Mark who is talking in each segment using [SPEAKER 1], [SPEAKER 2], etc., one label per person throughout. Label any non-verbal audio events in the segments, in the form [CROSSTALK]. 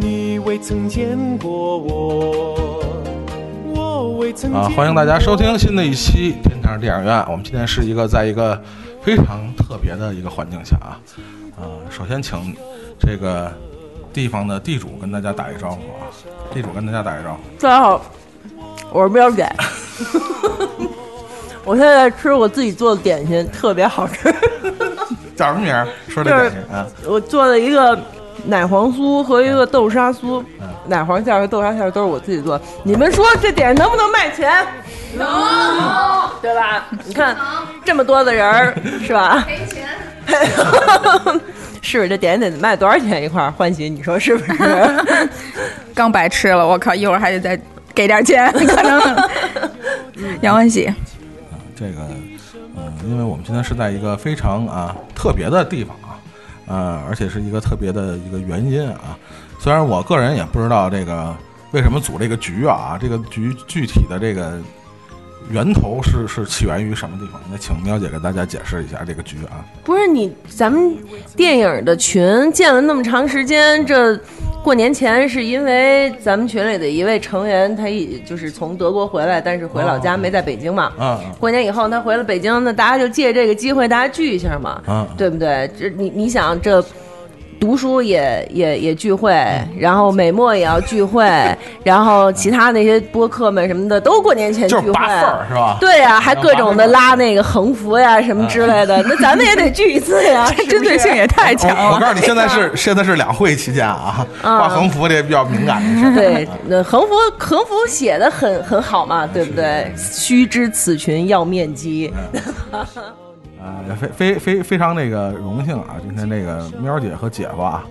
[SPEAKER 1] 你未曾见过我，我未曾
[SPEAKER 2] 啊，欢迎大家收听新的一期《天堂电影院》。我们今天是一个在一个非常特别的一个环境下啊，呃，首先请这个地方的地主跟大家打一招呼啊，地主跟大家打一招呼。
[SPEAKER 3] 大家好，我是喵姐。 [LAUGHS] 我现在吃我自己做的点心，特别好吃。 [LAUGHS]
[SPEAKER 2] 叫什么名儿？说这点心啊，
[SPEAKER 3] 我做了一个奶黄酥和一个豆沙酥，奶黄馅儿和豆沙馅儿都是我自己做。你们说这点能不能卖钱？能，哦对吧？你看这么多的人儿，是吧？赔钱。 [LAUGHS] 是这点得卖多少钱一块儿？欢喜，你说是不是？
[SPEAKER 4] [LAUGHS] 刚白吃了，我靠，一会儿还得再给点
[SPEAKER 3] [LAUGHS]
[SPEAKER 4] 钱，可能。
[SPEAKER 3] 嗯
[SPEAKER 4] 杨欢喜，
[SPEAKER 2] 这个，呃，因为我们今天是在一个非常啊特别的地方啊，呃，而且是一个特别的一个原因啊。虽然我个人也不知道这个为什么组这个局啊，这个局具体的这个源头是是起源于什么地方？那请喵姐给大家解释一下这个局啊。
[SPEAKER 3] 不是你，咱们电影的群建了那么长时间，这过年前是因为咱们群里的一位成员，他已就是从德国回来，但是回老家
[SPEAKER 2] 哦
[SPEAKER 3] 没在北京嘛。
[SPEAKER 2] 嗯
[SPEAKER 3] 过年以后他回了北京，那大家就借这个机会，大家聚一下嘛，
[SPEAKER 2] 嗯
[SPEAKER 3] 对不对？这你你想这。读书也也也聚会，然后美墨也要聚会，然后其他那些播客们什么的都过年前聚
[SPEAKER 2] 就
[SPEAKER 3] 会，
[SPEAKER 2] 是八份儿是
[SPEAKER 4] 啊
[SPEAKER 2] 吧？
[SPEAKER 3] 对呀、还各种的拉那个横幅呀什么之类的，那咱们也得聚一次
[SPEAKER 4] [LAUGHS]
[SPEAKER 3] 呀，是不是
[SPEAKER 4] 啊针对性也太强
[SPEAKER 2] 我
[SPEAKER 4] 了。
[SPEAKER 2] 我
[SPEAKER 4] 嗯
[SPEAKER 2] 告诉你，现在是现在是两会期间啊，挂横幅这比较敏感的事儿。
[SPEAKER 3] 对，那横幅横幅写的很很好嘛，对不对？须知此群要面基，
[SPEAKER 2] 啊，也非非非非常那个荣幸啊！今天这个喵姐和姐夫啊，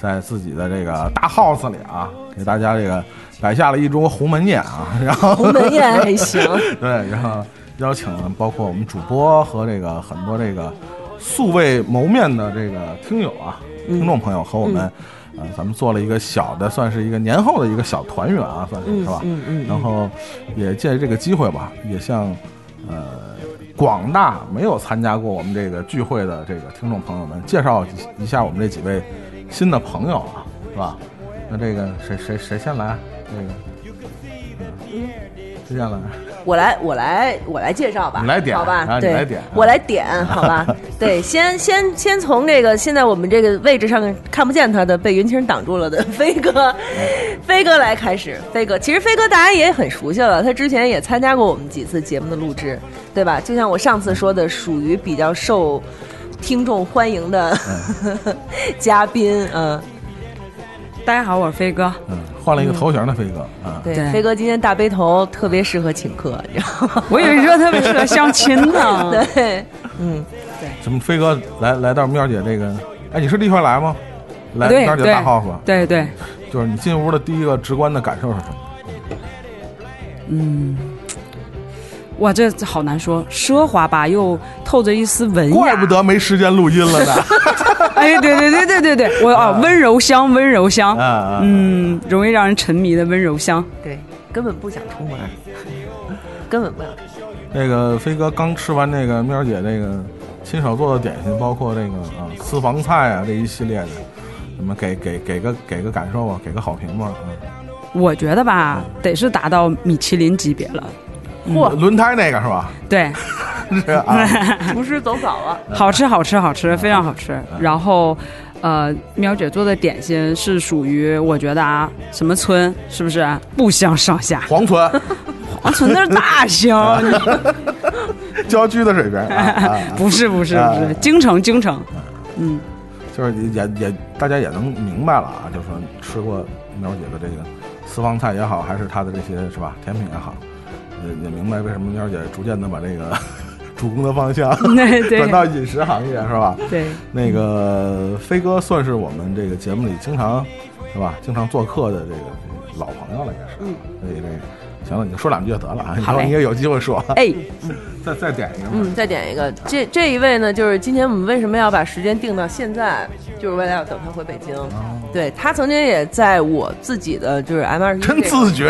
[SPEAKER 2] 在自己的这个大 house 里啊，给大家这个摆下了一桌鸿门宴啊，然后
[SPEAKER 3] 鸿门宴还行。
[SPEAKER 2] [LAUGHS] 对，然后邀请了包括我们主播和这个很多这个素未谋面的这个听友啊、
[SPEAKER 3] 嗯
[SPEAKER 2] 听众朋友和我们，呃，咱们做了一个小的，算是一个年后的一个小团圆啊，算是、是吧？嗯嗯。然后也借这个机会吧，也向呃广大没有参加过我们这个聚会的这个听众朋友们介绍一下我们这几位新的朋友啊，是吧？那这个谁谁谁先来？这个，
[SPEAKER 3] [LAUGHS]
[SPEAKER 2] 嗯，谁先来？
[SPEAKER 3] 我来，我来，我来介绍吧，
[SPEAKER 2] 你来点
[SPEAKER 3] 好吧？
[SPEAKER 2] 啊你
[SPEAKER 3] 对，
[SPEAKER 2] 来点
[SPEAKER 3] 我来点，
[SPEAKER 2] [LAUGHS]
[SPEAKER 3] 好吧？对，先先先从这个现在我们这个位置上看不见他的被云清挡住了的飞哥，
[SPEAKER 2] 哎
[SPEAKER 3] 飞哥来开始。飞哥，其实飞哥大家也很熟悉了，他之前也参加过我们几次节目的录制，对吧？就像我上次说的，属于比较受听众欢迎的
[SPEAKER 2] 嗯
[SPEAKER 3] [LAUGHS] 嘉宾，嗯，
[SPEAKER 5] 大家好，我是飞哥。
[SPEAKER 2] 嗯，换了一个头型的飞哥啊，
[SPEAKER 3] 对，
[SPEAKER 5] 对
[SPEAKER 3] 飞哥今天大背头，特别适合请客，你知道吗？
[SPEAKER 5] 我以为你说特别适合相亲呢。
[SPEAKER 3] [LAUGHS]
[SPEAKER 5] [LAUGHS]
[SPEAKER 3] 对。
[SPEAKER 2] 怎么飞哥来来到喵姐这个，哎，你是立刻来吗？来
[SPEAKER 5] 对
[SPEAKER 2] 喵姐
[SPEAKER 5] 对
[SPEAKER 2] 大 house，
[SPEAKER 5] 对对，
[SPEAKER 2] 就是你进屋的第一个直观的感受是什么？
[SPEAKER 5] 嗯哇，这这好难说，奢华吧，又透着一丝文雅。
[SPEAKER 2] 怪不得没时间录音了呢。
[SPEAKER 5] [LAUGHS]
[SPEAKER 2] [LAUGHS]
[SPEAKER 5] 哎，对对对对对对，我啊，温柔乡，温柔乡
[SPEAKER 2] 啊，啊，
[SPEAKER 5] 嗯，容易让人沉迷的温柔乡。
[SPEAKER 3] 对，根本不想出门，根本不想出门。
[SPEAKER 2] 那个飞哥刚吃完那个喵姐这个亲手做的点心，包括这个啊私房菜啊这一系列的，你们给给给个给个感受啊，给个好评吧啊。
[SPEAKER 5] 我觉得吧，得是达到米其林级别了。嗯
[SPEAKER 2] 嚯，轮胎那个是吧？
[SPEAKER 5] 对，
[SPEAKER 2] [LAUGHS] 是啊，
[SPEAKER 5] [LAUGHS]
[SPEAKER 3] [LAUGHS]
[SPEAKER 2] 嗯
[SPEAKER 3] 厨师走早了，啊
[SPEAKER 5] 好吃，好吃，好吃，非常好吃。然后，呃，喵姐做的点心是属于我觉得啊，什么村是不是啊不相上下？
[SPEAKER 2] 黄村
[SPEAKER 5] [LAUGHS]
[SPEAKER 2] 嗯
[SPEAKER 5] 黄村啊那是大
[SPEAKER 2] [LAUGHS]
[SPEAKER 5] 乡，你
[SPEAKER 2] 啊郊区的水平
[SPEAKER 5] [LAUGHS]
[SPEAKER 2] 啊，啊
[SPEAKER 5] 不是不是不
[SPEAKER 2] 啊
[SPEAKER 5] 是，京城京城，嗯，
[SPEAKER 2] 就是也也大家也能明白了啊，就是说吃过苗姐的这个私房菜也好，还是她的这些是吧甜品也好，也
[SPEAKER 5] 嗯
[SPEAKER 2] 也明白为什么苗姐逐渐的把这个 [LAUGHS] 主攻的方向 [LAUGHS]
[SPEAKER 5] [LAUGHS] 对
[SPEAKER 2] 转
[SPEAKER 5] 对
[SPEAKER 2] 到饮食行业是吧？
[SPEAKER 5] 对，
[SPEAKER 2] 那个飞哥算是我们这个节目里经常是吧经常做客的这个老朋友了，也是，所以这个行了，你就说两句就得了啊，以后
[SPEAKER 5] 嘞
[SPEAKER 2] 你也有机会说，
[SPEAKER 5] 哎，
[SPEAKER 2] [LAUGHS] 再再点一个嘛。
[SPEAKER 3] 嗯，再点一个，这这一位呢，就是今天我们为什么要把时间定到现在，就是为了要等他回北京。
[SPEAKER 2] 哦
[SPEAKER 3] 对他曾经也在我自己的就是 M 二十一哎
[SPEAKER 2] 真自觉，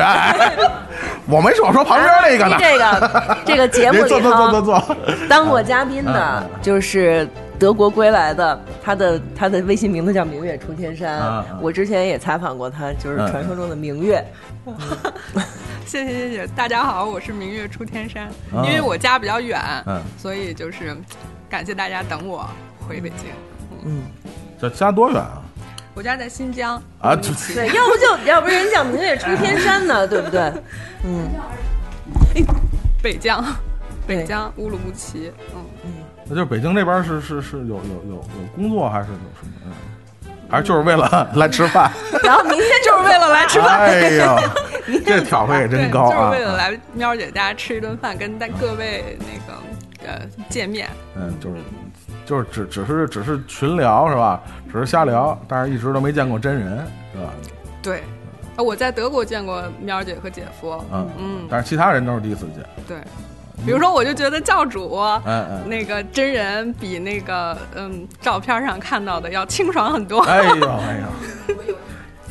[SPEAKER 2] 我没说说旁边那个呢。
[SPEAKER 3] [LAUGHS]
[SPEAKER 2] [LAUGHS]
[SPEAKER 3] 这个这个节目
[SPEAKER 2] 别
[SPEAKER 3] 里
[SPEAKER 2] 坐坐坐坐
[SPEAKER 3] 头
[SPEAKER 2] 坐，
[SPEAKER 3] 当过嘉宾
[SPEAKER 2] 啊
[SPEAKER 3] 的，就是德国归来的，他的他的微信名字叫明月出天山
[SPEAKER 2] 啊啊。
[SPEAKER 3] 我之前也采访过他，就是
[SPEAKER 2] 嗯
[SPEAKER 3] 传说中的明月。
[SPEAKER 6] [LAUGHS] 谢谢谢谢，大家好，我是明月出天山，
[SPEAKER 2] 哦
[SPEAKER 6] 因为我家比较远，
[SPEAKER 2] 嗯
[SPEAKER 6] 所以就是感谢大家等我回北京。
[SPEAKER 2] 这家多远啊？
[SPEAKER 6] 我家在新疆，
[SPEAKER 2] 啊，就 [LAUGHS]
[SPEAKER 3] 对，要
[SPEAKER 6] [LAUGHS]
[SPEAKER 3] 不就要不人叫明月出天山呢，对不对？
[SPEAKER 6] 嗯哎北疆，
[SPEAKER 3] 对
[SPEAKER 6] 北疆乌鲁木齐。嗯，
[SPEAKER 2] 那就是北京这边是是是有有有有工作还是有什么？嗯还是就是为了来吃饭？
[SPEAKER 3] 然后明天就是为了来吃
[SPEAKER 2] 哎
[SPEAKER 6] [LAUGHS]
[SPEAKER 2] 呦，这挑费也真高
[SPEAKER 6] 对， [LAUGHS] 就是为！
[SPEAKER 2] 啊
[SPEAKER 6] 了来喵姐家吃一顿饭，跟大各位那个呃见面。
[SPEAKER 2] 嗯，就是就是只只是只是群聊是吧？只是瞎聊，但是一直都没见过真人是吧？
[SPEAKER 6] 对，啊我在德国见过喵姐和姐夫。
[SPEAKER 2] 嗯
[SPEAKER 6] 嗯
[SPEAKER 2] 但是其他人都是第一次见。
[SPEAKER 6] 对，比如说我就觉得教主。
[SPEAKER 2] 嗯嗯，
[SPEAKER 6] 那个真人比那个嗯照片上看到的要清爽很
[SPEAKER 3] [LAUGHS]
[SPEAKER 6] 多。
[SPEAKER 2] 哎
[SPEAKER 6] [LAUGHS]
[SPEAKER 2] 呦哎呦，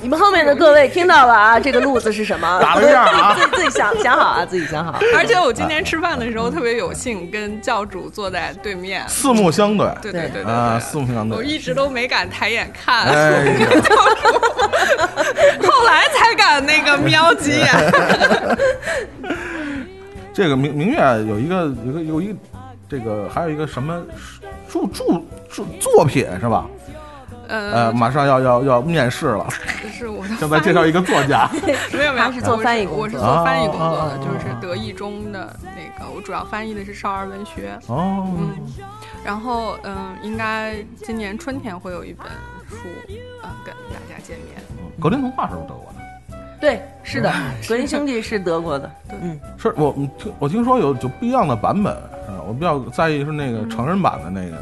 [SPEAKER 3] 你们后面的各位听到了啊，这个路子是什么？
[SPEAKER 2] [LAUGHS] 打了个样啊
[SPEAKER 6] [LAUGHS]
[SPEAKER 3] [LAUGHS] 自己自己想想好
[SPEAKER 2] [LAUGHS]
[SPEAKER 3] 啊，自己想好。
[SPEAKER 6] 而且我今天吃饭的时候特别有幸跟教主坐在对面，
[SPEAKER 2] 四目相对。
[SPEAKER 6] 对对对对对
[SPEAKER 2] 啊，四目相对。
[SPEAKER 6] 我一直都没敢抬眼看，
[SPEAKER 2] 哎呦
[SPEAKER 6] 后来才敢那个瞄几
[SPEAKER 2] [LAUGHS]
[SPEAKER 6] 眼。
[SPEAKER 2] 这个明明月有一个有一个有一个这个还有一个什么著著著作品是吧？呃，
[SPEAKER 6] 呃，
[SPEAKER 2] 马上要要要面试了， [LAUGHS]
[SPEAKER 6] 这是我的
[SPEAKER 2] 正在介绍一个作家。
[SPEAKER 3] [LAUGHS]
[SPEAKER 6] 没有没有，
[SPEAKER 3] 他是做翻译工作
[SPEAKER 6] 我是我是做翻译工作
[SPEAKER 2] 哦
[SPEAKER 6] 的，
[SPEAKER 2] 哦哦
[SPEAKER 6] 就是德意中的那个，我主要翻译的是少儿文学。
[SPEAKER 2] 哦，
[SPEAKER 6] 嗯，然后嗯，应该今年春天会有一本书，嗯，跟大家见面。
[SPEAKER 2] 格林童话是不是德国的？
[SPEAKER 3] 对， [LAUGHS] 是的，格林兄弟是德国的，嗯，
[SPEAKER 2] 是我我听我听说有就不一样的版本，啊，我比较在意是那
[SPEAKER 3] 嗯
[SPEAKER 2] 个成人版的那个。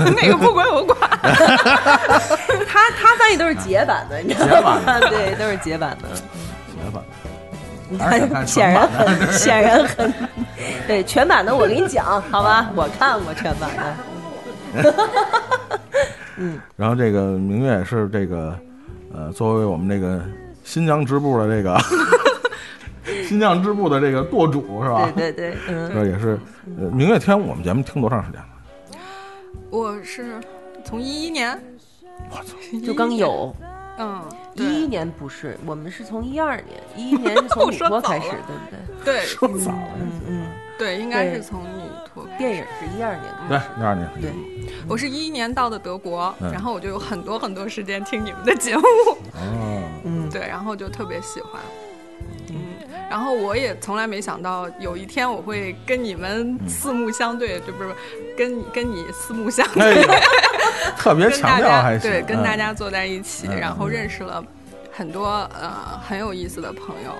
[SPEAKER 6] 那个不归我管。
[SPEAKER 3] [LAUGHS] 他他翻译都是结版的，你知道吗？ [LAUGHS] 对，都是结版
[SPEAKER 2] [LAUGHS]
[SPEAKER 3] 的。
[SPEAKER 2] 写吧，还是想看
[SPEAKER 3] 显
[SPEAKER 2] 全
[SPEAKER 3] 然
[SPEAKER 2] 版的。
[SPEAKER 3] 很显然很， [LAUGHS] 对全版的我给你讲，
[SPEAKER 2] [LAUGHS]
[SPEAKER 3] 好吧？我看过全版的，
[SPEAKER 2] 然后这个明月是这个，呃，作为我们这个新疆支部的这
[SPEAKER 3] [LAUGHS]
[SPEAKER 2] 个 [LAUGHS] 新疆支部的这个舵主是吧？
[SPEAKER 3] 对对对，嗯，
[SPEAKER 2] 这也是，呃，明月听我们节目听多长时间了？
[SPEAKER 6] 我是从一一年，
[SPEAKER 2] 我操，
[SPEAKER 3] 就刚有
[SPEAKER 6] 嗯，
[SPEAKER 3] 一一
[SPEAKER 6] 对
[SPEAKER 3] 年不是，我们是从一二年，一一年是
[SPEAKER 6] [LAUGHS]
[SPEAKER 3] 从
[SPEAKER 6] 我
[SPEAKER 3] 女
[SPEAKER 6] 说
[SPEAKER 3] 托
[SPEAKER 6] 早
[SPEAKER 3] 开
[SPEAKER 6] 了
[SPEAKER 3] 始，对不对？
[SPEAKER 6] 对
[SPEAKER 2] 早了，
[SPEAKER 3] 嗯
[SPEAKER 6] 对，应该
[SPEAKER 3] 对
[SPEAKER 6] 是从女托开始
[SPEAKER 3] 电影是一二年开始，
[SPEAKER 2] 对，一二年，
[SPEAKER 3] 对，
[SPEAKER 6] 我是一一年到的德国，
[SPEAKER 2] 嗯
[SPEAKER 6] 然后我就有很多很多时间听你们的节目，
[SPEAKER 2] 哦，
[SPEAKER 3] 嗯，
[SPEAKER 6] 对，然后就特别喜欢。嗯，然后我也从来没想到有一天我会跟你们
[SPEAKER 2] 嗯
[SPEAKER 6] 四目相对，就不是跟你跟你四目相
[SPEAKER 2] 哎
[SPEAKER 6] 对， [LAUGHS]
[SPEAKER 2] 呦，特别
[SPEAKER 6] 跟
[SPEAKER 2] 强
[SPEAKER 6] 大
[SPEAKER 2] 调
[SPEAKER 6] 家
[SPEAKER 2] 还行，
[SPEAKER 6] 对，跟
[SPEAKER 2] 嗯
[SPEAKER 6] 大家坐在一起，
[SPEAKER 2] 嗯
[SPEAKER 6] 然后
[SPEAKER 2] 嗯
[SPEAKER 6] 认识了很多呃很有意思的朋友，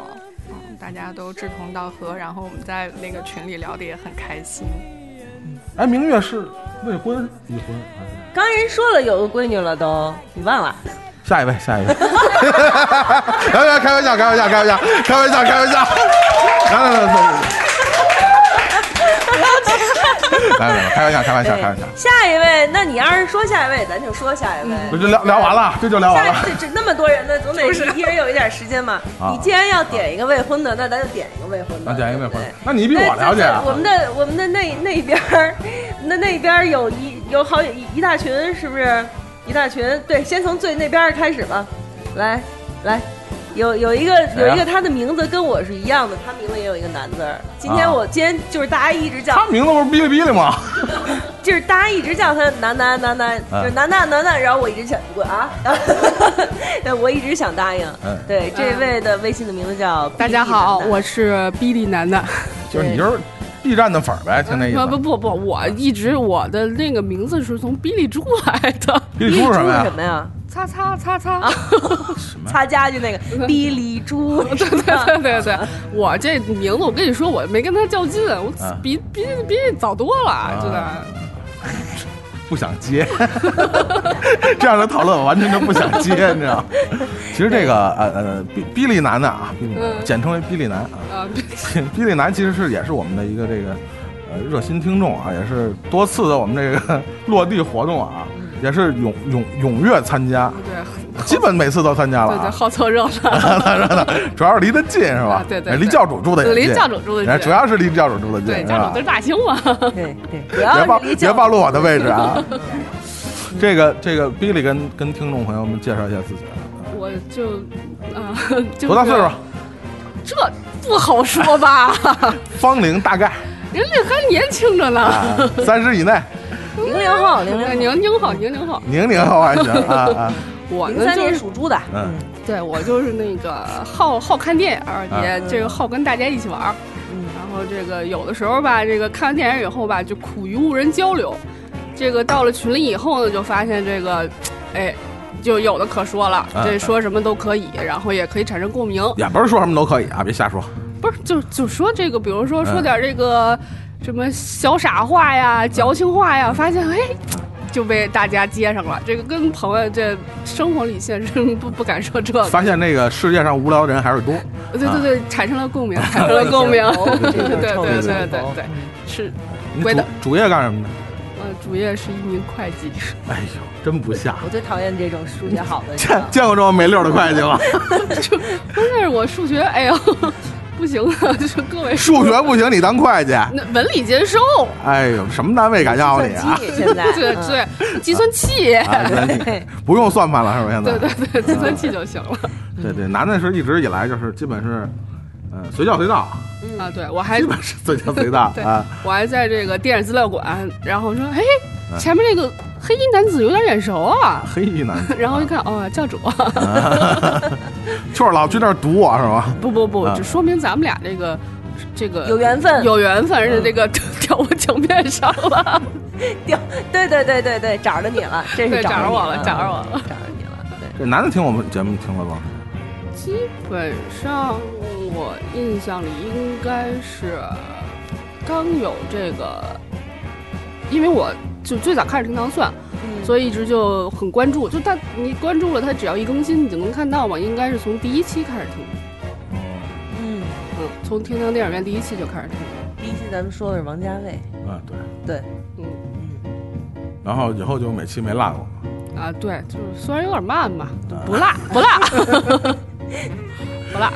[SPEAKER 6] 嗯，大家都志同道合，然后我们在那个群里聊的也很开心。
[SPEAKER 2] 哎，明月是未婚，已婚，还是
[SPEAKER 3] 刚人说了有个闺女了都，你忘了？
[SPEAKER 2] 下一位，下一位。哎，开玩笑，开玩笑，开玩笑，开玩笑，开玩笑。来来来来，来来来，开玩笑，开玩笑，开玩笑。
[SPEAKER 3] 下一位，那你要是说下一位，咱就说下一位。
[SPEAKER 2] 这就聊聊完了，这就聊完
[SPEAKER 3] 下
[SPEAKER 2] 了。
[SPEAKER 3] 这这那么多人呢，总得一人有一点时间嘛。
[SPEAKER 2] 啊
[SPEAKER 3] 你既然要点一个未婚的，那咱就点一个未婚的。
[SPEAKER 2] 那点一个未
[SPEAKER 3] 对不
[SPEAKER 2] 婚
[SPEAKER 3] 对，
[SPEAKER 2] 那你比我了解啊
[SPEAKER 3] 那。我们的我们的那那边儿，那那边儿有一有好一一大群，是不是？一大群，对，先从最那边儿开始吧。来来，有有一个
[SPEAKER 2] 谁
[SPEAKER 3] 有
[SPEAKER 2] 啊
[SPEAKER 3] 一个，他的名字跟我是一样的，他名字也有一个男字儿。今天
[SPEAKER 2] 啊
[SPEAKER 3] 我今天就是大家一直叫
[SPEAKER 2] 他名字不是哔哩哔哩吗？
[SPEAKER 3] 就是大家一直叫他楠楠楠楠，
[SPEAKER 2] 嗯
[SPEAKER 3] 就是楠楠楠楠，然后我一直想我啊， [LAUGHS] 对我一直想答应
[SPEAKER 2] 嗯。
[SPEAKER 3] 对，这位的微信的名字叫
[SPEAKER 4] 大家啊好，
[SPEAKER 3] BB 楠楠
[SPEAKER 4] 我是比利楠楠。
[SPEAKER 2] [LAUGHS] 就是你就是 B 站的粉儿呗，听那意
[SPEAKER 4] 啊不不
[SPEAKER 2] 思。
[SPEAKER 4] 不不，我一直我的那个名字是从比利猪来
[SPEAKER 2] [LAUGHS]
[SPEAKER 4] 的。
[SPEAKER 2] 你说什么
[SPEAKER 3] 猪
[SPEAKER 2] 呀
[SPEAKER 3] 什？么呀？
[SPEAKER 4] 擦擦擦擦，
[SPEAKER 2] [LAUGHS]
[SPEAKER 3] 擦家具那个哔哩猪，对
[SPEAKER 4] [LAUGHS] 对对对，我这名字我跟你说，我没跟他较劲，我
[SPEAKER 2] 啊
[SPEAKER 4] 比比比你早多了，真
[SPEAKER 2] 啊
[SPEAKER 4] 的。
[SPEAKER 2] 不想接，这样的讨论我完全就 [LAUGHS] 不想接，你知道吗？其实这个呃呃，比比利男的啊，比利男
[SPEAKER 4] 嗯
[SPEAKER 2] 简称为比利男啊，
[SPEAKER 4] [LAUGHS] 啊，
[SPEAKER 2] [LAUGHS] 比利男其实是也是我们的一个这个呃热心听众啊，也是多次的我们这个 [LAUGHS] 落地活动啊，也是踊踊踊跃参加，
[SPEAKER 4] 对
[SPEAKER 2] 基本每次都参加了、
[SPEAKER 4] 对对，
[SPEAKER 2] 啊。
[SPEAKER 4] 好凑热
[SPEAKER 2] [LAUGHS]
[SPEAKER 4] 闹。
[SPEAKER 2] 主要是离得近是吧哎
[SPEAKER 4] 啊？对对对
[SPEAKER 2] 离教主住的也
[SPEAKER 4] 离
[SPEAKER 2] 近
[SPEAKER 4] 教主住得近
[SPEAKER 2] 哎主要是离教主住的近，啊
[SPEAKER 4] 对，
[SPEAKER 2] 是
[SPEAKER 4] 家
[SPEAKER 2] 吧
[SPEAKER 4] 长都是大兴嘛。
[SPEAKER 3] 对对，主
[SPEAKER 2] 别
[SPEAKER 3] 要
[SPEAKER 2] 暴
[SPEAKER 3] 是离
[SPEAKER 2] 别
[SPEAKER 3] 教
[SPEAKER 2] 暴露我的位
[SPEAKER 4] [LAUGHS]
[SPEAKER 2] 置啊！这个这个，Billy 跟跟听众朋友们介绍一下自己啊，
[SPEAKER 4] 我就啊， [LAUGHS] 就是
[SPEAKER 2] 多大岁数？？
[SPEAKER 4] 这不好说
[SPEAKER 2] [LAUGHS]
[SPEAKER 4] 吧？
[SPEAKER 2] 芳龄大
[SPEAKER 4] [LAUGHS]
[SPEAKER 2] 概啊
[SPEAKER 4] 人家还年轻着呢。
[SPEAKER 2] 三十以内，
[SPEAKER 3] 零
[SPEAKER 4] [LAUGHS]
[SPEAKER 3] 零后，零零
[SPEAKER 4] 宁宁好，宁宁好。
[SPEAKER 2] 宁宁好还行啊啊，
[SPEAKER 4] 我
[SPEAKER 3] 零
[SPEAKER 4] 呢
[SPEAKER 3] 三
[SPEAKER 4] 就
[SPEAKER 3] 年
[SPEAKER 4] 是
[SPEAKER 3] 属猪的，
[SPEAKER 2] 嗯，
[SPEAKER 4] 对我就是那个好好看电影儿，也
[SPEAKER 2] 啊
[SPEAKER 4] 这个好跟大家一起玩儿。
[SPEAKER 3] 嗯
[SPEAKER 4] 然后这个有的时候吧，这个看完电影以后吧，就苦于无人交流。这个到了群里以后呢，就发现这个，哎，就有的可说了，
[SPEAKER 2] 嗯
[SPEAKER 4] 这说什么都可以，然后也可以产生共鸣。
[SPEAKER 2] 也不是说什么都可以啊，别瞎说。
[SPEAKER 4] 不是，就就说这个，比如说
[SPEAKER 2] 嗯
[SPEAKER 4] 说点这个、什么小傻话呀、矫情话呀，发现哎，就被大家接上了。这个跟朋友这生活里现实不不敢说这个，
[SPEAKER 2] 发现这个世界上无聊的人还是多，啊
[SPEAKER 4] 对对对，产生了共
[SPEAKER 2] [LAUGHS]
[SPEAKER 4] 鸣，产生了共鸣，对对对
[SPEAKER 3] [LAUGHS]
[SPEAKER 4] 对对对对，是，
[SPEAKER 2] 你
[SPEAKER 4] 鬼
[SPEAKER 2] 主
[SPEAKER 4] 的
[SPEAKER 2] 主业干什么的？
[SPEAKER 4] 呃，主业是一名会计，
[SPEAKER 2] 哎呦，真不像，
[SPEAKER 3] 我最讨厌这种数学好的人
[SPEAKER 2] 见
[SPEAKER 3] 了。
[SPEAKER 2] 见过这么没溜儿的会计
[SPEAKER 4] [LAUGHS]
[SPEAKER 2] 吗？
[SPEAKER 4] 关键是我数学，哎呦， [LAUGHS] 不行啊，就是各位
[SPEAKER 2] 数学不行，你当会计？
[SPEAKER 4] 那文理兼收，
[SPEAKER 2] 哎呦，什么单位敢要你啊？
[SPEAKER 3] 计现在
[SPEAKER 4] [LAUGHS] 对
[SPEAKER 3] 嗯
[SPEAKER 4] 对，计算器，
[SPEAKER 2] 啊，对不用算盘了，是不是？现在
[SPEAKER 4] 对对对，计算器就行了。
[SPEAKER 2] 对对，男的是一直以来就是基本是，呃，随叫随到， [LAUGHS]
[SPEAKER 3] 嗯
[SPEAKER 4] 啊，对我还
[SPEAKER 2] 基本是随叫随到
[SPEAKER 4] 对
[SPEAKER 2] 啊。
[SPEAKER 4] 我还在这个电影资料馆，然后说，嘿，
[SPEAKER 2] 嗯
[SPEAKER 4] 前面那个黑衣男子有点眼熟啊，
[SPEAKER 2] 黑衣男子， [LAUGHS]
[SPEAKER 4] 然后一看，哦，教主， [LAUGHS]
[SPEAKER 2] 就是老去那儿堵我是吧？
[SPEAKER 4] 不不不
[SPEAKER 2] 啊，
[SPEAKER 4] 只说明咱们俩这个这个
[SPEAKER 3] 有缘分，
[SPEAKER 4] 有缘分，
[SPEAKER 2] 嗯
[SPEAKER 4] 而且这个 [LAUGHS] 掉我墙面上了，
[SPEAKER 3] [LAUGHS] 掉，对对对对对，找着你了，这是
[SPEAKER 4] 对，
[SPEAKER 3] 着
[SPEAKER 4] 找着
[SPEAKER 3] 你
[SPEAKER 4] 我了，找着
[SPEAKER 3] 了，嗯
[SPEAKER 4] 我了。
[SPEAKER 3] 找着你了，对，
[SPEAKER 2] 这男的听我们节目听了吗？
[SPEAKER 4] 基本上我印象里应该是刚有这个，因为我就最早开始听糖蒜，
[SPEAKER 3] 嗯
[SPEAKER 4] 所以一直就很关注。就他你关注了他，只要一更新你就能看到嘛。应该是从第一期开始听，
[SPEAKER 3] 嗯，
[SPEAKER 4] 嗯，从天堂电影院第一期就开始听。
[SPEAKER 3] 第一期咱们说的是王家卫，
[SPEAKER 2] 啊，对。
[SPEAKER 3] 对，
[SPEAKER 4] 嗯
[SPEAKER 2] 然后以后就每期没落过。
[SPEAKER 4] 啊，对，就是虽然有点慢吧，
[SPEAKER 3] 嗯
[SPEAKER 4] 不辣不
[SPEAKER 3] [LAUGHS]
[SPEAKER 4] 辣不辣。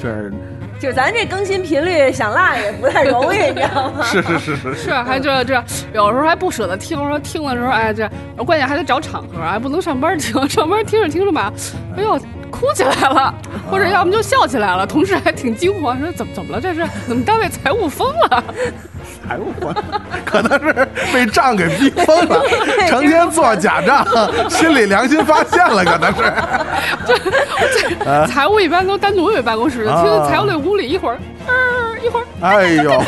[SPEAKER 2] 这是
[SPEAKER 3] 就是咱这更新频率想落也不太容易，你知道吗？
[SPEAKER 2] 是是是是是，
[SPEAKER 4] [LAUGHS] 是，啊还这这，有时候还不舍得听，说听的时候，哎，这关键还得找场合，哎还不能上班听， [LAUGHS] 上班听着听着吧，哎呦，哭起来了，或者要么就笑起来了，同事还挺惊慌，说怎么怎么了这是？怎么单位财务疯了？
[SPEAKER 2] 财务官， [LAUGHS] 可能是被账给逼疯
[SPEAKER 3] [LAUGHS]
[SPEAKER 2] 了，成天做假账，心里良心发现了，可能
[SPEAKER 3] [LAUGHS]
[SPEAKER 2] 是。
[SPEAKER 4] 财务一般都单独有办公室，
[SPEAKER 2] 啊
[SPEAKER 4] 听财务那屋里一会儿，呃，一会儿，
[SPEAKER 2] 哎呦，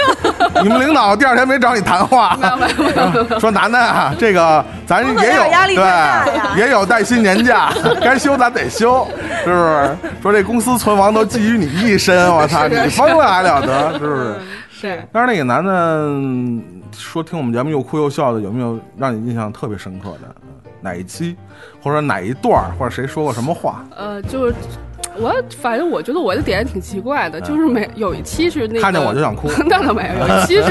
[SPEAKER 2] 你们领导第二天没找你谈话
[SPEAKER 4] 没，有没有没有没有。
[SPEAKER 2] [LAUGHS] 说楠楠啊，这个咱
[SPEAKER 3] 工作
[SPEAKER 2] 也
[SPEAKER 3] 量
[SPEAKER 2] 有
[SPEAKER 3] 压力太大呀
[SPEAKER 2] 对， [LAUGHS] 也有带薪年
[SPEAKER 3] [LAUGHS]
[SPEAKER 2] 假，该休咱得休，是不是？说这公司存亡都基于你一身，我操，你疯了还了得，是不是？
[SPEAKER 4] 是
[SPEAKER 2] 但是那个男的说听我们节目又哭又笑的，有没有让你印象特别深刻的哪一期，或者说哪一段儿，或者谁说过什么话？
[SPEAKER 4] 呃，就是我反正我觉得我的点挺奇怪的，就是每有一期是那个
[SPEAKER 2] 嗯看见我就
[SPEAKER 4] [LAUGHS]
[SPEAKER 2] 想哭
[SPEAKER 4] 那倒没有，有一期是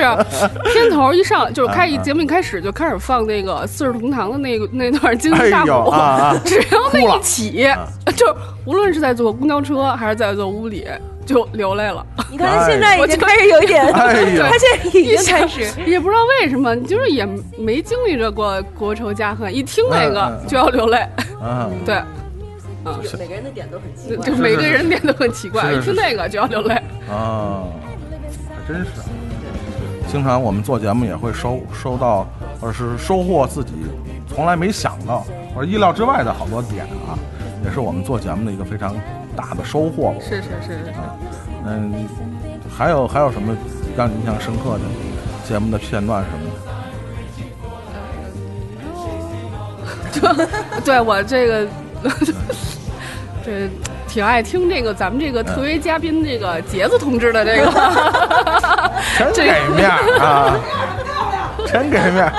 [SPEAKER 4] 片头一上就是开一节目一开始就开始放那个四世同堂的那个那段金
[SPEAKER 2] 哎
[SPEAKER 4] 丝大
[SPEAKER 2] 呦
[SPEAKER 4] 鼓，
[SPEAKER 2] 啊
[SPEAKER 4] [LAUGHS]
[SPEAKER 2] 啊嗯
[SPEAKER 4] 只要
[SPEAKER 2] 哭
[SPEAKER 4] 那
[SPEAKER 2] 了
[SPEAKER 4] 一起，就是无论是在坐公交车还是在坐屋里，就流泪了。
[SPEAKER 3] 你看他现在已经开始有
[SPEAKER 4] [LAUGHS]
[SPEAKER 3] 一点，
[SPEAKER 2] 哎呦
[SPEAKER 3] 他现在已经开始，
[SPEAKER 4] 也不知道为什么，就是也没经历着过国仇家恨，一听那
[SPEAKER 2] 嗯
[SPEAKER 4] 个
[SPEAKER 2] 嗯
[SPEAKER 4] 就要流泪。
[SPEAKER 2] 啊，
[SPEAKER 4] 对，
[SPEAKER 3] 每个人的点都很奇
[SPEAKER 4] 就
[SPEAKER 3] 怪
[SPEAKER 4] 就。啊每个人点都很奇怪，
[SPEAKER 2] 是
[SPEAKER 4] 一
[SPEAKER 2] 是是
[SPEAKER 4] 听那个就要流泪。
[SPEAKER 2] 啊，还真是。经常我们做节目也会收收到而是收获自己从来没想到或者意料之外的好多点啊，也是我们做节目的一个非常大的收获吧。
[SPEAKER 4] 是是是是是，
[SPEAKER 2] 嗯，还有还有什么让你印象深刻的节目的片段什么的？
[SPEAKER 4] [LAUGHS] 对我这个，这挺爱听这个咱们这个特约嘉宾这个杰子同志的这个，
[SPEAKER 2] 真给面 [LAUGHS] 儿啊！真给面儿，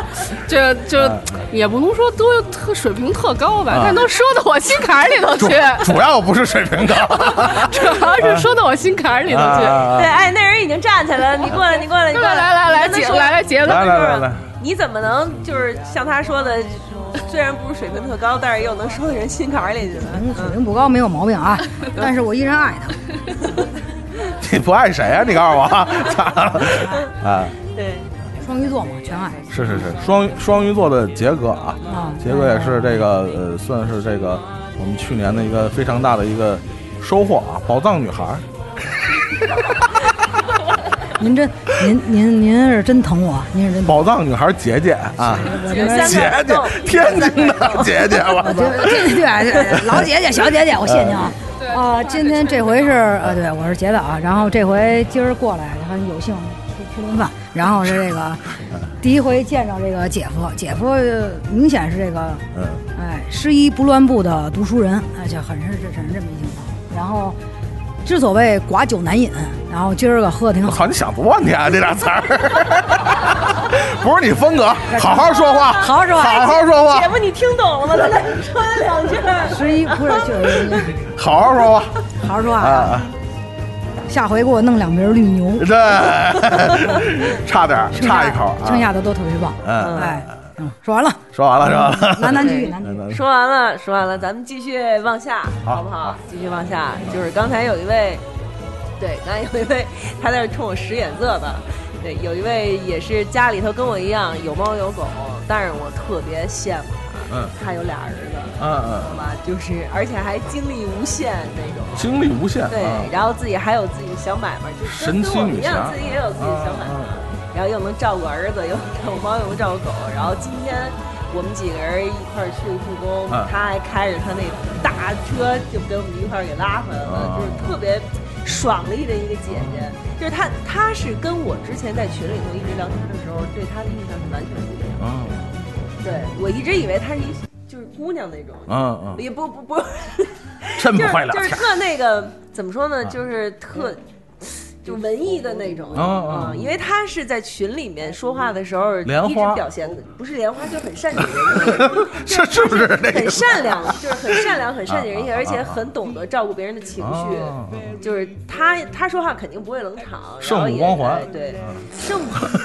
[SPEAKER 4] 这就
[SPEAKER 2] 嗯
[SPEAKER 4] 也不能说多特水平特高吧，但能说到我心坎儿里头
[SPEAKER 2] 主
[SPEAKER 4] 去，
[SPEAKER 2] 主要不是水平高， [LAUGHS]
[SPEAKER 4] 主要是说到我心坎儿里头去。
[SPEAKER 3] 对，
[SPEAKER 2] 啊
[SPEAKER 3] 哎，那人已经站起来了，你过来，你过来，你过
[SPEAKER 4] 来来来来，
[SPEAKER 3] 你跟
[SPEAKER 4] 杰
[SPEAKER 3] 他说
[SPEAKER 4] 来来杰子，
[SPEAKER 2] 来来来来，
[SPEAKER 3] 你怎么能就是像他说的，虽然不是水平特高，但是又能说到人心坎儿里去嗯呢？
[SPEAKER 7] 水平不高没有毛病啊，嗯但是我依然爱他。
[SPEAKER 2] 你不爱谁啊？你告诉我啊， [LAUGHS] 咋了？啊，
[SPEAKER 3] 对，
[SPEAKER 7] 双鱼座嘛，全爱。
[SPEAKER 2] 是是是，双鱼双鱼座的杰哥啊，
[SPEAKER 7] 啊
[SPEAKER 2] 杰哥也是这个呃，算是这个我们去年的一个非常大的一个收获啊，宝藏女孩儿。
[SPEAKER 7] 您真，您您您是真疼我，您是真疼
[SPEAKER 2] 宝藏女孩姐姐啊，
[SPEAKER 7] 我。
[SPEAKER 3] 有
[SPEAKER 7] 这
[SPEAKER 3] 三
[SPEAKER 2] 姐
[SPEAKER 3] 个
[SPEAKER 2] 姐
[SPEAKER 3] 洞，
[SPEAKER 2] 天津
[SPEAKER 7] [LAUGHS]
[SPEAKER 2] 的姐姐，我
[SPEAKER 7] 我
[SPEAKER 2] 操
[SPEAKER 7] 这！这 [LAUGHS] 对啊，这老姐姐、小姐姐，我谢谢您啊。
[SPEAKER 2] 哎
[SPEAKER 7] 啊，今天这回是呃，对我是杰子啊，然后这回今儿过来，然后有幸吃吃顿饭，然后是这个第一回见着这个姐夫，姐夫呃明显是这个
[SPEAKER 2] 嗯，
[SPEAKER 7] 哎，失一不乱步的读书人，哎，就很是这很是这么一情况。然后，之所谓寡酒难饮，然后今儿个喝的挺
[SPEAKER 2] 我
[SPEAKER 7] 好。
[SPEAKER 2] 操，你想多少年啊？这俩词儿，不是你风格，好好说话，
[SPEAKER 7] 好好说话
[SPEAKER 2] 好好说
[SPEAKER 3] 姐
[SPEAKER 2] 话，
[SPEAKER 3] 夫，哎你听懂了吗？刚才你说了两句。
[SPEAKER 7] 十一不是就是
[SPEAKER 2] 嗯 [LAUGHS] 好好说话
[SPEAKER 7] [LAUGHS] 好好说
[SPEAKER 2] 啊
[SPEAKER 7] 啊，
[SPEAKER 2] 啊！
[SPEAKER 7] 下回给我弄两瓶绿牛，
[SPEAKER 2] 对， [LAUGHS] 差点儿，
[SPEAKER 7] 剩下
[SPEAKER 2] 差一口
[SPEAKER 7] 剩
[SPEAKER 2] 啊。
[SPEAKER 7] 下的都特别棒。
[SPEAKER 2] 嗯，
[SPEAKER 7] 哎，嗯，说完了，
[SPEAKER 2] 说完了，说完了。
[SPEAKER 7] 男
[SPEAKER 2] [LAUGHS]
[SPEAKER 7] 男女女男男。
[SPEAKER 2] 嗯
[SPEAKER 3] 说完了，说完了，咱们继续往下，
[SPEAKER 2] 好
[SPEAKER 3] 不好
[SPEAKER 2] 好？
[SPEAKER 3] 继续往下，就是刚才有一位，对，刚才有一位，他在这冲我使眼色的。对，有一位也是家里头跟我一样有猫有狗，但是我特别羡慕他，
[SPEAKER 2] 嗯
[SPEAKER 3] 他有俩儿子，
[SPEAKER 2] 嗯
[SPEAKER 3] 好
[SPEAKER 2] 嗯，
[SPEAKER 3] 吧，就是而且还精力无限那种。
[SPEAKER 2] 精力无限。
[SPEAKER 3] 对，
[SPEAKER 2] 嗯
[SPEAKER 3] 然后自己还有自己的小买卖，就是
[SPEAKER 2] 神奇
[SPEAKER 3] 跟我们
[SPEAKER 2] 女
[SPEAKER 3] 一样
[SPEAKER 2] 侠
[SPEAKER 3] 自己也有自己的小买
[SPEAKER 2] 嗯
[SPEAKER 3] 卖，
[SPEAKER 2] 嗯
[SPEAKER 3] 然后又能照顾儿子，又能照顾猫，又能照顾狗。然后今天我们几个人一块儿去故宫，
[SPEAKER 2] 嗯
[SPEAKER 3] 他还开着他那大车，就给我们一块儿给拉回来
[SPEAKER 2] 嗯
[SPEAKER 3] 了，就是特别爽利的一个姐姐。就是她，她是跟我之前在群里头一直聊天的时候，对她的印象是完全不一样
[SPEAKER 2] 嗯
[SPEAKER 3] 的。对我一直以为她是一就是姑娘那种，
[SPEAKER 2] 嗯嗯，
[SPEAKER 3] 也不不不。
[SPEAKER 2] 真不
[SPEAKER 3] 就是
[SPEAKER 2] 会聊
[SPEAKER 3] 就是
[SPEAKER 2] 天。
[SPEAKER 3] 特那个怎么说呢？
[SPEAKER 2] 啊
[SPEAKER 3] 就是特。就文艺的那种，
[SPEAKER 2] 啊啊啊
[SPEAKER 3] 因为他是在群里面说话的时候，
[SPEAKER 2] 莲
[SPEAKER 3] 一直
[SPEAKER 2] 花
[SPEAKER 3] 表现的不是莲花，就很善解人意，
[SPEAKER 2] [LAUGHS] 是是不是那
[SPEAKER 3] 很
[SPEAKER 2] 个？
[SPEAKER 3] 善良，就是很善良、很善解人意，
[SPEAKER 2] 啊啊啊啊
[SPEAKER 3] 而且很懂得照顾别人的情绪。
[SPEAKER 2] 啊
[SPEAKER 3] 就是他他说话肯定不会冷场，
[SPEAKER 2] 圣
[SPEAKER 3] 然后
[SPEAKER 2] 母
[SPEAKER 3] 也
[SPEAKER 2] 光环
[SPEAKER 3] 对，圣母。 [LAUGHS]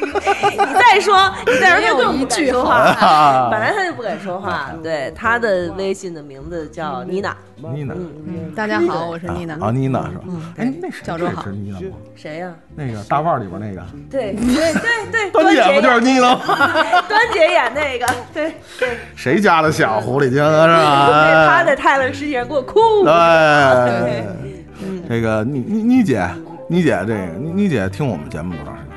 [SPEAKER 3] 你再说，你再说，他更一句话，本来他就不敢说话。对，他的微信的名字叫妮娜，
[SPEAKER 2] 妮娜，
[SPEAKER 8] 嗯大家好，我是妮娜。
[SPEAKER 2] 啊，妮娜是吧？哎，那谁
[SPEAKER 3] 嗯
[SPEAKER 8] 小嗯周好
[SPEAKER 2] 是妮娜吗？
[SPEAKER 3] 谁呀？
[SPEAKER 2] 那个大腕儿里边那个，
[SPEAKER 3] 对对对对，
[SPEAKER 2] 端
[SPEAKER 3] 姐
[SPEAKER 2] 姐不就是
[SPEAKER 3] 演
[SPEAKER 2] 妮娜吗？
[SPEAKER 3] [LAUGHS] 端姐演那个，对对，
[SPEAKER 2] 谁家的小狐狸精啊？是吧？
[SPEAKER 3] 她在泰勒世界给我哭。
[SPEAKER 2] 对，这个妮妮妮姐，妮姐这个妮妮姐听我们节目多长时间？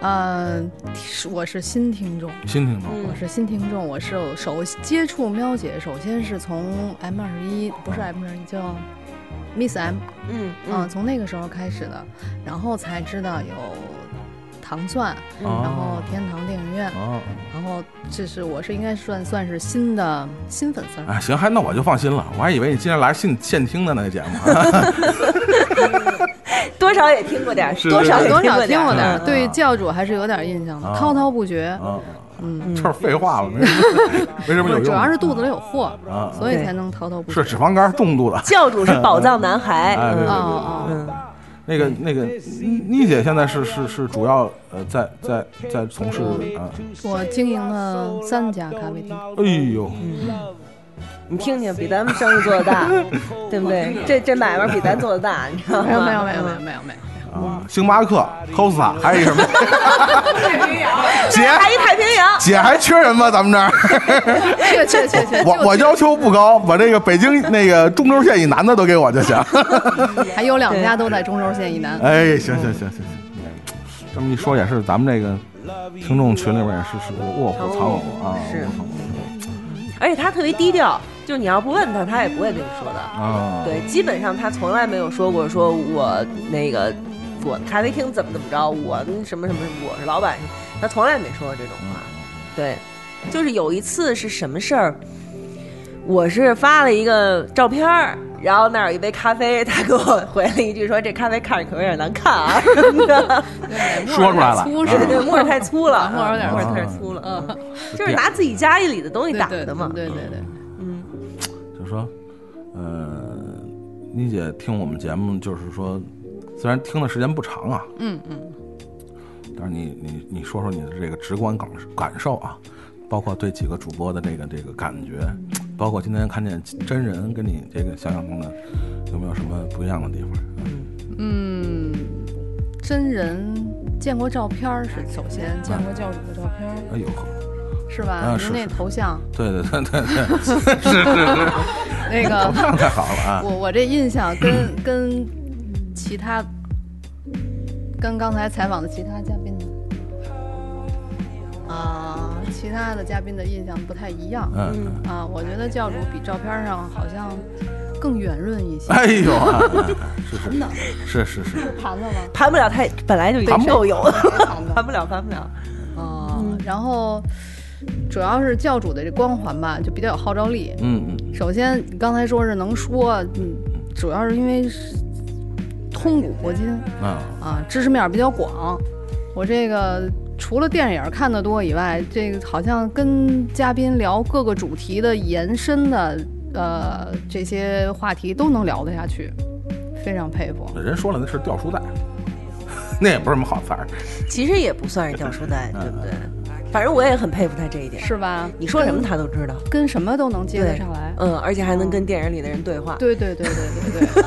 [SPEAKER 8] 呃，是我是新听众，
[SPEAKER 2] 新听众
[SPEAKER 3] 嗯
[SPEAKER 8] 我是新听众，我是首接触喵姐，首先是从 M 二十一，不是 M 二十一，叫 Miss M，
[SPEAKER 3] 嗯
[SPEAKER 8] 嗯、从那个时候开始的，然后才知道有糖蒜，
[SPEAKER 3] 嗯
[SPEAKER 2] 哦
[SPEAKER 8] 然后天堂电影院，
[SPEAKER 2] 哦，
[SPEAKER 8] 然后这是我是应该算算是新的新粉丝儿。
[SPEAKER 2] 哎，行，还那我就放心了，我还以为你今天来现现听的呢节目。啊
[SPEAKER 8] [LAUGHS]
[SPEAKER 3] [LAUGHS] 多少也听过点儿，
[SPEAKER 2] 哎是嗯
[SPEAKER 3] 多少也
[SPEAKER 8] 多少
[SPEAKER 3] 听
[SPEAKER 8] 听
[SPEAKER 3] 过
[SPEAKER 8] 过点
[SPEAKER 3] 点
[SPEAKER 8] 儿
[SPEAKER 3] 儿，，
[SPEAKER 8] 对教主还是有点印象的，
[SPEAKER 2] 啊
[SPEAKER 8] 滔滔不绝。
[SPEAKER 2] 啊，
[SPEAKER 8] 嗯，
[SPEAKER 2] [LAUGHS] 就是废话了，没什么 [LAUGHS] 没什么有用的。
[SPEAKER 8] 主要是肚子里有货，
[SPEAKER 2] 啊，
[SPEAKER 8] 所以才能滔滔不绝。
[SPEAKER 2] 是脂肪肝重度的。
[SPEAKER 3] 教主是宝藏男孩，
[SPEAKER 2] 哎对
[SPEAKER 8] 哦
[SPEAKER 3] 嗯
[SPEAKER 8] 哦，
[SPEAKER 2] [LAUGHS] 那个那个妮妮姐现在是是是主要呃在在在从事啊，
[SPEAKER 8] 我经营了三家咖啡厅，
[SPEAKER 2] 哎呦，
[SPEAKER 8] 嗯
[SPEAKER 3] 你听听，比咱们生意做的大，对不对？这这买卖比咱做的大，你知道吗？
[SPEAKER 8] 没有没有没有没有没有没
[SPEAKER 3] [LAUGHS]
[SPEAKER 8] 有，
[SPEAKER 2] [LAUGHS] 啊，星巴克、Costa 还有一
[SPEAKER 8] [LAUGHS]
[SPEAKER 2] 什么？姐
[SPEAKER 3] 还一太平洋，
[SPEAKER 2] 姐还缺人吗？咱们这儿，
[SPEAKER 8] [LAUGHS] 去去去去，
[SPEAKER 2] [LAUGHS] 我我要求不高，把这个北京那个中轴线以南的都给我就行。
[SPEAKER 8] 嗯还有两家都在中轴线以南。
[SPEAKER 2] 哎，行行行行行，这么一说也是，咱们这个听众群里面也是是卧虎藏龙啊，
[SPEAKER 3] 是
[SPEAKER 2] 卧虎藏龙
[SPEAKER 3] 而且他特别低调，就是你要不问他，他也不会跟你说的。
[SPEAKER 2] 啊，
[SPEAKER 3] 对，基本上他从来没有说过说我那个我咖啡厅怎么怎么着，我什么什么，我是老板，他从来没说过这种话。对，就是有一次是什么事儿，我是发了一个照片儿。然后那儿有一杯咖啡，他给我回了一句说：“这咖啡看着可能有点难看啊。”
[SPEAKER 2] 说出来
[SPEAKER 3] [LAUGHS]
[SPEAKER 2] 了
[SPEAKER 8] 粗
[SPEAKER 2] 啊
[SPEAKER 8] 是
[SPEAKER 3] 对，沫儿太
[SPEAKER 8] [LAUGHS]
[SPEAKER 3] 粗了，
[SPEAKER 8] 沫儿有点
[SPEAKER 3] 沫儿
[SPEAKER 2] 粗
[SPEAKER 3] 太粗了，嗯
[SPEAKER 2] 就
[SPEAKER 3] 就是
[SPEAKER 2] 变
[SPEAKER 3] 拿自己家里的东西
[SPEAKER 8] 对
[SPEAKER 3] 打
[SPEAKER 8] 对
[SPEAKER 3] 的嘛。
[SPEAKER 8] 嗯对对对，
[SPEAKER 3] 嗯，
[SPEAKER 2] 就说，呃，妮姐听我们节目，就是说，虽然听的时间不长啊，
[SPEAKER 8] 嗯嗯，
[SPEAKER 2] 但是你你你说说你的这个直观感感受啊，包括对几个主播的这个这个感觉，包括今天看见真人，跟你这个想象中的有没有什么不一样的地方？
[SPEAKER 8] 嗯，真人见过照片儿是首先见过教主的照片儿
[SPEAKER 2] 哎呦，
[SPEAKER 8] 是吧？
[SPEAKER 2] 啊
[SPEAKER 8] 您
[SPEAKER 2] 是
[SPEAKER 8] 那
[SPEAKER 2] 是
[SPEAKER 8] 头像
[SPEAKER 2] 对对对
[SPEAKER 8] [LAUGHS]
[SPEAKER 2] 对对，是是是，
[SPEAKER 8] 那个
[SPEAKER 2] 这样太好了啊！
[SPEAKER 8] 我我这印象跟跟其他跟刚才采访的其他嘉宾的啊、其他的嘉宾的印象不太一样
[SPEAKER 2] 嗯，嗯
[SPEAKER 8] 啊、我觉得教主比照片上好像更圆润一些。
[SPEAKER 2] 哎呦啊， [LAUGHS] 是是是是是是，
[SPEAKER 8] 盘了吗？
[SPEAKER 3] 盘不了太，本来就已经够油
[SPEAKER 8] [LAUGHS]
[SPEAKER 3] 了，盘不了，盘不了。嗯
[SPEAKER 8] 啊、然后主要是教主的这光环吧，就比较有号召力。
[SPEAKER 2] 嗯嗯
[SPEAKER 8] 首先，你刚才说是能说，嗯，主要是因为是通古博今，
[SPEAKER 2] 啊，
[SPEAKER 8] 啊，知识面儿比较广。我这个除了电影儿看得多以外，这个好像跟嘉宾聊各个主题的延伸的，呃，这些话题都能聊得下去，非常佩服。
[SPEAKER 2] 人说了那是掉书袋， [LAUGHS] 那也不是什么好词儿。
[SPEAKER 3] 其实也不算是掉书袋，对不对？反正我也很佩服他这一点。
[SPEAKER 8] 是吧？
[SPEAKER 3] 你说什么
[SPEAKER 8] 跟
[SPEAKER 3] 他都知道，
[SPEAKER 8] 跟什么都能接得上来。
[SPEAKER 3] 嗯，而且还能跟电影里的人对话，
[SPEAKER 8] 对对对
[SPEAKER 3] [LAUGHS]
[SPEAKER 8] 对对对，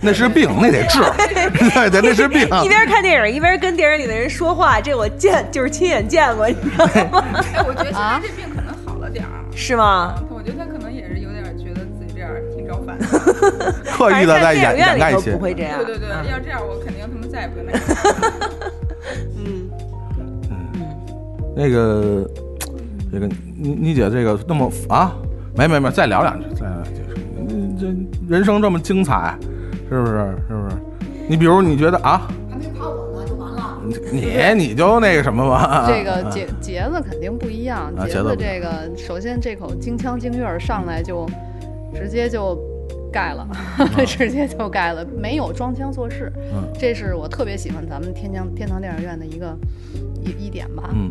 [SPEAKER 2] 那是病，那得
[SPEAKER 8] [LAUGHS]
[SPEAKER 2] 治。 [LAUGHS] 对对，那是病。
[SPEAKER 8] 啊
[SPEAKER 3] 一边看电影一边跟电影里的人说话，这我见就是亲眼见过，你知道吗？
[SPEAKER 9] 哎，我觉得现
[SPEAKER 8] 啊
[SPEAKER 9] 在这病可能好了点儿。
[SPEAKER 3] 是吗？
[SPEAKER 9] 啊我觉得他可能也是有点觉得自己这样挺招烦的。
[SPEAKER 3] [LAUGHS]
[SPEAKER 2] 刻意的在
[SPEAKER 3] 反正
[SPEAKER 2] 掩
[SPEAKER 3] 电
[SPEAKER 2] 掩
[SPEAKER 3] 影
[SPEAKER 2] 盖一
[SPEAKER 3] 院里头
[SPEAKER 2] 些
[SPEAKER 3] 不。会这样。
[SPEAKER 9] 对对对，
[SPEAKER 3] 嗯
[SPEAKER 9] 要这样我肯定他们再也不会
[SPEAKER 3] [LAUGHS]
[SPEAKER 9] 那个。
[SPEAKER 3] 嗯
[SPEAKER 2] 那个，这个妮妮姐这个那么啊，没没没，再聊两句，再聊两句。嗯这人生这么精彩，是不是？是不是？你比如你觉得啊，你你就那个什么啊吧，
[SPEAKER 8] 这个节节子肯定不一样
[SPEAKER 2] 啊。
[SPEAKER 8] 节
[SPEAKER 2] 节奏
[SPEAKER 8] 子
[SPEAKER 2] 不一
[SPEAKER 8] 这个，首先这口京腔京韵儿上来就直接就盖了， [LAUGHS] 直接就盖了，没有装腔作势。
[SPEAKER 2] 啊嗯
[SPEAKER 8] 这是我特别喜欢咱们天江天堂电影院的一个一一点吧。
[SPEAKER 2] 嗯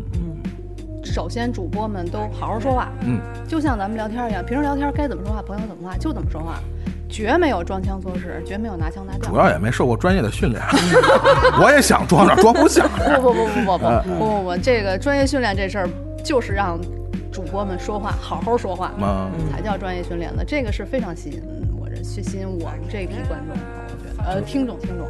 [SPEAKER 8] 首先，主播们都好好说话，
[SPEAKER 2] 嗯，
[SPEAKER 8] 就像咱们聊天一样，平时聊天该怎么说话，朋友怎么说话就怎么说话，绝没有装腔作势，绝没有拿腔拿调
[SPEAKER 2] 主。要也没受过专业的训练， [LAUGHS] 我也想装点，装不 [LAUGHS] 想。
[SPEAKER 8] 不不不不不不不不不，这个专业训练这事儿就是让主播们说话，好好说话，
[SPEAKER 2] 啊，
[SPEAKER 8] 才叫专业训练的。这个是非常吸引我这去吸引我们这一批观众的，我觉得呃听众听众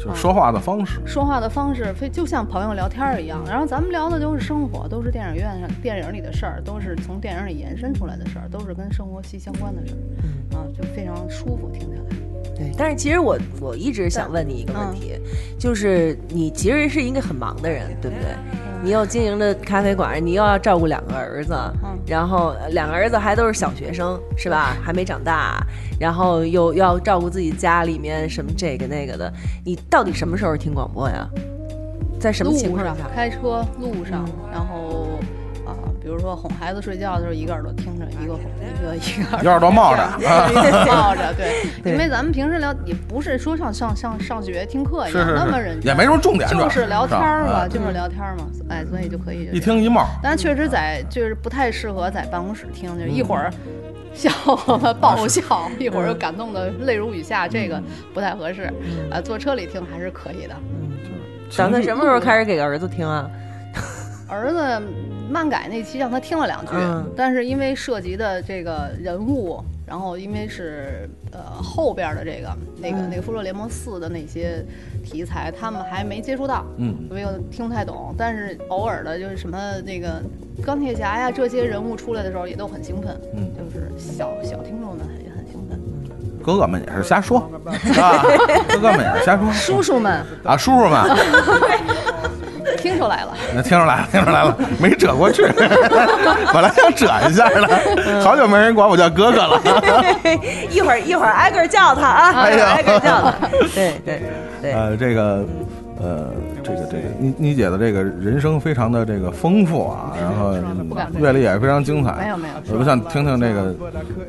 [SPEAKER 2] 就是说话的方式，
[SPEAKER 8] 说话的方式非就像朋友聊天儿一样，然后咱们聊的都是生活，都是电影院上电影里的事儿，都是从电影里延伸出来的事儿，都是跟生活息息相关的事儿，啊，就非常舒服听下来。
[SPEAKER 3] 对，嗯但是其实我我一直想问你一个问题，就是你其实是一个很忙的人，对不对？你又经营着咖啡馆，你又要照顾两个儿子，
[SPEAKER 8] 嗯
[SPEAKER 3] 然后呃两个儿子还都是小学生，是吧？还没长大，然后又要照顾自己家里面什么这个那个的，你到底什么时候听广播呀？在什么
[SPEAKER 8] 路
[SPEAKER 3] 情况
[SPEAKER 8] 上
[SPEAKER 3] 下？
[SPEAKER 8] 开车路上，然后啊、比如说哄孩子睡觉的时候，一个耳朵听着，一个哄一个一个耳
[SPEAKER 2] 有点多冒着。
[SPEAKER 8] 朵抱着， [LAUGHS] 对，
[SPEAKER 3] 对
[SPEAKER 8] 因为咱们平时聊也不是说上上上上学听课一
[SPEAKER 2] 是
[SPEAKER 8] 样
[SPEAKER 2] 是
[SPEAKER 8] 那么
[SPEAKER 2] 是
[SPEAKER 8] 认，真，
[SPEAKER 2] 也没什么重点，主要
[SPEAKER 8] 就是聊天儿
[SPEAKER 2] 是吧啊
[SPEAKER 8] 嘛，啊就是聊天儿嘛，哎，所以就可以就
[SPEAKER 2] 一听一冒，
[SPEAKER 8] 但确实在就是不太适合在办公室听，
[SPEAKER 2] 嗯
[SPEAKER 8] 就是一会儿笑 [LAUGHS] 了爆笑，一会儿又感动的泪如雨下，这
[SPEAKER 2] 嗯
[SPEAKER 8] 个不太合适。啊，坐车里听还是可以的。
[SPEAKER 3] 咱们什么时候开始给儿子听啊？
[SPEAKER 8] 儿子漫改那期让他听了两句，
[SPEAKER 3] 嗯
[SPEAKER 8] 但是因为涉及的这个人物，然后因为是呃后边的这个那
[SPEAKER 2] 嗯
[SPEAKER 8] 个那个复仇联盟四的那些题材，他们还没接触到，
[SPEAKER 2] 嗯，
[SPEAKER 8] 没有听太懂，但是偶尔的就是什么那个钢铁侠呀这些人物出来的时候也都很兴奋，
[SPEAKER 2] 嗯
[SPEAKER 8] 就是小小听众们也很兴奋，
[SPEAKER 2] 哥哥们也是
[SPEAKER 8] [LAUGHS]
[SPEAKER 2] 瞎说，是吧？哥哥们也是瞎说，
[SPEAKER 10] [LAUGHS]
[SPEAKER 8] 叔叔们
[SPEAKER 2] 啊，叔叔们，
[SPEAKER 8] 听
[SPEAKER 10] 出来了。
[SPEAKER 2] 那听出来了，听出来了，没折过去， [LAUGHS] 本来想折一下
[SPEAKER 8] 嗯
[SPEAKER 2] 的，好久没人管我叫哥哥了。
[SPEAKER 3] [LAUGHS] 一会儿一会儿挨个儿叫他 [LAUGHS] 啊，
[SPEAKER 2] 哎呀
[SPEAKER 3] 挨个儿叫 [LAUGHS] 他，对对对，
[SPEAKER 2] 呃，这个，呃，这个这个，妮妮姐的这个人生非常的这个丰富啊，然后阅历也非常精彩。
[SPEAKER 8] 没有没有
[SPEAKER 2] 我想听听这个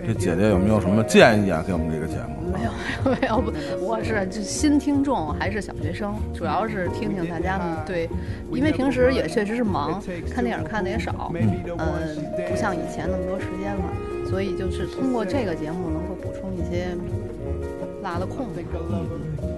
[SPEAKER 2] 这姐姐有没有什么建议啊，给我们这个节目？
[SPEAKER 8] 没有，不我是就新听众，还是小学生，主要是听听大家们对，因为平时也确实是忙，看电影看的也少，嗯、不像以前那么多时间了，所以就是通过这个节目能够补充一些落了空的，嗯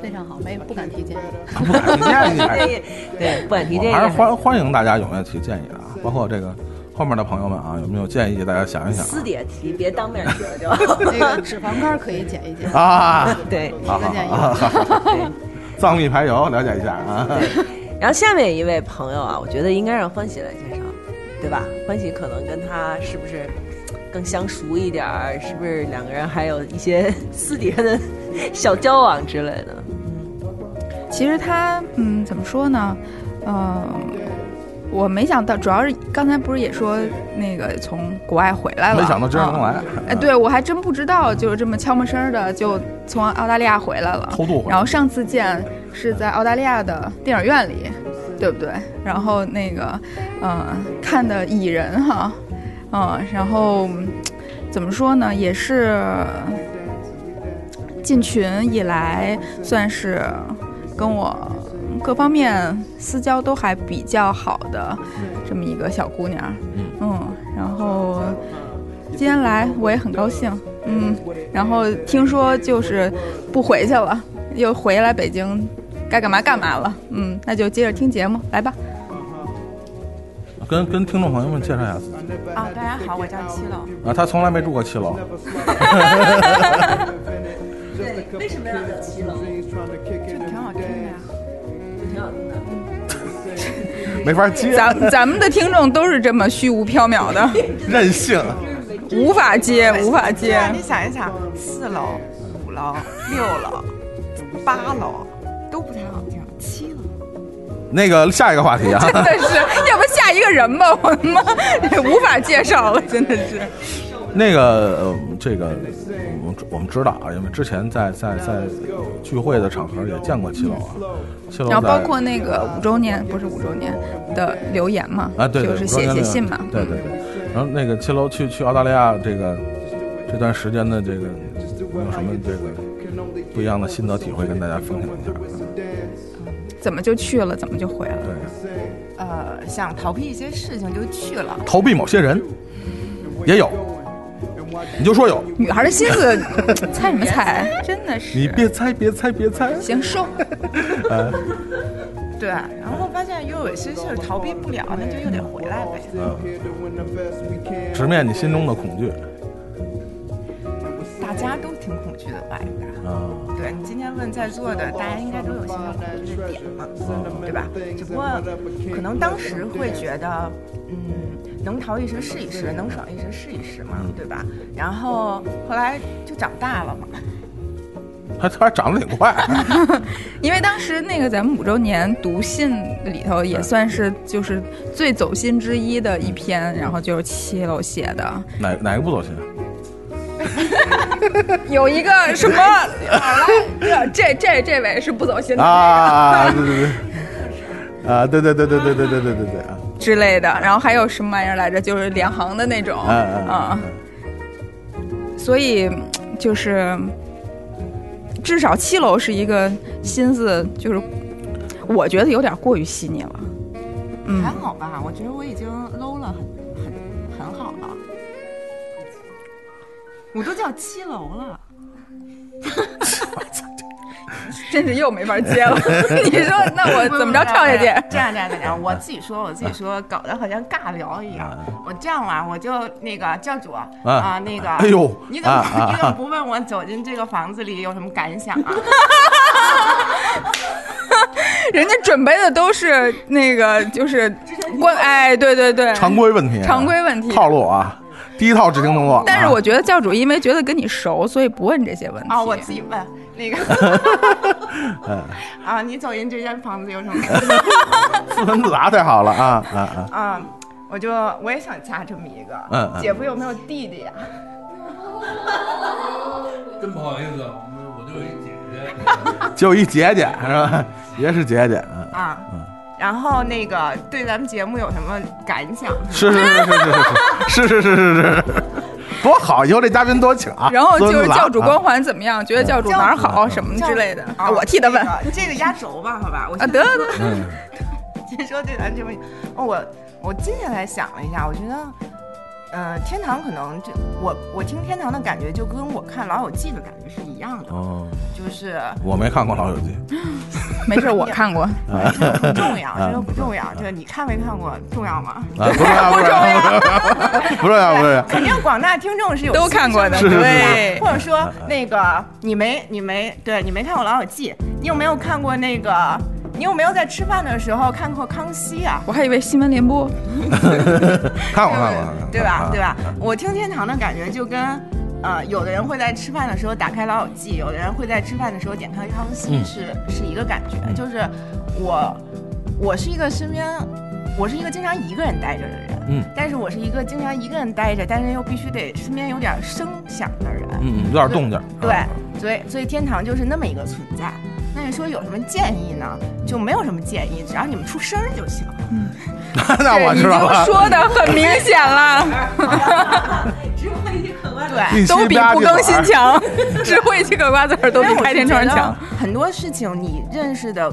[SPEAKER 8] 非常好，没不敢提建议，
[SPEAKER 2] 不敢提建议
[SPEAKER 3] 建
[SPEAKER 10] [LAUGHS]
[SPEAKER 3] 议对，不敢提建
[SPEAKER 2] 我还是
[SPEAKER 3] 议，
[SPEAKER 2] 欢欢迎大家踊跃提建议的啊，包括这个后面的朋友们啊，有没有建议？大家想一想
[SPEAKER 3] 私底下提，别当面提了
[SPEAKER 8] [LAUGHS]
[SPEAKER 3] 就。
[SPEAKER 8] 那个脂肪肝可以减一减，
[SPEAKER 2] 啊。
[SPEAKER 3] 对，
[SPEAKER 2] 好
[SPEAKER 8] 个
[SPEAKER 2] 好
[SPEAKER 8] 建议
[SPEAKER 2] 好好好，藏秘排油了解一下啊。
[SPEAKER 3] [LAUGHS] 然后下面一位朋友啊，我觉得应该让欢喜来介绍，对吧？欢喜可能跟他是不是更相熟一点儿？是不是两个人还有一些私底下的小交往之类的？
[SPEAKER 10] 其实他，嗯，怎么说呢？呃，我没想到，主要是刚才不是也说那个从国外回来了，
[SPEAKER 2] 没想到今儿
[SPEAKER 10] 嗯
[SPEAKER 2] 能来，
[SPEAKER 10] 哎，对我还真不知道，就是这么悄没声儿的就从澳大利亚回来了。
[SPEAKER 2] 偷渡回来
[SPEAKER 10] 然后上次见是在澳大利亚的电影院里，对不对？然后那个，嗯、看的《蚁人》哈，嗯、然后嗯怎么说呢，也是进群以来算是跟我各方面私交都还比较好的这么一个小姑娘，嗯，然后今天来我也很高兴，嗯，然后听说就是不回去了，又回来北京，该干嘛干嘛了，嗯，那就接着听节目，来吧。
[SPEAKER 2] [LAUGHS] 跟跟听众朋友们介绍一下自己
[SPEAKER 10] 啊，大家好，我叫七楼。
[SPEAKER 2] 啊，他从来没住过七 [LAUGHS] 楼，
[SPEAKER 3] 对，为什么要叫七楼？
[SPEAKER 10] 挺好听的呀。
[SPEAKER 3] 挺好听
[SPEAKER 2] [LAUGHS]
[SPEAKER 3] 的。
[SPEAKER 2] 没法接，
[SPEAKER 10] 咱咱们的听众都是这么虚无缥缈的，
[SPEAKER 2] [LAUGHS] 任性。
[SPEAKER 10] 无法接，无
[SPEAKER 2] [LAUGHS]
[SPEAKER 10] 法接。
[SPEAKER 9] 你想一想，四楼、五楼、六楼、八楼都不太好听，七楼。
[SPEAKER 2] 那个下一个话题啊，
[SPEAKER 10] 真的是，要不下一个人吧，我他妈无法介绍了，真的
[SPEAKER 2] [LAUGHS]
[SPEAKER 10] 是。
[SPEAKER 2] 那个、呃、这个我们我们知道啊，因为之前在在在聚会的场合也见过七楼啊，七楼
[SPEAKER 10] 然后包
[SPEAKER 2] 在
[SPEAKER 10] 括那个五周年，不是五周年的留言嘛，
[SPEAKER 2] 啊，对，对
[SPEAKER 10] 就是
[SPEAKER 2] 我刚才那
[SPEAKER 10] 写写
[SPEAKER 2] 个
[SPEAKER 10] 信嘛，
[SPEAKER 2] 对对对。然后那个七楼去去澳大利亚这个这段时间的这个有没有什么这
[SPEAKER 10] 嗯
[SPEAKER 2] 个不一样的心得体会跟大家分享一下？
[SPEAKER 10] 怎么就去了，怎么就回来了？
[SPEAKER 2] 对，
[SPEAKER 9] 呃，想逃避一些事情就去了。
[SPEAKER 2] 逃避某些人也有，你就说有，
[SPEAKER 10] 女孩的心思猜什么猜？真的
[SPEAKER 2] 你
[SPEAKER 10] 是。
[SPEAKER 2] 别猜别猜别猜，
[SPEAKER 10] 行，收。
[SPEAKER 9] [LAUGHS] 对，然后发现又有一些事儿逃避不了，那就又得回来呗。
[SPEAKER 2] 嗯直面你心中的恐惧
[SPEAKER 9] 大家都挺恐惧的吧，应该。
[SPEAKER 2] 啊。
[SPEAKER 9] 对你今天问在座的，大家应该都有心理恐惧的点嘛，嗯对吧？只不过可能当时会觉得，嗯，能逃一时是一时，能爽一时是一时嘛，对吧？然后后来就长大了嘛，
[SPEAKER 2] 还他还长得挺快，
[SPEAKER 10] [LAUGHS] 因为当时那个咱们五周年读信里头也算是就是最走心之一的一篇，然后就是七楼写的，
[SPEAKER 2] 哪哪个不走心？
[SPEAKER 10] 有一个
[SPEAKER 2] [LAUGHS]
[SPEAKER 10] 什么，好了，这这这位是不走心的、
[SPEAKER 2] 啊，对对对，啊，对对对对对对对对对对啊，
[SPEAKER 10] 之类的，然后还有什么玩意儿来着，就是两行的那种，
[SPEAKER 2] 啊啊
[SPEAKER 10] 啊，所以嗯就是至少七楼是一个心思，就是我觉得有点过于细腻了， [LAUGHS] 嗯
[SPEAKER 9] 还，好吧？我觉得我已经 low 了很很很好了，我都叫七楼了。
[SPEAKER 10] [LAUGHS] 真是又没法接了。 [LAUGHS] 你说那我怎么着跳下去？
[SPEAKER 9] [LAUGHS] 这样这样这样，我自己说我自己说，搞得好像尬聊一
[SPEAKER 2] 啊
[SPEAKER 9] 样。我这样吧，我就那个教主啊、那个，
[SPEAKER 2] 哎呦
[SPEAKER 9] 你怎么、
[SPEAKER 2] 啊啊
[SPEAKER 9] 你怎么不问我走进这个房子里有什么感想
[SPEAKER 2] [LAUGHS]
[SPEAKER 9] 啊？
[SPEAKER 10] 人家准备的都是那个，就是关哎，对对对，
[SPEAKER 2] 常规问题，
[SPEAKER 10] 常规问题
[SPEAKER 2] 套路啊，第一套指定动作。
[SPEAKER 10] 但是我觉得教主因为觉得跟你熟，所以不问这些问题。
[SPEAKER 9] 啊，我自己问那个
[SPEAKER 2] [LAUGHS]
[SPEAKER 9] 啊，你走进这间房子有什么感
[SPEAKER 2] 觉？自问自答太好了啊啊啊！
[SPEAKER 9] 啊，我就我也想加这么一个。
[SPEAKER 2] 嗯嗯
[SPEAKER 9] 姐夫有没有弟弟呀、啊
[SPEAKER 2] 嗯
[SPEAKER 11] 真不好意思，我我就一姐姐。
[SPEAKER 2] [LAUGHS] 就一姐姐是吧？也是姐姐，嗯
[SPEAKER 9] 啊？然后那个对咱们节目有什么感想？
[SPEAKER 2] 是是是是是是是是是是，多好！以后这嘉宾多请啊。
[SPEAKER 10] 然后就
[SPEAKER 2] 孙
[SPEAKER 10] 是
[SPEAKER 2] 子啊
[SPEAKER 10] 教主光环怎么
[SPEAKER 9] [LAUGHS]
[SPEAKER 10] 样？觉得教主哪儿
[SPEAKER 2] 嗯
[SPEAKER 10] 好什么之类的啊，我替他问
[SPEAKER 9] 这个
[SPEAKER 10] [LAUGHS]
[SPEAKER 9] 这个压轴吧，好吧，我
[SPEAKER 10] 啊，得了得了。
[SPEAKER 2] 嗯，
[SPEAKER 9] 先说对咱这么，哦我我今天才想了一下，我觉得，呃，天堂可能就我我听天堂的感觉就跟我看《老友记》的感觉是一样的，
[SPEAKER 2] 哦，
[SPEAKER 9] 就是
[SPEAKER 2] 我没看过《老友记
[SPEAKER 10] 没事，我看过。》
[SPEAKER 2] 啊，
[SPEAKER 9] 不重要，这
[SPEAKER 2] [LAUGHS] 啊
[SPEAKER 9] 都不重要，这你看没看过重要吗？
[SPEAKER 2] 啊，不重要，不重
[SPEAKER 9] [LAUGHS]
[SPEAKER 2] 要， [LAUGHS] 不重要，不重要。
[SPEAKER 9] 肯定广大听众是有
[SPEAKER 10] 都看过的
[SPEAKER 9] 兴趣
[SPEAKER 2] 是是是
[SPEAKER 9] 对
[SPEAKER 10] 是
[SPEAKER 9] 或者说那个你没你没对你没看过《老友记》，你有没有看过那个？你有没有在吃饭的时候看过《康熙》啊？
[SPEAKER 10] 我还以为新闻联播，
[SPEAKER 2] 看过，看过，看过，啊
[SPEAKER 9] 对吧？对
[SPEAKER 2] 吧？
[SPEAKER 9] 吧？我听天堂的感觉就跟，呃，有的人会在吃饭的时候打开《老友记》，有的人会在吃饭的时候点开《康熙》
[SPEAKER 2] 嗯
[SPEAKER 9] 是是一个感觉。就是我，我是一个身边，我是一个经常一个人待着的人，
[SPEAKER 10] [LAUGHS]
[SPEAKER 2] 嗯
[SPEAKER 9] 但是我是一个经常一个人待着，但是又必须得身边有点声响的人，
[SPEAKER 2] 嗯，有点动静。嗯
[SPEAKER 9] 对，所以所以天堂就是那么一个存在。那你说有什么建议呢？就没有什么建议，只要你们出声儿就行。
[SPEAKER 2] [LAUGHS] 那我
[SPEAKER 10] 已
[SPEAKER 2] 知
[SPEAKER 10] 经
[SPEAKER 2] 道了。
[SPEAKER 10] 说的很明
[SPEAKER 9] [LAUGHS]
[SPEAKER 10] 显了，
[SPEAKER 3] 只会一口瓜子。
[SPEAKER 9] 对，
[SPEAKER 10] 哎都比不更新强， [LAUGHS] 只会几个瓜子儿都比开天窗强。。
[SPEAKER 9] 很多事情你认识的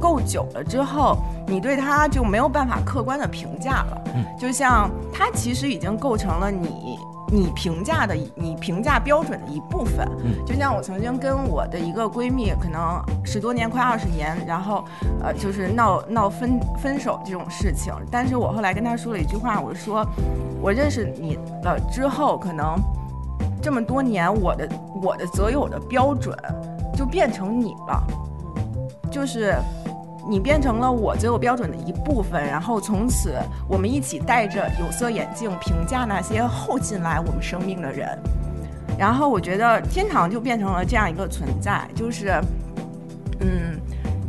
[SPEAKER 9] 够久了之后，你对他就没有办法客观的评价了。
[SPEAKER 2] 嗯
[SPEAKER 9] 就像他其实已经构成了你。你评价的一，你评价标准的一部分，
[SPEAKER 2] 嗯
[SPEAKER 9] 就像我曾经跟我的一个闺蜜，可能十多年，快二十年，然后，呃，就是闹闹分分手这种事情。但是我后来跟她说了一句话，我说，我认识你了之后，可能这么多年，我的我的择友的标准就变成你了，就是你变成了我择友标准的一部分，然后从此我们一起戴着有色眼镜评价那些后进来我们生命的人，然后我觉得天堂就变成了这样一个存在，就是，嗯，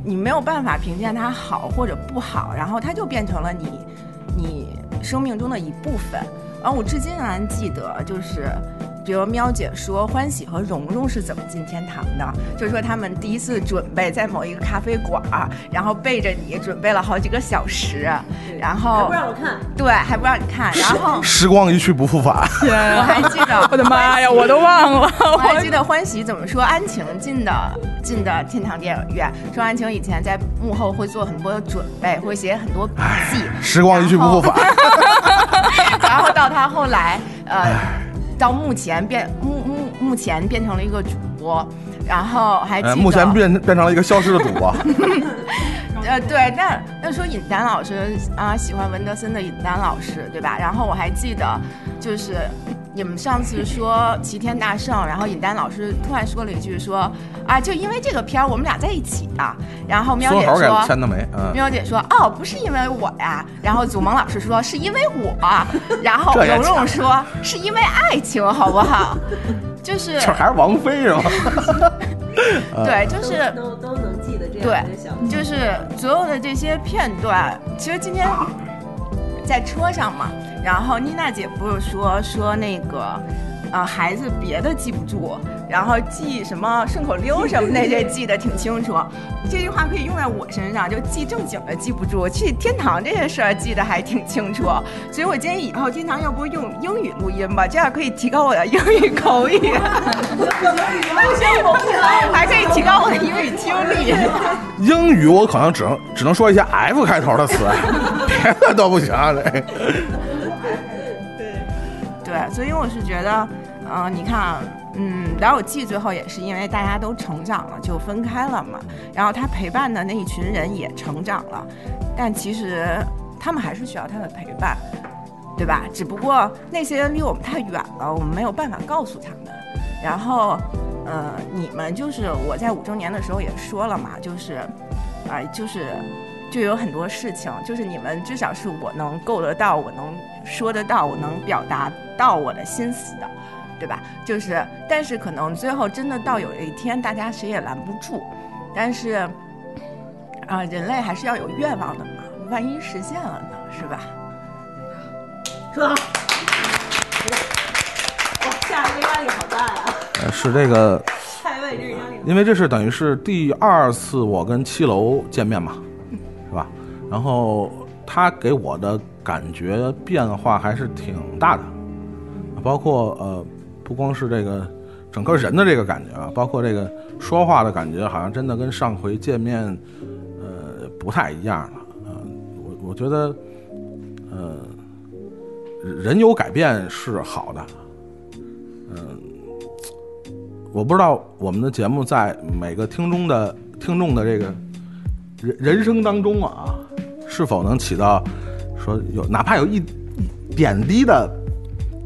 [SPEAKER 9] 你没有办法评价它好或者不好，然后它就变成了你你生命中的一部分。而我至今仍然记得，就是比如喵姐说欢喜和蓉蓉是怎么进天堂的，就说他们第一次准备在某一个咖啡馆儿，然后背着你准备了好几个小时，然后
[SPEAKER 3] 不让我看，
[SPEAKER 9] 对还不让你
[SPEAKER 3] [LAUGHS]
[SPEAKER 9] 看，然后
[SPEAKER 2] 时光一去不复返。
[SPEAKER 9] 我还记得
[SPEAKER 10] [LAUGHS] 我的妈呀，我都忘了。
[SPEAKER 9] 我还记得欢喜怎么说安晴进的进的天堂电影院，说安晴以前在幕后会做很多的准备，会写很多笔记，
[SPEAKER 2] 哎时光一去不复返。
[SPEAKER 9] [LAUGHS] 然后到他后来，呃，到目前变目目目前变成了一个主播，然后还记得、
[SPEAKER 2] 呃，目前变变成了一个消失的主播。
[SPEAKER 9] 呃对，那那时候尹丹老师啊喜欢文德森的尹丹老师对吧？然后我还记得就是你们上次说齐天大圣，然后尹丹老师突然说了一句说啊就因为这个片儿我们俩在一起的，然啊后喵
[SPEAKER 2] 孙
[SPEAKER 9] 姐
[SPEAKER 2] 猴给
[SPEAKER 9] 说
[SPEAKER 2] 牵的眉，嗯，
[SPEAKER 9] 喵姐说：“哦，不是因为我呀。”然后祖萌老师说：“是因为
[SPEAKER 2] [LAUGHS]
[SPEAKER 9] 我。”然后
[SPEAKER 2] 这也
[SPEAKER 9] 蓉蓉说：“是因为爱情，好不好？”就
[SPEAKER 2] [LAUGHS]
[SPEAKER 9] 是
[SPEAKER 2] 这还是王菲是吗？
[SPEAKER 9] [LAUGHS]
[SPEAKER 2] 嗯
[SPEAKER 9] 对，就是
[SPEAKER 3] 都都能记得这
[SPEAKER 9] 对
[SPEAKER 3] 样一个小。，
[SPEAKER 9] 就是所有的这些片段，其实今天在车上嘛，然后妮娜姐不是说说那个。呃，孩子别的记不住，然后记什么顺口溜什么那些记得挺清楚。这句话可以用在我身上，就记正经的记不住，去天堂这些事儿记得还挺清楚。所以我建议以后天堂要不用英语录音吧，这样可以提高我的英语口语，
[SPEAKER 3] [LAUGHS]
[SPEAKER 10] [LAUGHS]
[SPEAKER 9] 还可以提高我的英语听力。
[SPEAKER 2] 英语我可能只能只能说一些 F 开头的词，别的都不行啊。这
[SPEAKER 9] 对，所以我是觉得，嗯、你看啊，嗯，老友记最后也是因为大家都成长了，就分开了嘛。然后他陪伴的那一群人也成长了，但其实他们还是需要他的陪伴，对吧？只不过那些人离我们太远了，我们没有办法告诉他们。然后，呃，哎你们就是我在五周年的时候也说了嘛，就是，啊、就是。就有很多事情，就是你们至少是我能够得到，我能说得到，我能表达到我的心思的，对吧？就是，但是可能最后真的到有一天，大家谁也拦不住，但是，啊、人类还是要有愿望的嘛，万一实现了呢，是吧？
[SPEAKER 3] 说得好，哇，下一个压力好大呀、
[SPEAKER 2] 呃 [LAUGHS] 是这个，
[SPEAKER 3] 太位置压力。
[SPEAKER 2] 因为这是等于是第二次我跟七楼见面嘛，是吧？然后他给我的感觉变化还是挺大的，包括呃，不光是这个整个人的这个感觉啊，包括这个说话的感觉，好像真的跟上回见面呃不太一样了。呃，我我觉得呃人有改变是好的，嗯、我不知道我们的节目在每个听众的听众的这个人人生当中啊，是否能起到说有哪怕有一一点滴的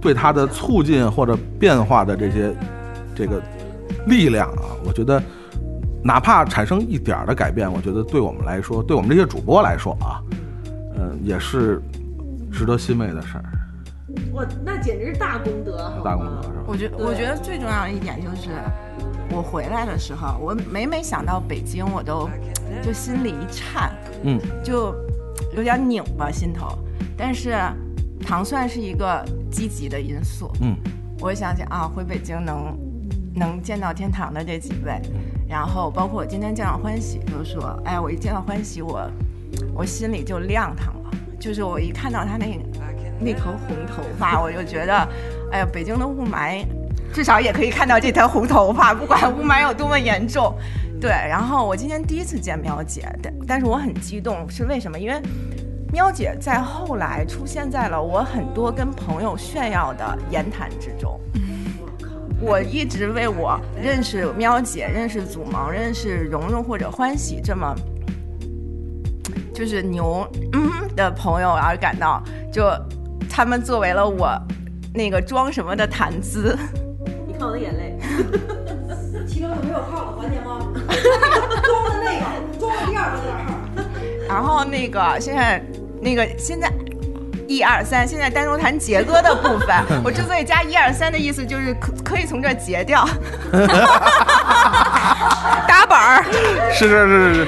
[SPEAKER 2] 对他的促进或者变化的这些这个力量啊，我觉得哪怕产生一点儿的改变，我觉得对我们来说，对我们这些主播来说啊，嗯、也是值得欣慰的事儿。
[SPEAKER 3] 我那简直是大功德，啊好吗
[SPEAKER 2] 大功德是吧
[SPEAKER 9] 我觉我觉得最重要的一点就是，我回来的时候，我每每想到北京，我都就心里一颤，
[SPEAKER 2] 嗯，
[SPEAKER 9] 就有点拧巴心头。但是糖蒜是一个积极的因素，
[SPEAKER 2] 嗯，，
[SPEAKER 9] 我想想啊，回北京能能见到天堂的这几位，然后包括我今天见到欢喜，就说，哎，我一见到欢喜，我我心里就亮堂了，就是我一看到他那那头红头发，我就觉得，哎呀，北京的雾霾，至少也可以看到这头红头发，不管雾霾有多么严重。对，然后我今天第一次见喵姐，但但是我很激动，是为什么？因为喵姐在后来出现在了我很多跟朋友炫耀的言谈之中。我一直为我认识喵姐、认识祖萌、认识蓉蓉或者欢喜这么就是牛、嗯、的朋友而感到，就他们作为了我那个装什么的谈资。 [LAUGHS]
[SPEAKER 3] 你看我的眼泪。
[SPEAKER 12] 其中有没有看我的环节吗？ [LAUGHS] 装的那个，装的第二个
[SPEAKER 7] [LAUGHS]
[SPEAKER 12] 那儿。
[SPEAKER 9] 然后那个现在那个现在一二三，现在单独谈杰哥的部分我之所以加一二三的意思就是可可以从这儿截掉，打板儿。
[SPEAKER 2] 是是是是是，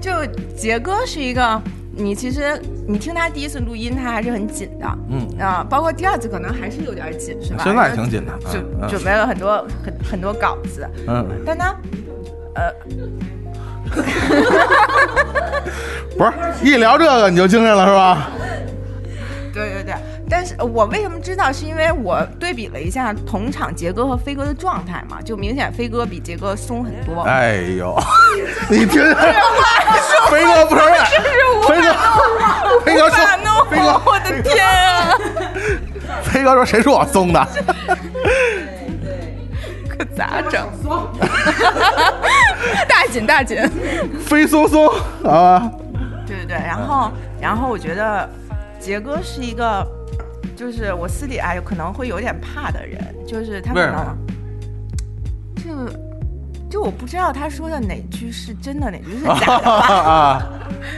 [SPEAKER 9] 就杰哥是一个，你其实你听他第一次录音，他还是很紧的，
[SPEAKER 2] 嗯
[SPEAKER 9] 啊、包括第二次可能还是有点紧，是吧？
[SPEAKER 2] 现在也挺紧的
[SPEAKER 9] 准、
[SPEAKER 2] 嗯嗯
[SPEAKER 9] 准备了很多很很多稿子，
[SPEAKER 2] 嗯，
[SPEAKER 9] 但他呃
[SPEAKER 2] 不是一聊这个你就精神了是吧？
[SPEAKER 9] 对对对，但是我为什么知道？是因为我对比了一下同场杰哥和飞哥的状态嘛，就明显飞哥比杰哥松很多。
[SPEAKER 2] 哎呦，你听听
[SPEAKER 9] 这话说的，
[SPEAKER 2] 飞哥不承认
[SPEAKER 9] 真是无
[SPEAKER 2] 飞哥
[SPEAKER 9] 法弄，
[SPEAKER 2] 飞哥说飞
[SPEAKER 9] 无法弄
[SPEAKER 2] 哥
[SPEAKER 9] 我的天啊！
[SPEAKER 2] 飞哥说谁说我松的？
[SPEAKER 9] 可咋整？大紧 [LAUGHS] 大紧。
[SPEAKER 2] 飞松松啊，
[SPEAKER 9] 对对对，然后然后我觉得杰哥是一个，就是我私底下有可能会有点怕的人，就是他
[SPEAKER 2] 为
[SPEAKER 9] 可
[SPEAKER 2] 什么
[SPEAKER 9] 能就就我不知道他说的哪句是真的，哪句是假的吧。
[SPEAKER 2] [LAUGHS]
[SPEAKER 9] [LAUGHS]
[SPEAKER 2] 啊，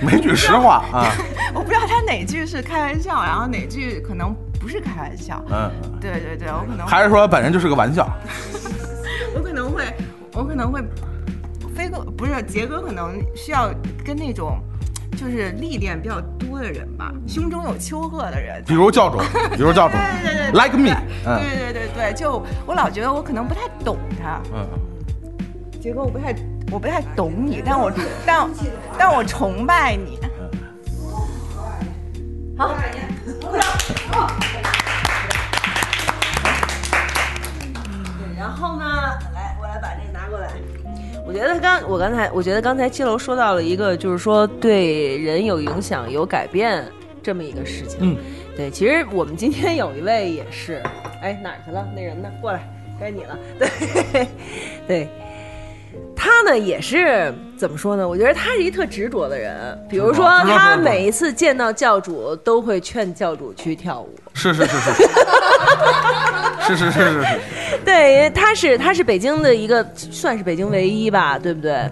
[SPEAKER 2] 没句实话啊，
[SPEAKER 9] 我不知道他哪句是开玩笑，然后哪句可能不是开玩笑。
[SPEAKER 2] 嗯，
[SPEAKER 9] 对对对，我可能
[SPEAKER 2] 还是说本人就是个玩笑，
[SPEAKER 9] [LAUGHS] 我可能会，我可能会，飞哥不是杰哥，可能需要跟那种就是历练比较多的人吧，胸中有丘壑的人。
[SPEAKER 2] 比如教主，比如教主
[SPEAKER 9] 对对对
[SPEAKER 2] ，like me，嗯
[SPEAKER 9] 对对对对，就我老觉得我可能不太懂他，
[SPEAKER 2] 嗯，
[SPEAKER 9] 杰哥我不太我不太懂你，但我但但我崇拜你。
[SPEAKER 3] 好，然后呢，来，我来把这个拿过来。我觉得刚我刚才，我觉得刚才七楼说到了一个，就是说对人有影响、有改变这么一个事情。
[SPEAKER 2] 嗯，
[SPEAKER 3] 对，其实我们今天有一位也是，哎，哪儿去了？那人呢？过来，该你了。 [LAUGHS] 对，对，他呢也是怎么说呢？我觉得他是一特执着的人。比如说，
[SPEAKER 2] 知道知道知
[SPEAKER 3] 他
[SPEAKER 2] 道
[SPEAKER 3] 每一次见到教主，都会劝教主去跳舞。
[SPEAKER 2] 是是是是，是是是是是，
[SPEAKER 3] 对，他是他是北京的一个，算是北京唯一吧，对不对？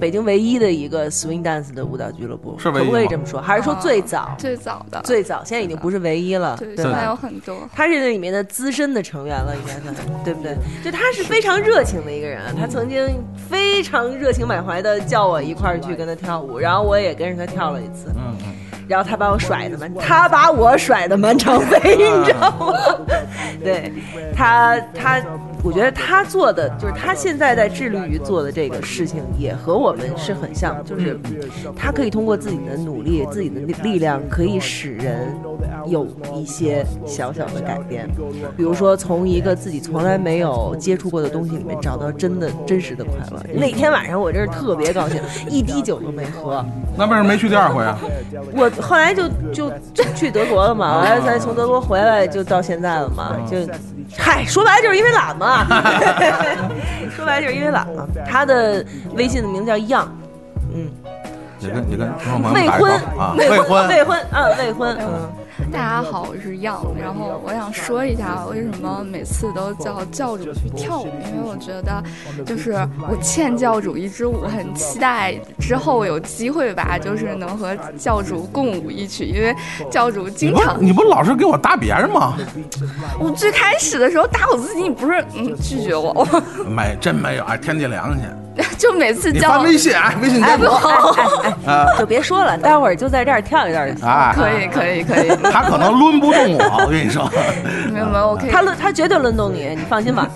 [SPEAKER 3] 北京唯一的一个 swing dance 的舞蹈俱乐部，
[SPEAKER 2] 是唯一
[SPEAKER 3] 可不可以
[SPEAKER 2] 吗
[SPEAKER 3] 这么说？还是说最早？
[SPEAKER 13] 啊最早的
[SPEAKER 3] 最早，现在已经不是唯一了，
[SPEAKER 13] 对
[SPEAKER 3] 对
[SPEAKER 13] 现
[SPEAKER 3] 吧？
[SPEAKER 13] 在有很多。
[SPEAKER 3] 他是那里面的资深的成员了，应该算，对
[SPEAKER 13] [LAUGHS]
[SPEAKER 3] 不对？就他是非常热情的一个人，啊他曾经非常热情满怀的叫我一块儿去跟他跳舞，然后我也跟着他跳了一次，
[SPEAKER 2] 嗯
[SPEAKER 3] 然后他把我甩的满，他把我甩的满场
[SPEAKER 2] [LAUGHS]
[SPEAKER 3] 飞，你知道吗？对他，他，我觉得他做的就是他现在在致力于做的这个事情，也和我们是很像，就是他可以通过自己的努力、自己的力量，可以使人有一些小小的改变，比如说从一个自己从来没有接触过的东西里面找到真的真实的快乐。那天晚上我真是特别高兴，一滴酒都没喝。
[SPEAKER 2] 那为什么没去第二回啊？
[SPEAKER 3] 我后来就就就去德国了嘛，完了再从德国回来就到现在了嘛，就，嗨，说白了就是因为懒嘛， [LAUGHS] 说白了就是因为懒嘛。他的微信的名叫 Young，
[SPEAKER 2] 也跟也跟听众朋友们打
[SPEAKER 3] 未
[SPEAKER 2] 一招
[SPEAKER 3] 婚
[SPEAKER 2] 呼啊，，
[SPEAKER 3] 未
[SPEAKER 2] 婚，
[SPEAKER 3] 未婚，啊，未婚，嗯。
[SPEAKER 13] 大家好，我是样，然后我想说一下为什么每次都叫教主去跳舞，因为我觉得就是我欠教主一支舞，很期待之后有机会吧，就是能和教主共舞一曲，因为教主
[SPEAKER 2] 你
[SPEAKER 13] 经
[SPEAKER 2] 不
[SPEAKER 13] 常
[SPEAKER 2] 你不老是给我搭别人吗？
[SPEAKER 13] 我最开始的时候打我自己，你不是嗯拒绝我， [LAUGHS]
[SPEAKER 2] 没，真没有，哎，天地良心。
[SPEAKER 13] [LAUGHS] 就每次
[SPEAKER 2] 你
[SPEAKER 13] 叫
[SPEAKER 2] 发微信哎微信
[SPEAKER 13] 哎
[SPEAKER 2] 加
[SPEAKER 13] 不
[SPEAKER 2] 我
[SPEAKER 13] 好，
[SPEAKER 2] 啊
[SPEAKER 3] [LAUGHS] 就别说了，待会儿就在这儿跳一段就行。
[SPEAKER 2] 哎
[SPEAKER 13] [LAUGHS] 可以可以可以，
[SPEAKER 3] [LAUGHS]
[SPEAKER 2] 他可能抡不动我，我跟你说。
[SPEAKER 13] 没有没有，我可以
[SPEAKER 3] 他轮他绝对轮动你，你放
[SPEAKER 13] [LAUGHS]
[SPEAKER 3] 心吧。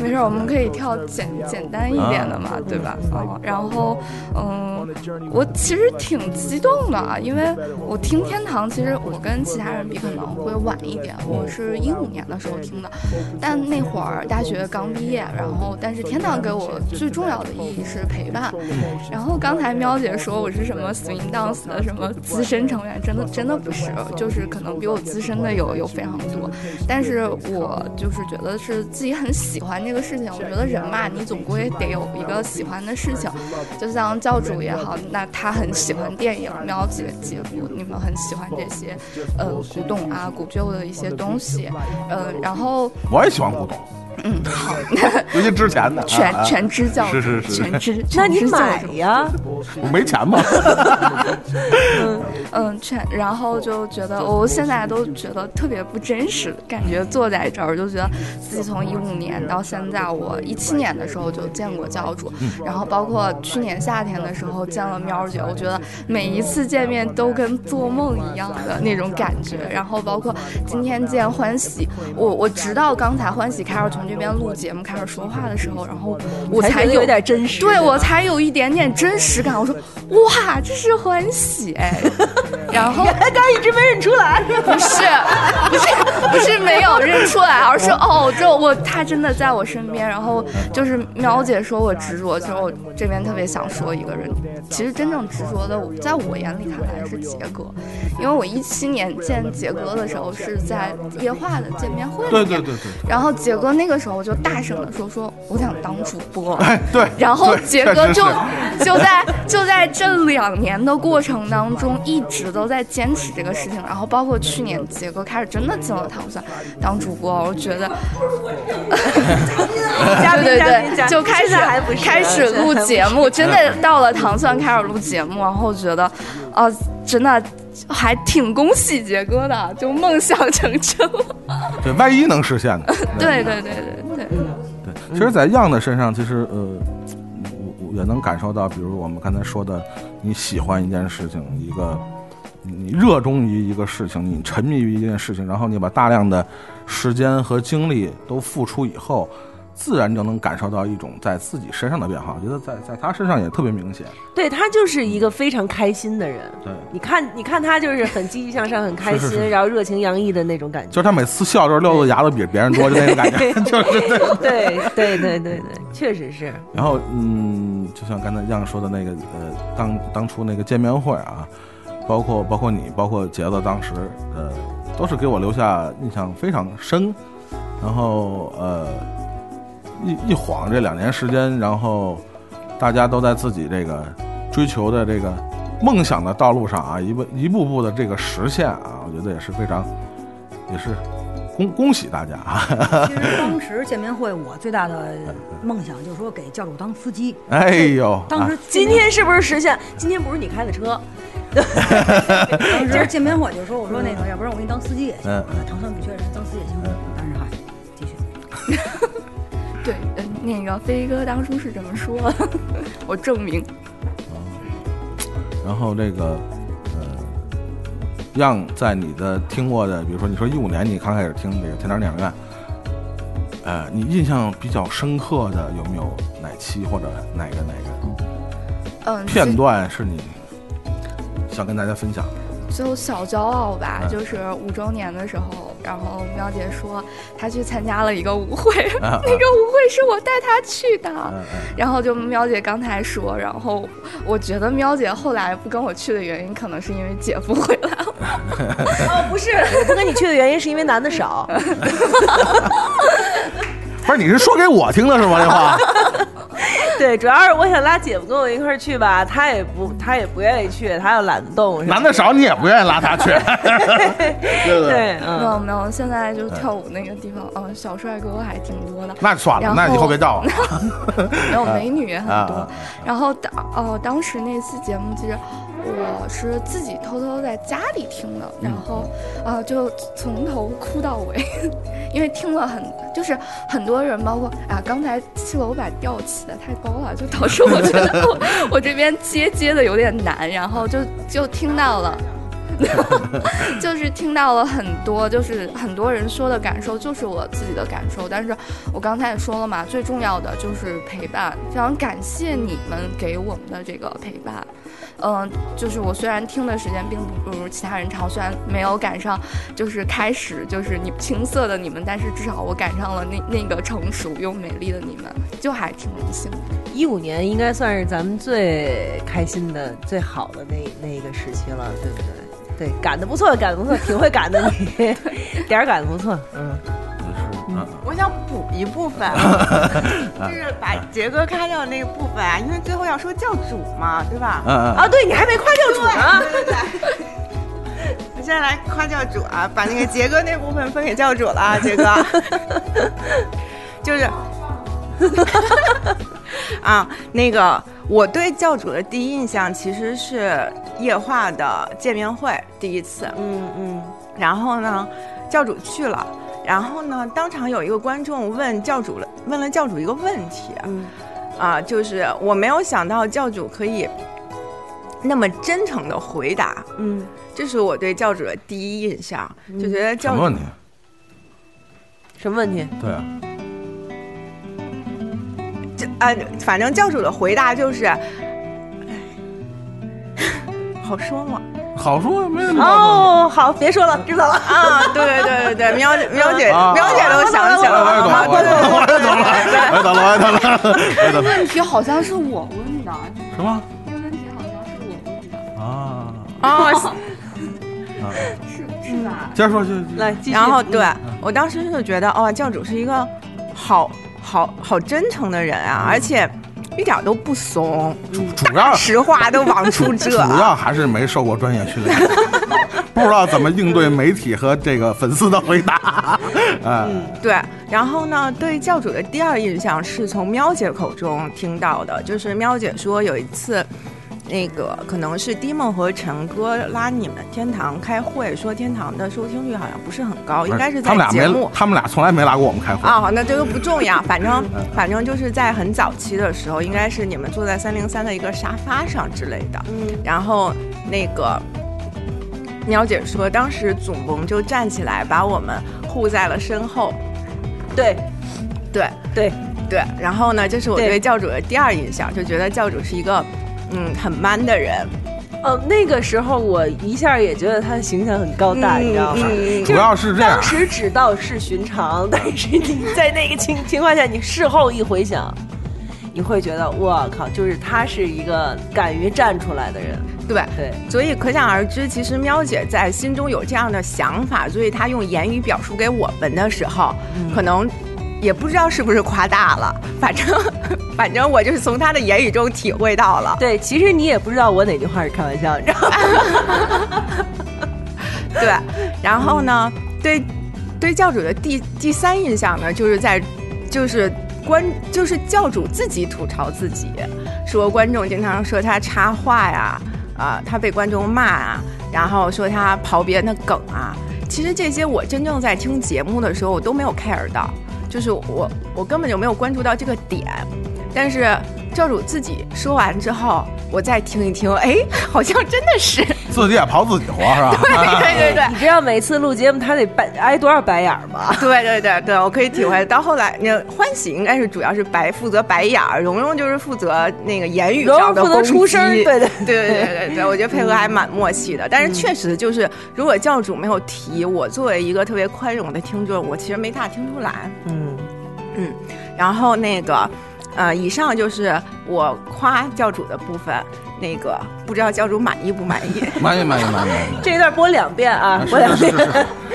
[SPEAKER 13] 没事，我们可以跳简简单一点的嘛，
[SPEAKER 3] 啊
[SPEAKER 13] 对吧？哦，然后，嗯，我其实挺激动的，啊因为我听天堂，其实我跟其他人比可能会晚一点，我是一五年的时候听的，但那会儿大学刚毕业，然后但是天堂给我最重要的意义是陪伴。然后刚才喵姐说我是什么 swing dance 的什么资深成员，真的真的不是，就是可能比我资深的有有非常多，但是我就是觉得是自己很喜欢这个事情。我觉得人嘛，你总归得有一个喜欢的事情，就像教主也好，那他很喜欢电影，喵姐姐夫你们很喜欢这些，呃，古董啊、古旧的一些东西，呃，然后
[SPEAKER 2] 我也喜欢古董，
[SPEAKER 13] 嗯，好，
[SPEAKER 2] 尤其之前的啊
[SPEAKER 13] 全
[SPEAKER 2] 啊
[SPEAKER 13] 全支教
[SPEAKER 2] 是是是，
[SPEAKER 13] 全支，
[SPEAKER 3] [LAUGHS] 那
[SPEAKER 13] 全
[SPEAKER 3] 你
[SPEAKER 13] 支教
[SPEAKER 3] 买
[SPEAKER 13] 主。
[SPEAKER 3] 呀，
[SPEAKER 2] 我没
[SPEAKER 13] [LAUGHS]
[SPEAKER 2] 钱嘛。
[SPEAKER 13] 嗯，全，然后就觉得我现在都觉得特别不真实，感
[SPEAKER 3] 嗯
[SPEAKER 13] 觉坐在这儿就觉得自己从一五年到现在，我一七年的时候就见过教主，
[SPEAKER 3] 嗯
[SPEAKER 13] 然后包括去年夏天的时候见了喵儿姐，我觉得每一次见面都跟做梦一样的那种感觉，然后包括今天见欢喜，我我直到刚才欢喜开始从这边录节目开始说话的时候，然后我
[SPEAKER 3] 才觉得
[SPEAKER 13] 有
[SPEAKER 3] 有点真实
[SPEAKER 13] 对
[SPEAKER 3] 对
[SPEAKER 13] 我
[SPEAKER 3] 吧
[SPEAKER 13] 才有一点点真实感，我说哇，这是欢喜哎。然后
[SPEAKER 3] 刚刚一直没认出来，
[SPEAKER 13] 不是，不是，不是没有认出来，而是哦，这我他真的在我身边。然后就是苗姐说我执着，其实我这边特别想说一个人，其实真正执着的，在我眼里看来是杰哥，因为我一七年见杰哥的时候是在夜话的见面会里面，
[SPEAKER 2] 对对对对。
[SPEAKER 13] 然后杰哥那个时候就大声的说说我想当主播，
[SPEAKER 2] 哎，对。
[SPEAKER 13] 然后
[SPEAKER 2] 对
[SPEAKER 13] 杰
[SPEAKER 2] 确
[SPEAKER 13] 哥
[SPEAKER 2] 实
[SPEAKER 13] 就是就在就在这两年的过程当中，一直都在坚持这个事情。然后包括去年杰哥开始真的进了糖蒜当主播，我觉 [LAUGHS] 得，对
[SPEAKER 3] 嘉宾嘉宾
[SPEAKER 13] 对
[SPEAKER 3] 嘉
[SPEAKER 13] 对，
[SPEAKER 3] 宾
[SPEAKER 13] 就开
[SPEAKER 3] 现
[SPEAKER 13] 始
[SPEAKER 3] 在还不是
[SPEAKER 13] 开始录节目，真的到了糖蒜开始录节目，然后觉得，啊、真的还挺恭喜杰哥的，就梦想成真了。 [LAUGHS]
[SPEAKER 2] 对，万一能实现呢？
[SPEAKER 13] 对对对对对。
[SPEAKER 2] 对，其实，在样的身上，其实呃，我我也能感受到，比如我们刚才说的，你喜欢一件事情，一个你热衷于一个事情，你沉迷于一件事情，然后你把大量的时间和精力都付出以后，自然就能感受到一种在自己身上的变化。我觉得在在他身上也特别明显。
[SPEAKER 3] 对他就是一个非常开心的人。
[SPEAKER 2] 对，
[SPEAKER 3] 你看，你看他就是很积极向上、很开
[SPEAKER 2] 是是
[SPEAKER 3] 心，
[SPEAKER 2] 是
[SPEAKER 3] 然后热情洋溢的那种感觉。
[SPEAKER 2] 就是他每次笑的时候，露的牙都比别人多，就那种感
[SPEAKER 3] [LAUGHS]
[SPEAKER 2] 觉， [LAUGHS] 就是对。
[SPEAKER 3] 对对对对对，确实是。
[SPEAKER 2] 然后，嗯，就像刚才样说的那个，呃，当当初那个见面会啊，包括包括你，包括杰子，当时呃，都是给我留下印象非常深。然后呃，一一晃这两年时间，然后大家都在自己这个追求的这个梦想的道路上啊，一步一步步的这个实现啊，我觉得也是非常，也是恭恭喜大家啊！
[SPEAKER 7] 当时见面会，我最大的梦想就是说给教主当司机。
[SPEAKER 2] 哎呦，
[SPEAKER 7] 当时
[SPEAKER 3] 今天是不是实现？今天不是你开的车， [LAUGHS]
[SPEAKER 7] 当时见面会就说：“我说那个，要不然我给你当司机也行啊
[SPEAKER 2] 嗯，
[SPEAKER 7] 唐山不缺人，当司机也行。”当时哈，继续。
[SPEAKER 13] 对，呃那个飞哥当初是这么说的， [LAUGHS] 我证明。
[SPEAKER 2] 然后这个呃，让在你的听过的，比如说你说一五年你刚开始听这个天堂电影院，呃，你印象比较深刻的有没有哪期或者哪个哪个
[SPEAKER 13] 嗯，
[SPEAKER 2] 片段是你想跟大家分享的？
[SPEAKER 13] 就小骄傲吧，
[SPEAKER 2] 嗯
[SPEAKER 13] 就是五周年的时候，然后喵姐说她去参加了一个舞会，
[SPEAKER 2] 啊啊
[SPEAKER 13] [LAUGHS] 那个舞会是我带她去的，
[SPEAKER 2] 嗯嗯
[SPEAKER 13] 然后就喵姐刚才说，然后我觉得喵姐后来不跟我去的原因，可能是因为姐夫回来
[SPEAKER 2] [LAUGHS]
[SPEAKER 13] 了，
[SPEAKER 3] 哦，不是，我不跟你去的原因是因为男的少。
[SPEAKER 2] [LAUGHS] 不是，你是说给我听的是吗？这话
[SPEAKER 3] 对，主要是我想拉姐夫跟我一块儿去吧，他也不，他也不愿意去，他又懒得动。是
[SPEAKER 2] [LAUGHS]
[SPEAKER 3] 吧
[SPEAKER 2] 男的少，你也不愿意拉他 [LAUGHS] 去， [LAUGHS] 对不
[SPEAKER 3] 对，
[SPEAKER 13] 没有
[SPEAKER 3] 嗯，
[SPEAKER 13] 没有，现在就是跳舞那个地方，嗯，小帅哥还挺多的，
[SPEAKER 2] 那就算了，那以后啊别叫我。
[SPEAKER 13] 没有美女也很
[SPEAKER 2] 啊
[SPEAKER 13] 多
[SPEAKER 2] 啊，
[SPEAKER 13] 然后当哦，当时那期节目其实我是自己偷偷在家里听的，
[SPEAKER 2] 嗯
[SPEAKER 13] 然后啊、呃就从头哭到尾， [LAUGHS] 因为听了很就是很多人包括啊刚才七楼把调起的太高了，就导致我觉得我 [LAUGHS] 我这边接接的有点难，然后就就听到了。 [LAUGHS] 就是听到了很多，就是很多人说的感受，就是我自己的感受。但是我刚才也说了嘛，最重要的就是陪伴，非常感谢你们给我们的这个陪伴。嗯，就是我虽然听的时间并不如其他人长，虽然没有赶上，就是开始就是你青涩的你们，但是至少我赶上了那那个成熟又美丽的你们，就还挺荣幸的。
[SPEAKER 3] 一五年应该算是咱们最开心的、最好的那那一个时期了，对不对？对，赶的不错，赶的不错，挺会赶的你， [LAUGHS] 点儿赶的不错，嗯。
[SPEAKER 2] 啊 [LAUGHS]
[SPEAKER 9] 我想补一部分，就是把杰哥开掉那个部分啊，因为最后要说教主嘛，对吧？
[SPEAKER 2] 嗯嗯啊
[SPEAKER 3] 对你还没夸教主呢
[SPEAKER 9] 对对对。我现在来夸教主啊，把那个杰哥那部分分给教主
[SPEAKER 2] [LAUGHS]
[SPEAKER 9] 了，啊，杰哥。就是， [LAUGHS] 啊，那个我对教主的第一印象其实是夜话的见面会第一次，嗯嗯，然后呢，教主去了。然后呢，当场有一个观众问教主了，问了教主一个问题，啊，就是我没有想到教主可以那么真诚的回答，
[SPEAKER 3] 嗯，
[SPEAKER 9] 这是我对教主的第一印象，就觉得
[SPEAKER 2] 什
[SPEAKER 9] 教
[SPEAKER 2] 么
[SPEAKER 9] 主
[SPEAKER 2] 问题？
[SPEAKER 3] 什么问题？
[SPEAKER 2] 对啊，
[SPEAKER 9] 这啊，反正教主的回答就是，哎， [LAUGHS] 好啊说吗？
[SPEAKER 2] 好说没什么。
[SPEAKER 3] 哦，好，别说了，知道了
[SPEAKER 9] 啊！对对对对对， [LAUGHS] 喵喵姐，
[SPEAKER 2] 啊
[SPEAKER 9] 喵姐都想起来了
[SPEAKER 2] 我也懂了，
[SPEAKER 9] 啊，
[SPEAKER 2] 我也懂了，我也懂了，我也懂了，我也懂了，我也懂了，
[SPEAKER 13] 问题好像是我问的，
[SPEAKER 2] 什么
[SPEAKER 13] 这个问题好像是我问的，
[SPEAKER 5] [LAUGHS]
[SPEAKER 2] 啊？
[SPEAKER 5] 哦
[SPEAKER 9] 啊，
[SPEAKER 2] 啊
[SPEAKER 13] 是是吧？
[SPEAKER 2] 接着说，就
[SPEAKER 9] 来，嗯
[SPEAKER 3] 继续
[SPEAKER 9] 然后对我当时就觉得，哦，教主是一个好好好真诚的人啊，而且一点都不怂，
[SPEAKER 2] 主要
[SPEAKER 9] 实话都往出
[SPEAKER 2] 主
[SPEAKER 9] 这。
[SPEAKER 2] 要还是没受过专业训练，不知道怎么应对媒体和这个粉丝的回答。哎，
[SPEAKER 9] 对，然后呢，对教主的第二印象是从喵姐口中听到的，就是喵姐说有一次，那个可能是迪梦和陈哥拉你们天堂开会，说天堂的收听率好像不是很高，应该是
[SPEAKER 2] 他
[SPEAKER 9] 在
[SPEAKER 2] 们俩
[SPEAKER 9] 节
[SPEAKER 2] 没
[SPEAKER 9] 目，。
[SPEAKER 2] 他们俩从来没来过我们开会。
[SPEAKER 9] 啊，好，那这都不重要，反正
[SPEAKER 2] 嗯
[SPEAKER 9] 反正就是在很早期的时候，应该是你们坐在三零三的一个沙发上之类的，
[SPEAKER 3] 嗯
[SPEAKER 9] 然后那个喵姐说，当时祖萌就站起来把我们护在了身后，
[SPEAKER 3] 对，
[SPEAKER 9] 对
[SPEAKER 3] 对
[SPEAKER 9] 对，然后呢，这是我对教主的第二印象，就觉得教主是一个嗯很 man 的人，
[SPEAKER 3] 哦，那个时候我一下也觉得他的形象很高大，
[SPEAKER 9] 嗯
[SPEAKER 3] 你知道吗？
[SPEAKER 9] 嗯嗯
[SPEAKER 3] 就
[SPEAKER 2] 主要是这样
[SPEAKER 3] 当时只道是寻常，但是你在那个情情况下，你事后一回想，你会觉得我靠，就是他是一个敢于站出来的人。
[SPEAKER 9] 对
[SPEAKER 3] 对，
[SPEAKER 9] 所以可想而知，其实喵姐在心中有这样的想法，所以她用言语表述给我们的时候，
[SPEAKER 3] 嗯
[SPEAKER 9] 可能也不知道是不是夸大了， [LAUGHS] 反正反正我就是从她的言语中体会到了。
[SPEAKER 3] 对，其实你也不知道我哪句话是开玩笑，
[SPEAKER 9] [LAUGHS]
[SPEAKER 3] 你知道吗？
[SPEAKER 9] 对，然后呢，对对教主的第第三印象呢，就是在就是观就是教主自己吐槽自己，说观众经常说他插话呀，啊、他被观众骂啊，然后说他刨别人的梗啊。其实这些我真正在听节目的时候，我都没有 care 到，就是我我根本就没有关注到这个点。但是教主自己说完之后，我再听一听，哎，好像真的是。
[SPEAKER 2] 自己也刨自己活是吧？
[SPEAKER 3] [LAUGHS]
[SPEAKER 2] [LAUGHS]
[SPEAKER 9] 对对对，
[SPEAKER 3] 你知道每次录节目他得白挨多少白眼儿 [LAUGHS] 吗？
[SPEAKER 9] 对对对对，我可以体会到。后来，那欢喜应该是主要是白负责白眼儿，蓉蓉就是负责那个言语上的
[SPEAKER 3] 蓉蓉负责出
[SPEAKER 9] [LAUGHS]
[SPEAKER 3] 声儿
[SPEAKER 9] 攻击
[SPEAKER 3] 对
[SPEAKER 9] 对
[SPEAKER 3] 对
[SPEAKER 9] 对对对对，我觉得配合还蛮默契的。但是确实就是，如果教主没有提，我作为一个特别宽容的听众，我其实没大听出来。
[SPEAKER 3] 嗯
[SPEAKER 9] 嗯，然后那个，呃，以上就是我夸教主的部分。那个不知道教主满意不满
[SPEAKER 2] [LAUGHS]
[SPEAKER 9] 意？ [LAUGHS]
[SPEAKER 2] 满意满意满意满意。
[SPEAKER 3] [LAUGHS] 这一段播两遍啊，播两遍。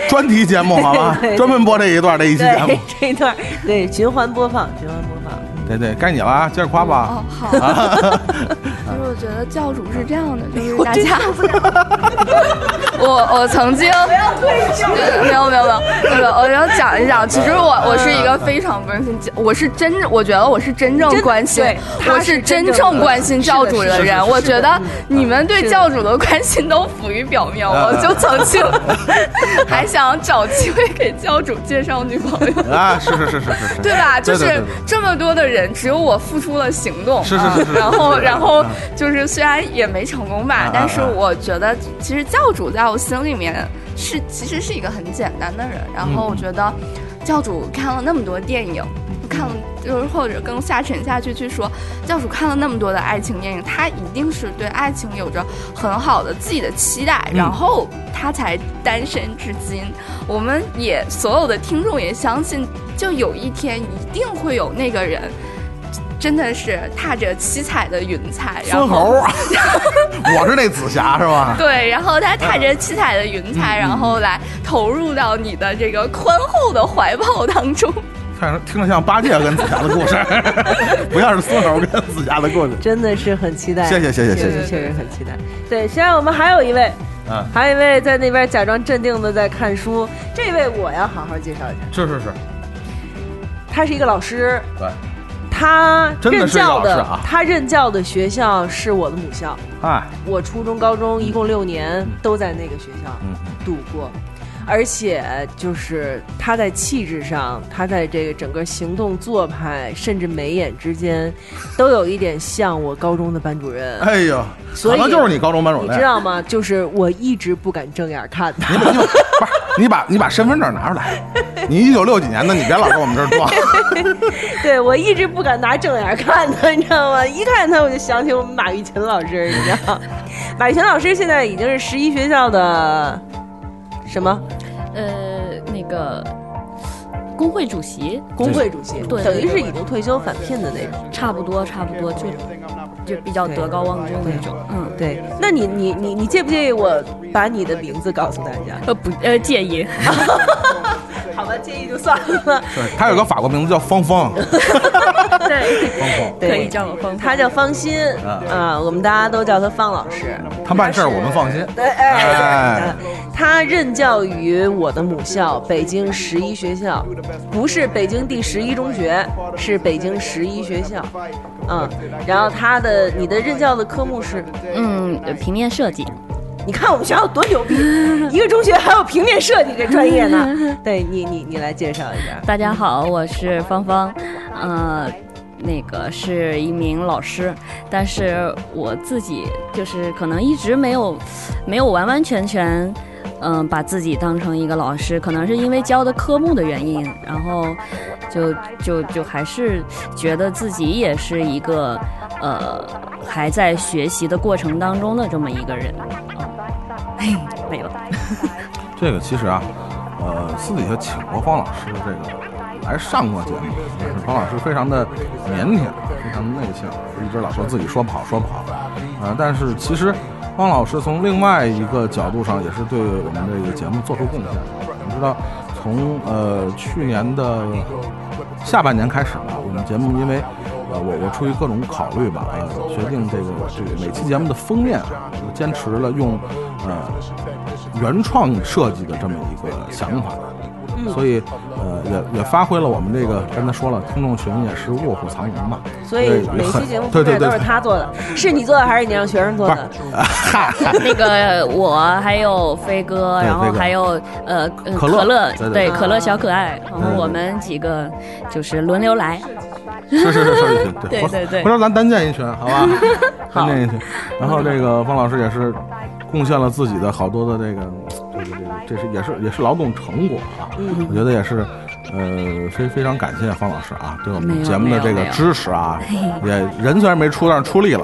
[SPEAKER 2] 专题节目好吧
[SPEAKER 3] 对对，对
[SPEAKER 2] 专门播这一段这一期节目
[SPEAKER 3] 对。 [LAUGHS] 这一段，对循环播放，循环播放。
[SPEAKER 2] 对对，该你了啊，接着夸
[SPEAKER 13] 哦。
[SPEAKER 2] 吧
[SPEAKER 13] 好
[SPEAKER 2] 啊
[SPEAKER 13] 就是我觉得教主是这样的，就是大家， [LAUGHS]
[SPEAKER 2] 啊
[SPEAKER 13] 我我曾经对 [LAUGHS] 没有没有没有，那
[SPEAKER 3] [LAUGHS]
[SPEAKER 13] 个我要讲一讲，其实
[SPEAKER 3] 嗯
[SPEAKER 13] 我我是一个非常关心，我是真，我觉得我是真正关心
[SPEAKER 3] 对，他
[SPEAKER 13] 我
[SPEAKER 3] 是
[SPEAKER 13] 是
[SPEAKER 3] 真
[SPEAKER 13] 真
[SPEAKER 3] 正
[SPEAKER 13] 正关心教主
[SPEAKER 3] 是的是的
[SPEAKER 13] 人
[SPEAKER 3] 是的，
[SPEAKER 13] 我觉得
[SPEAKER 3] 嗯
[SPEAKER 13] 你们对教主的关心都浮于表面，我
[SPEAKER 3] 嗯
[SPEAKER 13] 就曾经 [LAUGHS] 还想找机会给教主介绍女朋友。
[SPEAKER 2] [LAUGHS] 啊，是是是是是
[SPEAKER 13] [LAUGHS]
[SPEAKER 2] 是，
[SPEAKER 13] 对吧？就
[SPEAKER 2] 对
[SPEAKER 13] 是这么多的人，只有我付出了行动，啊
[SPEAKER 2] 是是是是
[SPEAKER 13] 然后
[SPEAKER 2] 是是
[SPEAKER 13] 然后
[SPEAKER 2] 嗯啊
[SPEAKER 13] 就是虽然也没成功吧，但是我觉得其实教主在我心里面是其实是一个很简单的人，然后
[SPEAKER 12] 嗯
[SPEAKER 13] 我觉得教主看了那么多电影。看了，就是或者更下沉下去去说，教主看了那么多的爱情电影，他一定是对爱情有着很好的自己的期待，
[SPEAKER 12] 嗯
[SPEAKER 13] 然后他才单身至今。我们也所有的听众也相信，就有一天一定会有那个人，真的是踏着七彩的云彩，然
[SPEAKER 2] 孙猴
[SPEAKER 13] 后 [LAUGHS]
[SPEAKER 2] 儿，我是那紫霞是吧？
[SPEAKER 13] 对，然后他踏着七彩的云彩，然后来投入到你的这个宽厚的怀抱当中。
[SPEAKER 2] 看着听着像八戒跟紫霞的故事， [LAUGHS] 不像是孙猴跟紫霞的故事。
[SPEAKER 3] 真的是很期待，
[SPEAKER 2] 谢谢谢谢谢谢
[SPEAKER 3] 确实确实很期待。 [LAUGHS] 对，现在我们还有一位，
[SPEAKER 2] 嗯，
[SPEAKER 3] 还有一位在那边假装镇定的在看书，这位我要好好介绍一下，
[SPEAKER 2] 是是是，
[SPEAKER 3] 他是一个老师，
[SPEAKER 2] 对，
[SPEAKER 3] 他
[SPEAKER 2] 真的
[SPEAKER 3] 任
[SPEAKER 2] 是一个
[SPEAKER 3] 教
[SPEAKER 2] 老师
[SPEAKER 3] 的
[SPEAKER 2] 啊
[SPEAKER 3] 他任教的学校是我的母校，
[SPEAKER 2] 哎，
[SPEAKER 3] 我初中、高中一共六年都在那个学校
[SPEAKER 2] 嗯
[SPEAKER 3] 度过，而且就是他在气质上，他在这个整个行动做派，甚至眉眼之间，都有一点像我高中的班主任。
[SPEAKER 2] 哎呦，
[SPEAKER 3] 所
[SPEAKER 2] 可
[SPEAKER 3] 以
[SPEAKER 2] 能就是你高中班主
[SPEAKER 3] 你
[SPEAKER 2] 任
[SPEAKER 3] 知。道吗？就是我一直不敢正眼看他。
[SPEAKER 2] 你把你把身份证拿出
[SPEAKER 3] [LAUGHS]
[SPEAKER 2] 来，你一九六几年的，你别老跟我们这儿装。
[SPEAKER 3] 对我一直不敢拿正眼看他，你知道吗？一看他我就想起我们马玉琴老师，你知道吗，马玉琴老师现在已经是十一学校的什么？
[SPEAKER 14] 呃，那个工会主席，
[SPEAKER 3] 工会主席
[SPEAKER 14] 对，
[SPEAKER 3] 等于是
[SPEAKER 14] 对
[SPEAKER 3] 已经退休返聘的那种，
[SPEAKER 14] 差不多，差不多就就比较德高望重那种。嗯，
[SPEAKER 3] 对，那你你你你介不介意我把你的名字告诉大家？
[SPEAKER 14] 呃不呃介意，
[SPEAKER 3] 好吧，介意就算了。
[SPEAKER 2] 对，他有个法国名字叫芳芳，
[SPEAKER 3] 对 [LAUGHS]
[SPEAKER 14] 可以叫我方。
[SPEAKER 3] 他叫方心
[SPEAKER 2] 嗯
[SPEAKER 3] 啊，我们大家都叫他方老师。
[SPEAKER 2] 他办事儿我们放心。
[SPEAKER 3] 对， [LAUGHS] 哎，他任教于我的母校北京十一学校，不是北京第十一中学，是北京十一学校。嗯，然后他的你的任教的科目是，
[SPEAKER 14] 嗯，平面设计。
[SPEAKER 3] 你看我们学校多牛逼，一个中学还有 [LAUGHS] 平面设计这专业
[SPEAKER 14] [LAUGHS]
[SPEAKER 3] 呢。对你，你你来介绍一下。
[SPEAKER 14] 大家好，我是芳芳，呃，那个是一名老师，但是我自己就是可能一直没有没有完完全全。嗯，把自己当成一个老师，可能是因为教的科目的原因，然后就就就还是觉得自己也是一个呃还在学习的过程当中的这么一个人。嗯、没有了。
[SPEAKER 2] 这个其实啊，呃，私底下请过方老师这个来上过节目，但是方老师非常的腼腆，非常的内向，一直老说自己说不好说不好，啊、但是其实方老师从另外一个角度上也是对我们这个节目做出贡献的。你知道，从呃去年的下半年开始吧，我们节目因为呃我我出于各种考虑吧，呃决定这个这个每期节目的封面啊，就坚呃持了用呃原创设计的这么一个想法。
[SPEAKER 3] 嗯
[SPEAKER 2] 所以呃也也发挥了我们这个刚才说了，听众群也是卧虎藏龙嘛，
[SPEAKER 3] 所以
[SPEAKER 2] 也
[SPEAKER 3] 每
[SPEAKER 2] 很
[SPEAKER 3] 期节目
[SPEAKER 2] 对对
[SPEAKER 3] 都
[SPEAKER 2] 对
[SPEAKER 3] 是他做的，是你做的还是你让学生做的？
[SPEAKER 2] [LAUGHS]
[SPEAKER 3] [LAUGHS]
[SPEAKER 14] 那个我还有飞哥，
[SPEAKER 3] 对
[SPEAKER 14] 然后
[SPEAKER 3] 嗯飞哥
[SPEAKER 14] 还有呃呃
[SPEAKER 3] 可乐
[SPEAKER 14] 乐
[SPEAKER 3] 对对嗯
[SPEAKER 14] 对
[SPEAKER 3] 对
[SPEAKER 14] 可乐小可爱，然后
[SPEAKER 2] 对
[SPEAKER 14] 我们几个就是轮流来。
[SPEAKER 2] 是是是是是，
[SPEAKER 14] [LAUGHS] 对
[SPEAKER 2] 回
[SPEAKER 14] 对对
[SPEAKER 2] 回头咱单建一群，好
[SPEAKER 14] [LAUGHS]
[SPEAKER 2] 吧？单
[SPEAKER 14] 好
[SPEAKER 2] 建一群。然后这个方老师也是贡献了自己的好多的这个，这个这个，这是也是也是劳动成果啊。
[SPEAKER 14] 嗯
[SPEAKER 2] 我觉得也是，呃，非非常感谢方老师啊，对我
[SPEAKER 14] 没
[SPEAKER 2] 们
[SPEAKER 14] 有
[SPEAKER 2] 节目的
[SPEAKER 14] 没有
[SPEAKER 2] 这个
[SPEAKER 14] 没有
[SPEAKER 2] 支持
[SPEAKER 14] [LAUGHS]
[SPEAKER 2] 啊。也人虽然没出，但是出力了，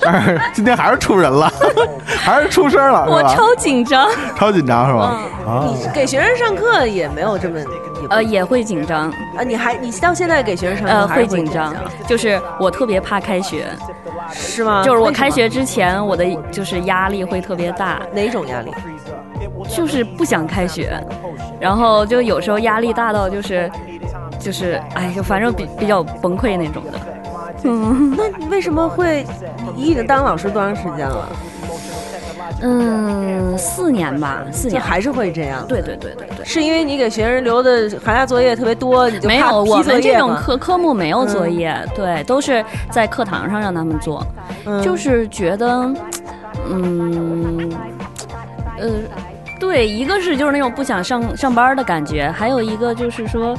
[SPEAKER 2] 但是今天还是出人了， [LAUGHS] 还是出声了，是
[SPEAKER 14] [LAUGHS] 我嗯
[SPEAKER 2] 吧
[SPEAKER 14] 超紧
[SPEAKER 3] [LAUGHS]
[SPEAKER 14] 张，
[SPEAKER 2] 超紧张是吧？啊，
[SPEAKER 3] 给学生上课也没有这么
[SPEAKER 14] 呃，也会紧张，
[SPEAKER 3] 啊，你还你到现在给学生上课
[SPEAKER 14] 呃，
[SPEAKER 3] 还是
[SPEAKER 14] 会
[SPEAKER 3] 紧
[SPEAKER 14] 紧张，就是我特别怕开学，
[SPEAKER 3] 是吗？
[SPEAKER 14] 就是我
[SPEAKER 3] 为什么
[SPEAKER 14] 开学之前，我的就是压力会特别大。
[SPEAKER 3] 哪种压力？
[SPEAKER 14] 就是不想开学，然后就有时候压力大到就是，就是哎，就反正比比较崩溃那种的。
[SPEAKER 3] 嗯，那你为什么会？你已经当老师多长时间了？
[SPEAKER 14] 嗯，四年吧，四年
[SPEAKER 3] 就还是会这样。
[SPEAKER 14] 对对对对对。
[SPEAKER 3] 是因为你给学生留的寒假作业特别多，你就
[SPEAKER 14] 没
[SPEAKER 3] 怕
[SPEAKER 14] 有，
[SPEAKER 3] 批
[SPEAKER 14] 我们
[SPEAKER 3] 作业
[SPEAKER 14] 这种
[SPEAKER 3] 吗
[SPEAKER 14] 科科目没有作
[SPEAKER 3] 嗯
[SPEAKER 14] 业，对，都是在课堂上让他们做，
[SPEAKER 3] 嗯
[SPEAKER 14] 就是觉得，嗯，呃，对，一个是就是那种不想上上班的感觉，还有一个就是说，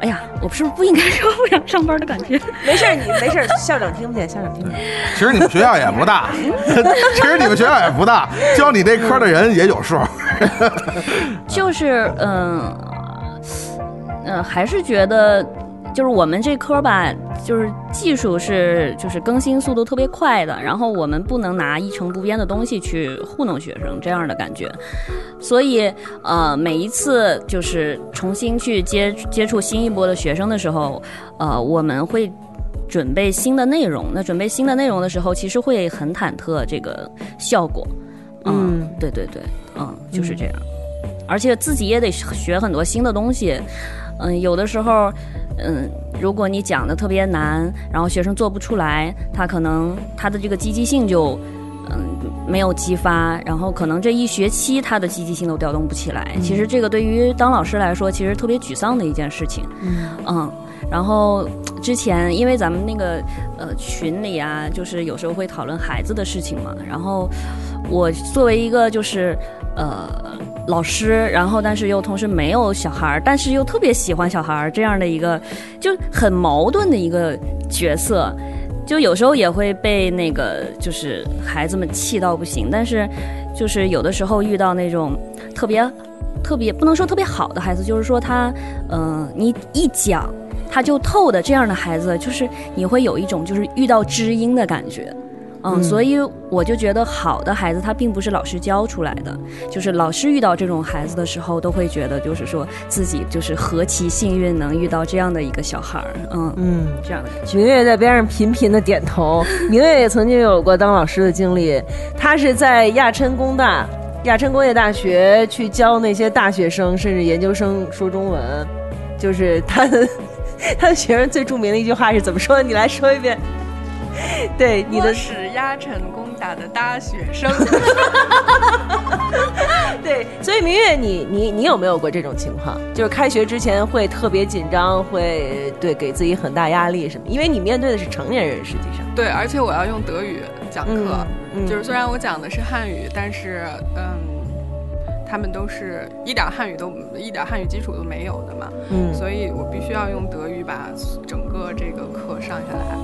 [SPEAKER 14] 哎呀，我是不是不应该 [LAUGHS] 说不想上班的感觉？
[SPEAKER 3] 没事儿，你没事儿，校长听不见，校长听不见。
[SPEAKER 2] 其实你们学校也不大， [LAUGHS] 其实你们学校也不大，教你这科的人也有数。
[SPEAKER 14] 就是嗯嗯、呃还是觉得就是我们这科吧，就是技术是就是更新速度特别快的，然后我们不能拿一成不变的东西去糊弄学生这样的感觉，所以呃每一次就是重新去接接触新一波的学生的时候，呃我们会。准备新的内容，那准备新的内容的时候，其实会很忐忑这个效果。嗯，对对对，嗯，就是这样。而且自己也得学很多新的东西。嗯，有的时候，嗯，如果你讲的特别难，然后学生做不出来，他可能他的这个积极性就嗯没有激发，然后可能这一学期他的积极性都调动不起来。
[SPEAKER 6] 嗯
[SPEAKER 14] 其实这个对于当老师来说，其实特别沮丧的一件事情。嗯，然后之前因为咱们那个呃群里啊，就是有时候会讨论孩子的事情嘛。然后我作为一个就是呃老师，然后但是又同时没有小孩儿，但是又特别喜欢小孩儿这样的一个，就很矛盾的一个角色。就有时候也会被那个就是孩子们气到不行，但是就是有的时候遇到那种特别特别不能说特别好的孩子，就是说他，嗯、你一讲他就透的这样的孩子，就是你会有一种就是遇到知音的感觉。嗯，
[SPEAKER 6] 嗯
[SPEAKER 14] 所以我就觉得好的孩子他并不是老师教出来的，就是老师遇到这种孩子的时候，都会觉得就是说自己就是何其幸运能遇到这样的一个小孩儿，嗯
[SPEAKER 3] 嗯，
[SPEAKER 14] 这样的感觉。
[SPEAKER 3] 明月在边上频频的点
[SPEAKER 10] [LAUGHS]
[SPEAKER 3] 头。明月也曾经有过当老师的经历，她是在亚琛工大、亚琛工业大学去教那些大学生甚至研究生说中文，就是她的她的学生最著名的一句话是怎么说？你来说一遍。对，你的
[SPEAKER 10] 我是压成工大的大学生，
[SPEAKER 3] 对，所以明月，你你你有没有过这种情况？就是开学之前会特别紧张，会对给自己很大压力什么？因为你面对的是成年人，实际上。
[SPEAKER 6] 对，而且我要用德语讲课，
[SPEAKER 3] 嗯嗯
[SPEAKER 6] 就是虽然我讲的是汉语，但是嗯，他们都是一点汉语都一点汉语基础都没有的嘛，
[SPEAKER 3] 嗯
[SPEAKER 6] 所以我必须要用德语把整个这个课上下来，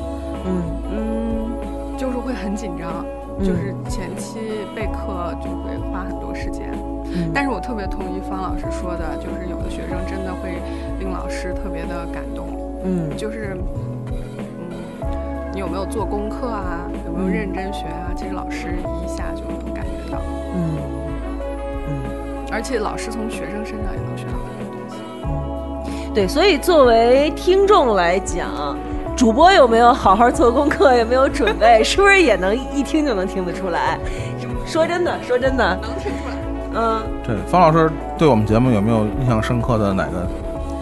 [SPEAKER 3] 嗯
[SPEAKER 6] 嗯，就是会很紧张，就是前期备课就会花很多时间。
[SPEAKER 3] 嗯
[SPEAKER 6] 但是我特别同意方老师说的，就是有的学生真的会令老师特别的感动。
[SPEAKER 3] 嗯
[SPEAKER 6] 就是，嗯，你有没有做功课啊？有没有
[SPEAKER 3] 嗯
[SPEAKER 6] 认真学啊？其实老师一下就能感觉到，
[SPEAKER 3] 嗯
[SPEAKER 6] 而且老师从学生身上也能学到很多东西。
[SPEAKER 3] 对，所以作为听众来讲，主播有没有好好做功课，有没有准备，是不是也能一听就能听得出来？说真的，说真的，能听出来。嗯，
[SPEAKER 2] 对，方老师对我们节目有没有印象深刻的哪个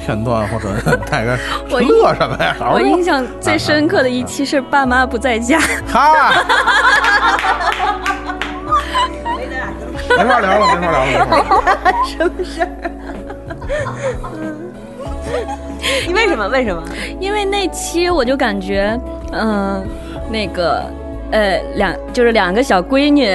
[SPEAKER 2] 片段或者哪个
[SPEAKER 14] 我印
[SPEAKER 2] 乐什么呀？好好
[SPEAKER 14] 我
[SPEAKER 2] 说
[SPEAKER 14] 印象最深刻的一期是爸妈不在家， [LAUGHS]
[SPEAKER 2] 哈，
[SPEAKER 3] 啊
[SPEAKER 2] 没法聊了，没法聊了。
[SPEAKER 14] [LAUGHS]
[SPEAKER 3] 什么事儿？ [LAUGHS]
[SPEAKER 14] [LAUGHS]
[SPEAKER 3] 你为什么？为什么？
[SPEAKER 14] 因为那期我就感觉，嗯、那个，呃，两就是两个小闺女，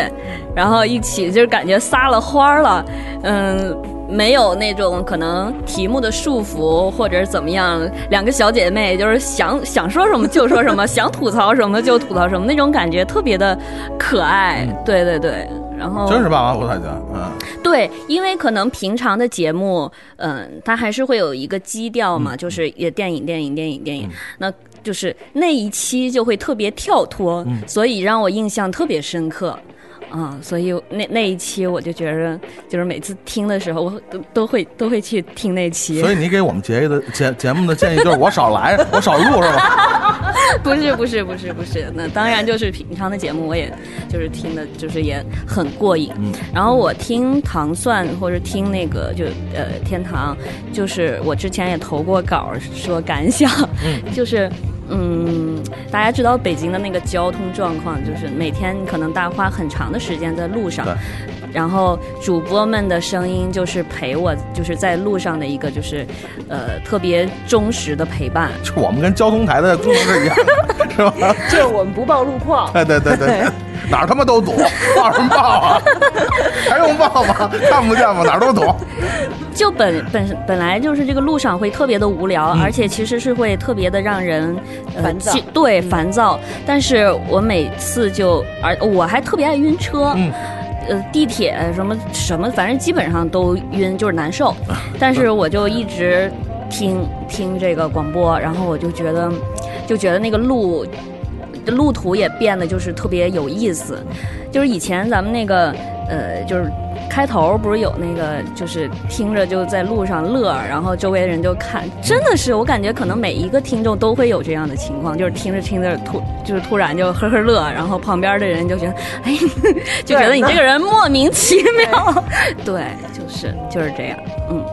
[SPEAKER 14] 然后一起就是感觉撒了欢儿了，嗯、没有那种可能题目的束缚或者怎么样，两个小姐妹就是想 [LAUGHS] 想说什么就说什么，想吐槽什么就吐槽什么，那种感觉特别的可爱。
[SPEAKER 3] 嗯
[SPEAKER 14] 对对对，然后
[SPEAKER 2] 真是爸妈不太行，嗯，
[SPEAKER 14] 对，因为可能平常的节目，嗯、它还是会有一个基调
[SPEAKER 2] 嗯
[SPEAKER 14] 嘛，就是也电影、电影、电影、电影，那就是那一期就会特别跳脱，
[SPEAKER 2] 嗯
[SPEAKER 14] 所以让我印象特别深刻。啊、所以那那一期我就觉着，就是每次听的时候，我都都会都会去听那期。
[SPEAKER 2] 所以你给我们节的节节目的建议就是我少来，我少录是吧？
[SPEAKER 14] [LAUGHS]
[SPEAKER 2] [LAUGHS]
[SPEAKER 14] 不是不是不是不是，那当然就是平常的节目，我也就是听的，就是也很过瘾。
[SPEAKER 2] 嗯
[SPEAKER 14] 然后我听糖蒜或者听那个就呃天堂，就是我之前也投过稿说感想， [LAUGHS] 就是。嗯，大家知道北京的那个交通状况，就是每天可能大花很长的时间在路上，然后主播们的声音就是陪我，就是在路上的一个就是，呃，特别忠实的陪
[SPEAKER 2] [LAUGHS]
[SPEAKER 14] 伴。
[SPEAKER 2] 就我们跟交通台的工作啊是一样的，是吧？
[SPEAKER 3] 就是我们不报路况。
[SPEAKER 2] 对对对
[SPEAKER 14] [LAUGHS]
[SPEAKER 2] 对，哪儿他妈都堵，报什么报啊？还用报吗？看不见吗？哪儿都堵。
[SPEAKER 14] 就本本本来就是这个路上会特别的无聊，而且其实是会特别的让人、呃、
[SPEAKER 3] 嗯烦躁嗯
[SPEAKER 14] 气对烦躁。但是我每次就而我还特别爱晕车，
[SPEAKER 3] 嗯
[SPEAKER 14] 呃，地铁什么什么，反正基本上都晕，就是难受。
[SPEAKER 3] 啊
[SPEAKER 14] 但是我就一直听听这个广播，然后我就觉得就觉得那个路路途也变得就是特别有意思，就是以前咱们那个呃，就是开头不是有那个，就是听着就在路上乐，然后周围人就看，真的是我感觉可能每一个听众都会有这样的情况，就是听着听着突就是突然就呵呵乐，然后旁边的人就觉得哎，就觉得你这个人莫名其妙，对，就是就是这样，嗯。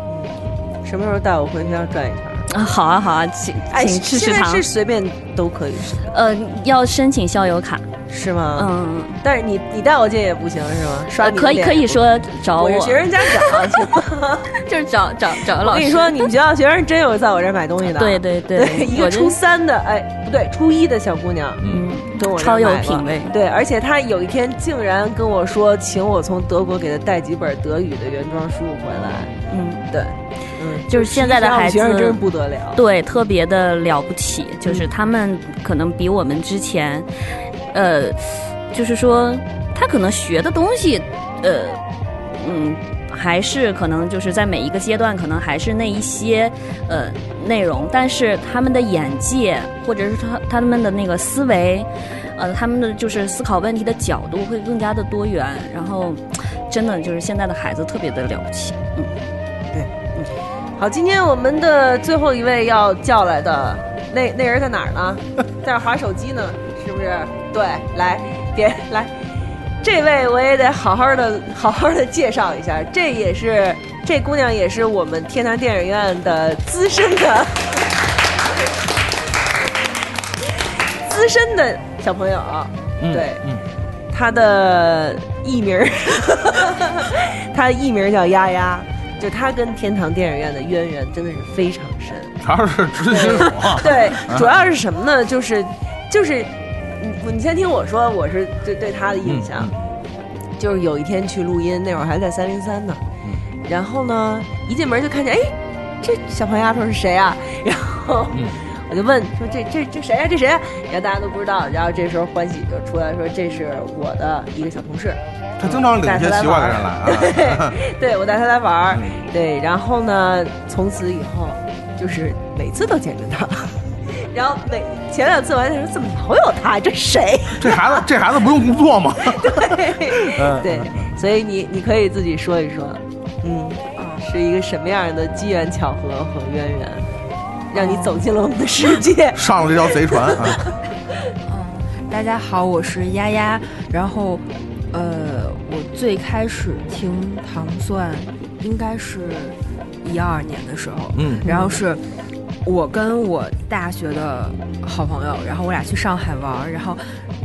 [SPEAKER 3] 什么时候带我回学校转一圈？
[SPEAKER 14] 啊，好啊，好啊，请
[SPEAKER 3] 哎，
[SPEAKER 14] 请吃食
[SPEAKER 3] 现在
[SPEAKER 14] 堂
[SPEAKER 3] 是。随便都可以，
[SPEAKER 14] 呃，要申请校友卡，
[SPEAKER 3] 是吗？
[SPEAKER 14] 嗯，
[SPEAKER 3] 但是哎你你带我进也不行是吗？刷
[SPEAKER 14] 呃
[SPEAKER 3] 你的
[SPEAKER 14] 可以
[SPEAKER 3] 脸
[SPEAKER 14] 可以说找我
[SPEAKER 3] 我是学生家长，行吗
[SPEAKER 14] 就是找找 [LAUGHS] 找
[SPEAKER 3] 我
[SPEAKER 14] 老师。 [LAUGHS]
[SPEAKER 3] 跟你说，你们学校学生真有在我这儿买东西的。啊
[SPEAKER 14] 对对对
[SPEAKER 3] 一个
[SPEAKER 14] 我真
[SPEAKER 3] 初三的，哎，不对，初一的小姑娘，
[SPEAKER 14] 嗯，
[SPEAKER 3] 跟我这儿
[SPEAKER 14] 超有
[SPEAKER 3] 买了
[SPEAKER 14] 品味
[SPEAKER 3] 对，而且她有一天竟然跟我说，请我从德国给她带几本德语的原装书回来。
[SPEAKER 14] 嗯，
[SPEAKER 3] 对，嗯，
[SPEAKER 14] 就是现在的孩子
[SPEAKER 3] 学生真不得了。嗯
[SPEAKER 14] 对，特别的了不起，就是他们可能比我们之前，呃，就是说他可能学的东西，呃，嗯，还是可能就是在每一个阶段，可能还是那一些呃内容，但是他们的眼界或者是他他们的那个思维，呃，他们的就是思考问题的角度会更加的多元，然后真的就是现在的孩子特别的了不起，嗯。
[SPEAKER 3] 好，今天我们的最后一位要叫来的，那那人在哪儿呢？在那儿划手机呢，是不是？对，来，别来，这位我也得好好的、好好的介绍一下，这也是这姑娘也是我们天堂电影院的资深的资深的小朋友，啊对，他的艺名儿， [LAUGHS] 他的艺名儿叫丫丫，就他跟天堂电影院的渊源真的是非常深。
[SPEAKER 2] 主要是知心所。
[SPEAKER 3] [LAUGHS] 对，主
[SPEAKER 2] 啊
[SPEAKER 3] 要是什么呢？就是就是，你你先听我说，我是对对他的印象，就是有一天去录音，那会儿还在三零三呢，然后呢，一进门就看见，哎，这小胖丫头是谁啊？然后。我就问说这这这谁呀、这谁呀、然后大家都不知道。然后这时候欢喜就出来说这是我的一个小同事，
[SPEAKER 2] 他经常领一些奇怪的人来啊。嗯
[SPEAKER 3] [LAUGHS] 对我带他来玩儿，对，然后呢，从此以后就是每次都见着他，然后每前两次我还在说怎么老有他，这谁？
[SPEAKER 2] 这孩子，这孩子不用工作吗？嗯
[SPEAKER 3] [LAUGHS] 对，所以你你可以自己说一说，嗯，是一个什么样的机缘巧合和渊源，让你走进了我们的世界，
[SPEAKER 2] 上了这条贼船啊！
[SPEAKER 15] 大家好，我是丫丫。然后，呃，我最开始听糖蒜应该是一二年的时候，
[SPEAKER 12] 嗯
[SPEAKER 15] 然后是我跟我大学的好朋友，然后我俩去上海玩儿，然后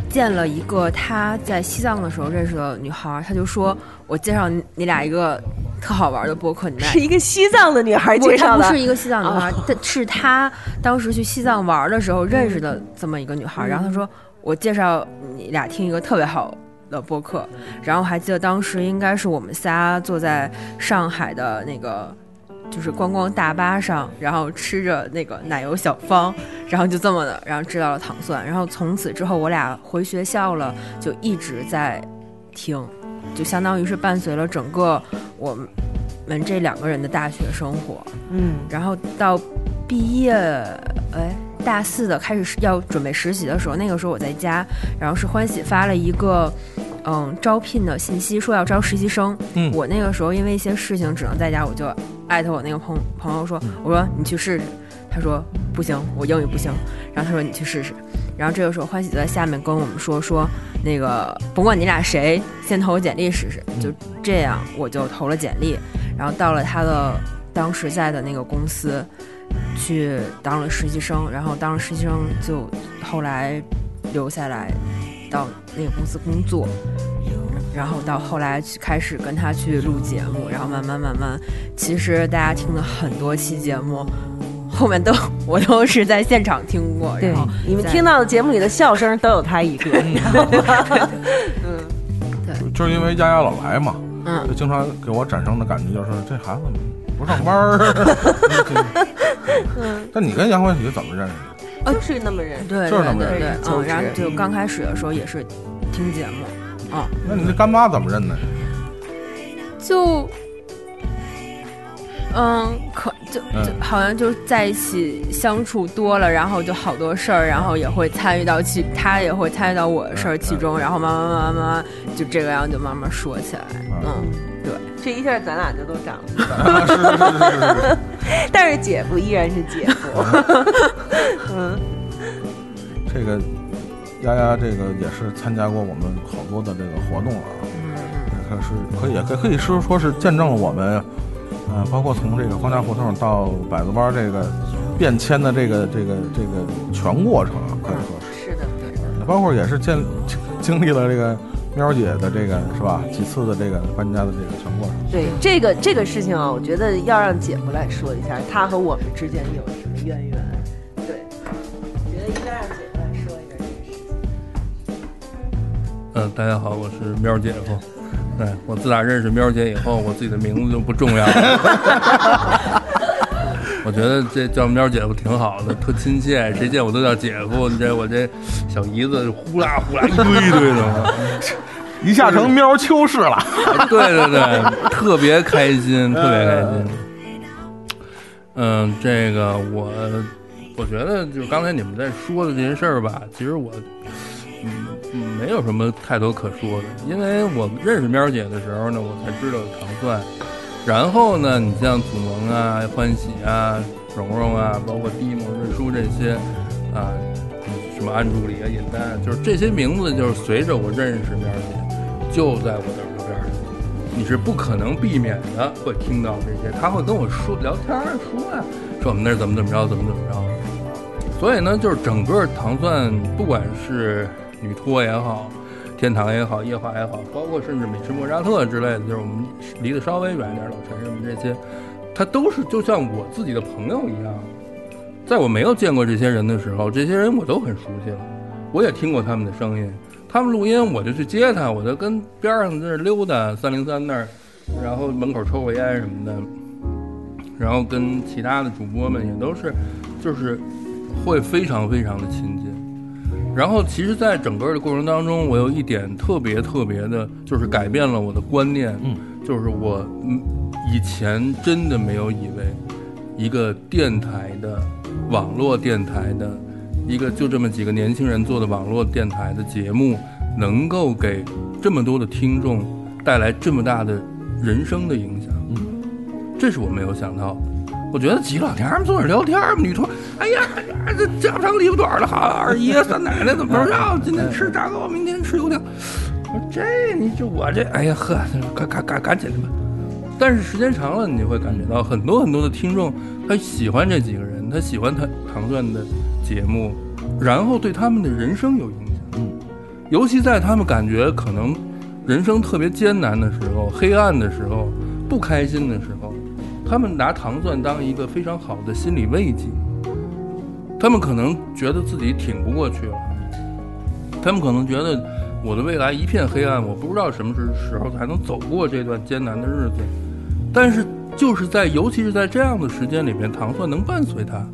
[SPEAKER 15] 见了一个他在西藏的时候认识的女孩儿，他就说我介绍你俩一个特好玩的播客，你们俩
[SPEAKER 3] 是一个西藏的女孩介绍
[SPEAKER 15] 不
[SPEAKER 3] 的，
[SPEAKER 15] 她不是一个西藏女孩，
[SPEAKER 3] 哦
[SPEAKER 15] 但是她当时去西藏玩的时候认识的这么一个女孩。
[SPEAKER 3] 嗯
[SPEAKER 15] 然后她说，我介绍你俩听一个特别好的播客。然后还记得当时应该是我们仨坐在上海的那个。就是观光大巴上，然后吃着那个奶油小方，然后就这么的，然后知道了糖蒜，然后从此之后我俩回学校了，就一直在听，就相当于是伴随了整个我们这两个人的大学生活。
[SPEAKER 3] 嗯，
[SPEAKER 15] 然后到毕业，哎，大四的开始要准备实习的时候，那个时候我在家，然后是欢喜发了一个。嗯，招聘的信息说要招实习生。
[SPEAKER 16] 嗯
[SPEAKER 15] 我那个时候因为一些事情只能在家，我就艾特我那个朋朋友说，我说你去试试。他说不行，我英语不行。然后他说你去试试。然后这个时候欢喜就在下面跟我们说说，那个甭管你俩谁先投简历试试。就这样，我就投了简历，然后到了他的当时在的那个公司去当了实习生，然后当了实习生就后来留下来到那个公司工作。然后到后来去开始跟他去录节目，然后慢慢慢慢，其实大家听的很多期节目，后面都 [LAUGHS] 我都是在现场听过，然后
[SPEAKER 3] 你们
[SPEAKER 15] 在
[SPEAKER 3] 听到的节目里的笑声都有她
[SPEAKER 15] [LAUGHS]
[SPEAKER 3] 一个，
[SPEAKER 2] 嗯
[SPEAKER 3] 你知道吗？ [LAUGHS]
[SPEAKER 2] 就是因为丫丫老来嘛，
[SPEAKER 15] 嗯
[SPEAKER 2] 就经常给我产生的感觉就是这孩子不上班儿。但你跟杨欢喜怎么认识的？
[SPEAKER 3] 就是那么人，
[SPEAKER 15] 哦对
[SPEAKER 2] 就是
[SPEAKER 15] 对
[SPEAKER 2] 那么
[SPEAKER 15] 对
[SPEAKER 2] 回事
[SPEAKER 15] 对
[SPEAKER 2] 儿，就
[SPEAKER 15] 嗯，
[SPEAKER 2] 是
[SPEAKER 15] 然后就刚开始的时候也是听节目，啊，
[SPEAKER 2] 那你这干妈怎么认的？
[SPEAKER 15] 就，嗯，可就
[SPEAKER 2] 嗯
[SPEAKER 15] 就好像就是在一起相处多了，然后就好多事儿，然后也会参与到其他也会参与到我的事儿其中，然后慢慢慢慢慢慢就这个样就慢慢说起来，嗯，对。
[SPEAKER 3] 这一下咱俩就都长
[SPEAKER 2] 了， [LAUGHS] 是是 [LAUGHS] 是
[SPEAKER 3] 但是姐夫依然是
[SPEAKER 2] [LAUGHS]
[SPEAKER 3] 姐夫，嗯，
[SPEAKER 2] 这个丫丫这个也是参加过我们好多的这个活动了啊，可是可以也可以可以说说是见证了我们，呃，包括从这个方家胡同到百子湾这个变迁的这个这个这个全过程啊，可以说是，
[SPEAKER 3] 是的，对的，
[SPEAKER 2] 包括也是见经历了这个喵姐的这个是吧几次的这个搬家的这个全过程。
[SPEAKER 3] 对这个这个事情啊，我觉得要让姐夫来说一下，他和我们之间有什么渊源？对，我觉得应该让姐夫来说一下这个事情。
[SPEAKER 11] 嗯，大家好，我是喵姐夫。对，我自打认识喵姐以后，我自己的名字就不重要
[SPEAKER 2] [LAUGHS]
[SPEAKER 11] 了。我觉得这叫喵姐夫挺好的，特亲切，谁见我都叫姐夫。你这我这小姨子呼啦呼啦一堆一
[SPEAKER 2] [LAUGHS]
[SPEAKER 11] 堆的，
[SPEAKER 2] 一下成喵秋氏了。
[SPEAKER 11] [LAUGHS] 对对对，特别开心，特别开心。嗯，这个我我觉得就是刚才你们在说的这些事儿吧，其实我嗯没有什么太多可说的，因为我认识喵姐的时候呢，我才知道有糖蒜。然后呢，你像祖萌啊、欢喜啊、蓉蓉啊，包括蒂蒙、认叔这些啊，什么安助理啊、尹丹啊，就是这些名字，就是随着我认识喵姐，就在我的耳边儿，你是不可能避免的会听到这些。他会跟我说聊天儿说呀、说我们那儿怎么怎么着，怎么怎么着。所以呢，就是整个糖蒜，不管是女托也好，天堂也好，夜话也好，包括甚至美食莫扎特之类的，就是我们离得稍微远一点，老陈什么这些，他都是就像我自己的朋友一样。在我没有见过这些人的时候，这些人我都很熟悉了，我也听过他们的声音。他们录音，我就去接他，我就跟边上这儿溜达，三零三那儿，然后门口抽个烟什么的，然后跟其他的主播们也都是，就是会非常非常的亲近。然后，其实，在整个的过程当中，我有一点特别特别的，就是改变了我的观念。嗯，就是我嗯以前真的没有以为一个电台的网络电台的一个就这么几个年轻人做的网络电台的节目，能够给这么多的听众带来这么大的人生的影响。嗯，这是我没有想到的。我觉得几个老娘们坐着聊天儿，女同，哎呀，哎呀这家不长里不短的，好二姨啊三奶奶怎么着？今天吃炸糕，明天吃油条。我说这你就我这，哎呀呵，赶赶赶赶紧的吧。但是时间长了，你会感觉到很多很多的听众，他喜欢这几个人，他喜欢他唐钻的节目，然后对他们的人生有影响。尤其在他们感觉可能人生特别艰难的时候、黑暗的时候，不开心的时候，他们拿糖蒜当一个非常好的心理慰藉。他们可能觉得自己挺不过去了，他们可能觉得我的未来一片黑暗，我不知道什么时时候才能走过这段艰难的日子。但是就是在，尤其是在这样的时间里面，糖蒜能伴随他，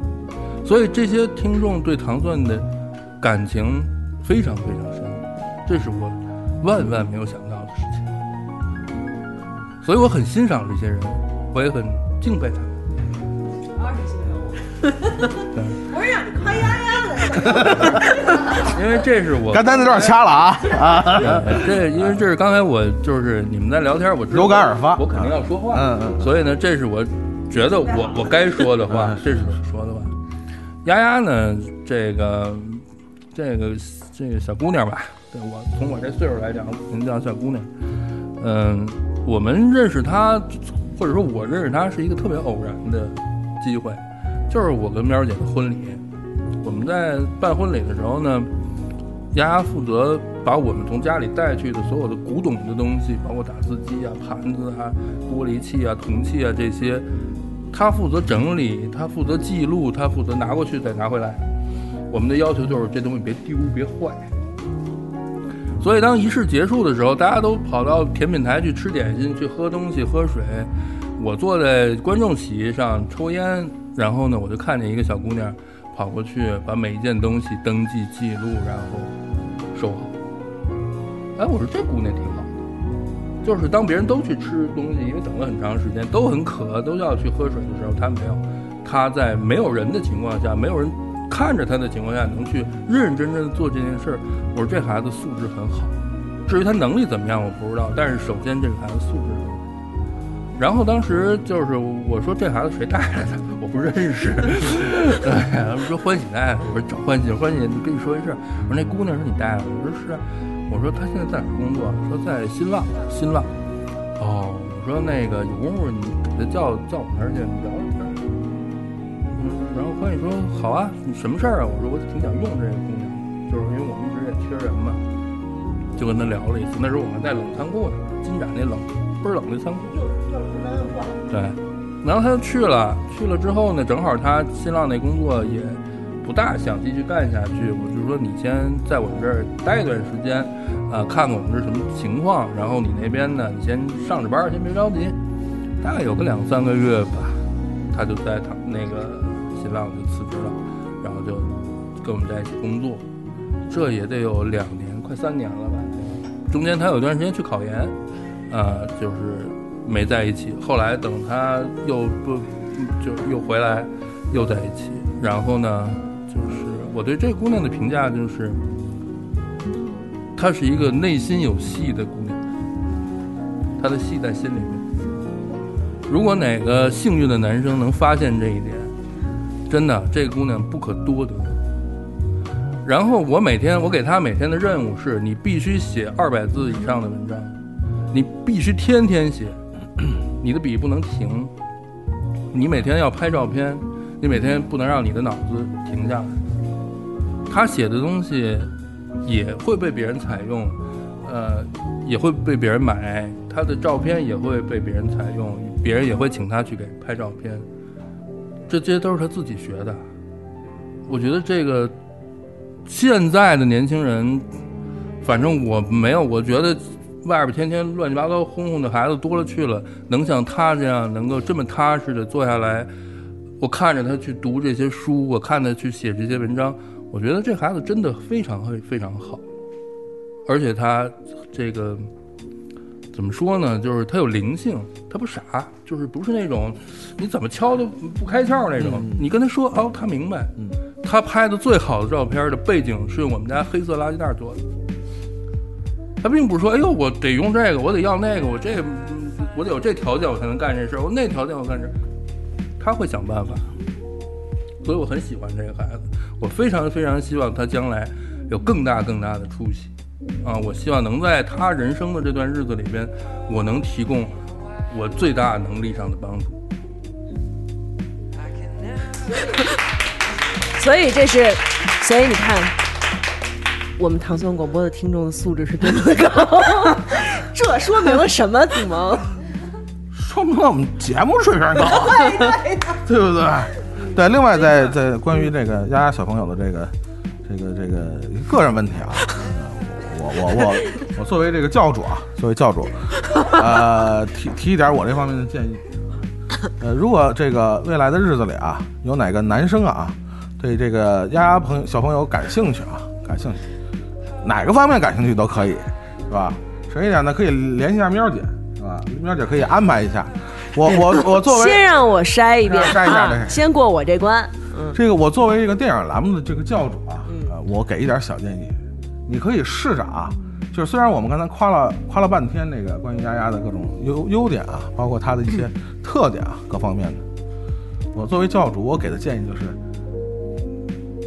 [SPEAKER 11] 所以这些听众对糖蒜的感情非常非常深，这是我万万没有想到的事情。所以我很欣赏这些人，我也很敬佩他们。
[SPEAKER 5] [LAUGHS]
[SPEAKER 3] 不是让你快丫丫的，
[SPEAKER 11] [LAUGHS] 因为这是我
[SPEAKER 2] 刚才那段掐了啊
[SPEAKER 11] [LAUGHS]
[SPEAKER 2] 啊！
[SPEAKER 11] 这因为这是刚才我就是你们在聊天，我知道
[SPEAKER 2] 有感而发
[SPEAKER 11] 我肯定要说话，
[SPEAKER 2] 嗯嗯，
[SPEAKER 11] 所以呢，这是我觉得我我该说的话，这是我说的话。丫丫呢，这个这个这个小姑娘吧，对我从我这岁数来讲，您叫小姑娘，嗯，我们认识她，或者说我认识她是一个特别偶然的机会，就是我跟喵姐的婚礼，我们在办婚礼的时候呢，丫丫负责把我们从家里带去的所有的古董的东西，包括打字机啊、盘子啊、玻璃器啊、铜器啊这些，她负责整理，她负责记录，她负责拿过去再拿回来。我们的要求就是这东西别丢，别坏。所以当仪式结束的时候，大家都跑到甜品台去吃点心、去喝东西、喝水。我坐在观众席上抽烟，然后呢，我就看见一个小姑娘跑过去，把每一件东西登记记录，然后收好。哎，我说这姑娘挺好的，就是当别人都去吃东西，因为等了很长时间，都很渴，都要去喝水的时候，她没有，她在没有人的情况下，没有人看着她的情况下，能去认认真真的做这件事儿。我说这孩子素质很好，至于她能力怎么样，我不知道，但是首先这个孩子素质很好。然后当时就是我说这孩子谁带来的，我不认识。对，他们说欢喜带的，我说找欢喜，欢喜跟你说一事儿。我说那姑娘是你带的，我说是啊。我说她现在在哪儿工作？说在新浪，新浪。哦，我说那个有功夫你给她叫叫我那儿去聊聊天儿。嗯，然后欢喜说好啊，你什么事儿啊？我说我挺想用这个姑娘，就是因为我们一直也缺人嘛，就跟她聊了一次。那时候我还在冷仓库呢，金展那冷倍儿冷那仓库。对，然后他就去了，去了之后呢，正好他新浪那工作也不大想继续干下去，我就说你先在我们这儿待一段时间，呃，看看我们这什么情况，然后你那边呢，你先上着班儿，先别着急，大概有个两三个月吧，他就在他那个新浪就辞职了，然后就跟我们在一起工作，这也得有两年，快三年了吧，中间他有段时间去考研，呃，就是没在一起。后来等他又不，就又回来，又在一起。然后呢，就是我对这姑娘的评价就是，她是一个内心有戏的姑娘，她的戏在心里面。如果哪个幸运的男生能发现这一点，真的，这个姑娘不可多得。然后我每天，我给她每天的任务是：你必须写二百字以上的文章，你必须天天写， [CLEARS THROAT] 你的笔不能停，你每天要拍照片，你每天不能让你的脑子停下来。他写的东西也会被别人采用，呃，也会被别人买，他的照片也会被别人采用，别人也会请他去给拍照片，这些都是他自己学的。我觉得这个现在的年轻人，反正我没有，我觉得外边天天乱七八糟哄哄的孩子多了去了，能像他这样能够这么踏实的坐下来，我看着他去读这些书，我看他去写这些文章，我觉得这孩子真的非常会非常好，而且他这个怎么说呢？就是他有灵性，他不傻，就是不是那种你怎么敲都不开窍那种。你跟他说哦，他明白。他拍的最好的照片的背景是用我们家黑色垃圾袋做的。他并不是说，哎呦，我得用这个，我得要那个，我这嗯我得有这条件我才能干这事儿，我那条件我干这事儿。他会想办法，所以我很喜欢这个孩子，我非常非常希望他将来有更大更大的出息。啊，我希望能在他人生的这段日子里边，我能提供我最大能力上的帮助。
[SPEAKER 3] 所以这是，所以你看，我们唐宋广播的听众的 [LAUGHS] 素质是多么的高，这说明了什么？子萌，
[SPEAKER 11] 说
[SPEAKER 2] 能不能我们节目水平高啊？对不对？对，另外在在关于这个丫丫小朋友的这个这个这个个人问题啊，我我我我作为这个教主啊，作为教主，呃，提提一点我这方面的建议，呃，如果这个未来的日子里啊，有哪个男生啊，对这个丫丫朋小朋友感兴趣啊，感兴趣，哪个方面感兴趣都可以，是吧？省一点呢，可以联系一下喵姐，是吧？喵姐可以安排一下。我
[SPEAKER 3] [LAUGHS]
[SPEAKER 2] 我我作为
[SPEAKER 3] 先让我筛一遍，
[SPEAKER 2] 筛一下
[SPEAKER 3] 啊
[SPEAKER 2] 这个
[SPEAKER 3] 先过我这关。嗯，
[SPEAKER 2] 这个我作为这个电影栏目的这个教主啊，呃我给一点小建议，你可以试着啊，就是虽然我们刚才夸了夸了半天那个关于丫丫的各种优优点啊，包括她的一些特点啊，各方面的，我作为教主，我给的建议就是，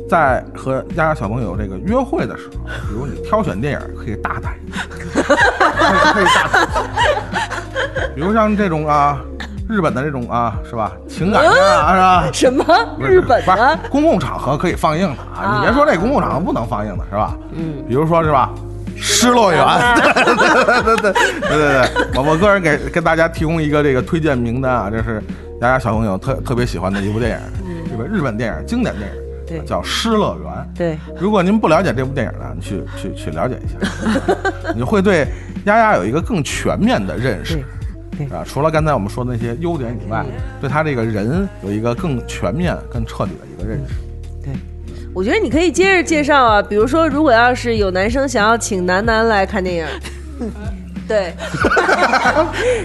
[SPEAKER 2] 在和丫丫小朋友这个约会的时候，比如你挑选电影可以大胆一点， [LAUGHS] 可以可以大胆一点，比如像这种啊。日本的这种啊，是吧？情感片啊，是 [LAUGHS] 吧？
[SPEAKER 3] 什么
[SPEAKER 2] 不是日本的公共场合可以放映的啊？你别说这公共场合不能放映的是吧？嗯，比如说是吧？失乐园，对对对 [LAUGHS] 对对对对，我我个人给给大家提供一个这个推荐名单啊，这是大家小朋友特特别喜欢的一部电
[SPEAKER 3] 嗯
[SPEAKER 2] 影，日本日本电影经典电影。
[SPEAKER 3] 对
[SPEAKER 2] 叫《失乐园》。
[SPEAKER 3] 对，
[SPEAKER 2] 如果您不了解这部电影呢，你去去去了解一
[SPEAKER 3] [LAUGHS]
[SPEAKER 2] 下，你会对丫丫有一个更全面的认识。啊，除了刚才我们说的那些优点以外，
[SPEAKER 3] 嗯
[SPEAKER 2] 对他这个人有一个更全面、更彻底的一个认识。
[SPEAKER 3] 我觉得你可以接着介绍啊，比如说，如果要是有男生想要请楠楠来看电影，
[SPEAKER 2] [LAUGHS]
[SPEAKER 3] 对，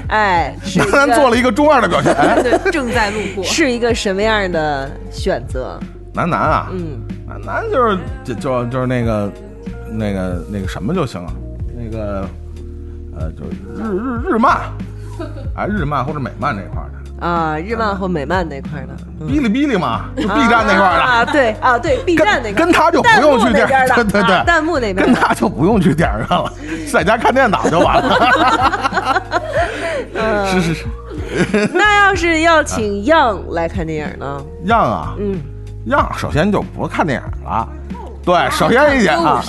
[SPEAKER 3] 哎，是一
[SPEAKER 2] 当然做了一个中二的表情。哎
[SPEAKER 3] [LAUGHS] 对，
[SPEAKER 14] 正在路过
[SPEAKER 3] 是一个什么样的选择？
[SPEAKER 2] 楠楠啊，
[SPEAKER 3] 嗯，
[SPEAKER 2] 楠楠就是就就就是那个那个那个什么就行了，那个呃，就是日日日
[SPEAKER 3] [LAUGHS]
[SPEAKER 2] 漫，啊，日漫或者美漫这块儿的，
[SPEAKER 3] 啊，日漫或美漫那块儿的，
[SPEAKER 2] 哔哩哔哩嘛，就
[SPEAKER 3] 啊
[SPEAKER 2] B 站那块儿的。
[SPEAKER 3] 啊，对啊，对，B 站那块儿
[SPEAKER 2] 跟他就不用去
[SPEAKER 3] 弹幕那
[SPEAKER 2] 电
[SPEAKER 3] 边儿
[SPEAKER 2] 影，
[SPEAKER 3] 的，
[SPEAKER 2] [LAUGHS] 对对
[SPEAKER 3] 啊
[SPEAKER 2] 对，
[SPEAKER 3] 弹幕那边儿
[SPEAKER 2] 跟
[SPEAKER 3] 的
[SPEAKER 2] 他就不用去电影院了，在家看电脑就完了。是是是，
[SPEAKER 3] 嗯那要是要请 Young 来看电影呢？
[SPEAKER 2] 样啊，
[SPEAKER 3] 嗯，
[SPEAKER 2] 样，首先就不看电影了，对，首先一点啊，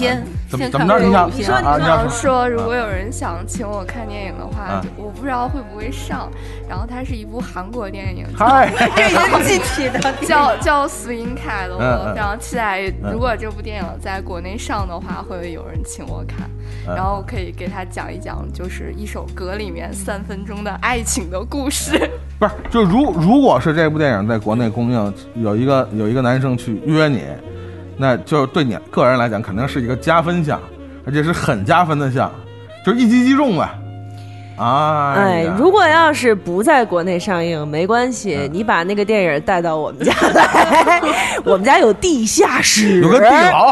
[SPEAKER 2] 怎么怎么着？你想
[SPEAKER 13] 你说
[SPEAKER 2] 啊，
[SPEAKER 13] 你
[SPEAKER 2] 你要
[SPEAKER 13] 想说，如果有人想请我看电影的话
[SPEAKER 2] 啊，
[SPEAKER 13] 就我不知道会不会上。然后它是一部韩国电影， [LAUGHS]
[SPEAKER 2] 嗨这
[SPEAKER 12] 已经具体
[SPEAKER 2] [LAUGHS]
[SPEAKER 12] 的电影
[SPEAKER 13] 叫叫《死因凯罗》，
[SPEAKER 12] 嗯
[SPEAKER 13] 我
[SPEAKER 12] 嗯
[SPEAKER 13] 非常期待。
[SPEAKER 12] 嗯
[SPEAKER 13] 如果这部电影在国内上的话，会有人请我看，
[SPEAKER 12] 嗯
[SPEAKER 13] 然后可以给他讲一讲，就是一首歌里面三分钟的爱情的故事。
[SPEAKER 2] 不是，就如如果是这部电影在国内公映，有一个有一个男生去约你，那就对你个人来讲肯定是一个加分项，而且是很加分的项，就是一击即中呗。啊，
[SPEAKER 3] 哎，如果要是不在国内上映，没关
[SPEAKER 2] 嗯
[SPEAKER 3] 系，你把那个电影带到
[SPEAKER 2] [LAUGHS]
[SPEAKER 3] 我们家来，我们家有地下室，
[SPEAKER 2] 有个地牢，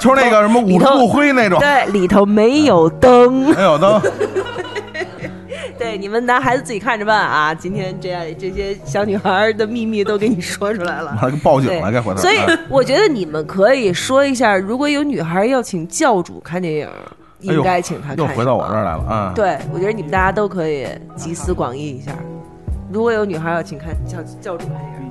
[SPEAKER 2] 就是那个什么五十度灰那种，哎
[SPEAKER 3] 对，里头没有灯，
[SPEAKER 2] 没有灯。
[SPEAKER 3] [LAUGHS] 对，你们拿孩子自己看着办啊！今天这样这些小女孩的秘密都给你说出来了，
[SPEAKER 2] 完了 [LAUGHS] 报警了
[SPEAKER 3] 对
[SPEAKER 2] 该回头
[SPEAKER 3] 所以
[SPEAKER 2] 哎
[SPEAKER 3] 我觉得你们可以说一下，如果有女孩要请教主看电影，
[SPEAKER 2] 哎呦
[SPEAKER 3] 应该请她看什
[SPEAKER 2] 又
[SPEAKER 3] 么。
[SPEAKER 2] 回到我这儿来了啊。，
[SPEAKER 3] 对，我觉得你们大家都可以集思广益一下。如果有女孩要请看教教主看电影，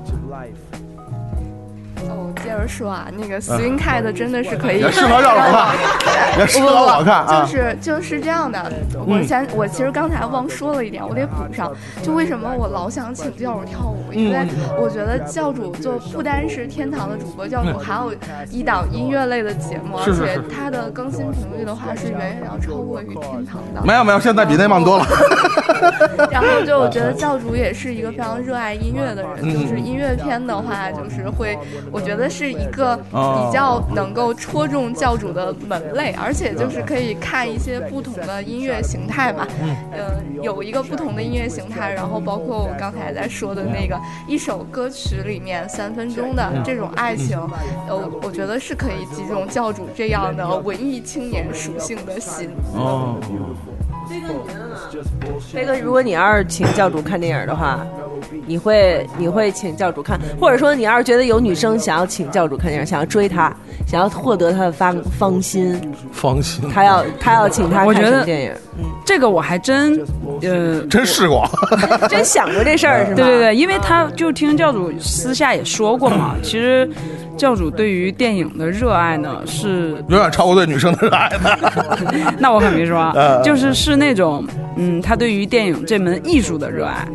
[SPEAKER 13] 哦，接着说啊，那个 swing cat 真的是可以，
[SPEAKER 2] 嗯也适合让我
[SPEAKER 13] [LAUGHS]
[SPEAKER 2] 看也适合我看啊嗯
[SPEAKER 13] 就是就是这样的，我想我其实刚才忘说了一点，我得补上。就为什么我老想请教主跳舞，因为
[SPEAKER 12] 嗯
[SPEAKER 13] 我觉得教主就不单是天堂的主播教主，
[SPEAKER 12] 嗯
[SPEAKER 13] 还有一档音乐类的节目，
[SPEAKER 2] 是
[SPEAKER 13] 而
[SPEAKER 2] 是
[SPEAKER 13] 且
[SPEAKER 2] 是
[SPEAKER 13] 它的更新频率的话是远远要超过于天堂的。
[SPEAKER 2] 没有没有，现在比那慢多了。
[SPEAKER 13] 然后就我觉得教主也是一个非常热爱音乐的人，
[SPEAKER 2] 嗯
[SPEAKER 13] 就是音乐片的话，就是会，我觉得是一个比较能够戳中教主的门类，而且就是可以看一些不同的音乐形态吧。呃，有一个不同的音乐形态，然后包括我刚才在说的那个一首歌曲里面三分钟的这种爱情，呃，我我觉得是可以击中教主这样的文艺青年属性的心。
[SPEAKER 2] 哦，
[SPEAKER 3] 飞哥，如果你要是请教主看电影的话，你会你会请教主看，或者说你要是觉得有女生想要请教主看电影，想要追他，想要获得他的芳芳心，
[SPEAKER 2] [LAUGHS] 放心，
[SPEAKER 3] 他要他要请他
[SPEAKER 5] 我
[SPEAKER 3] 看
[SPEAKER 5] 觉
[SPEAKER 3] 什
[SPEAKER 5] 得
[SPEAKER 3] 么电影？
[SPEAKER 5] 这个我还真呃
[SPEAKER 2] [LAUGHS] 真试过， [LAUGHS]
[SPEAKER 3] [LAUGHS] 真想过这事儿是吗？
[SPEAKER 5] 对对对，因为他就听教主私下也说过嘛，其实教主对于电影的热爱呢是
[SPEAKER 2] 远远超过对女生的热爱的。
[SPEAKER 5] [LAUGHS] 那我可没说啊
[SPEAKER 2] 呃，
[SPEAKER 5] 就是是那种嗯，他对于电影这门艺术的热爱，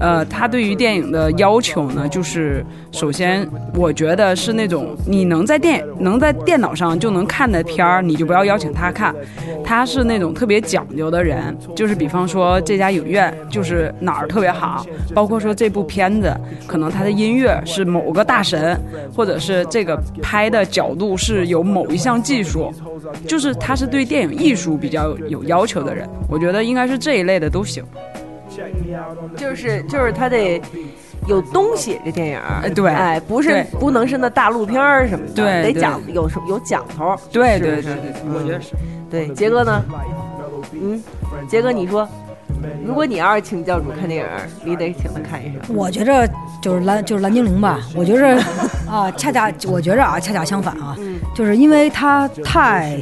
[SPEAKER 5] 呃，他对于电影的要求呢，就是首先我觉得是那种你能在电能在电脑上就能看的片儿，你就不要邀请他看。他是那种特别讲究的人，就是比方说这家影院就是哪儿特别好，包括说这部片子可能它的音乐是某个大神，或者是这个拍的角度是有某一项技术，就是他是对电影艺术比较有有要求的人。我觉得应该是这一类的都行。
[SPEAKER 3] 就是就是他得有东西，这电影儿，
[SPEAKER 5] 呃对
[SPEAKER 3] 哎，不是
[SPEAKER 5] 对
[SPEAKER 3] 不能是那大陆片儿什么的，
[SPEAKER 5] 对
[SPEAKER 3] 得
[SPEAKER 5] 对
[SPEAKER 3] 讲有什么有讲头，
[SPEAKER 5] 对
[SPEAKER 3] 是
[SPEAKER 5] 对
[SPEAKER 3] 是
[SPEAKER 5] 对对
[SPEAKER 3] 嗯
[SPEAKER 5] 我觉得是
[SPEAKER 3] 对，杰
[SPEAKER 5] [LAUGHS]
[SPEAKER 3] 哥呢？嗯，杰哥你说，如果你要是请教主看电影儿，你得请他看一场。
[SPEAKER 7] 我觉着就是蓝就是蓝精灵吧，我觉
[SPEAKER 3] [LAUGHS]
[SPEAKER 7] 着啊，恰恰我觉着啊，恰恰相反啊，就是因为他太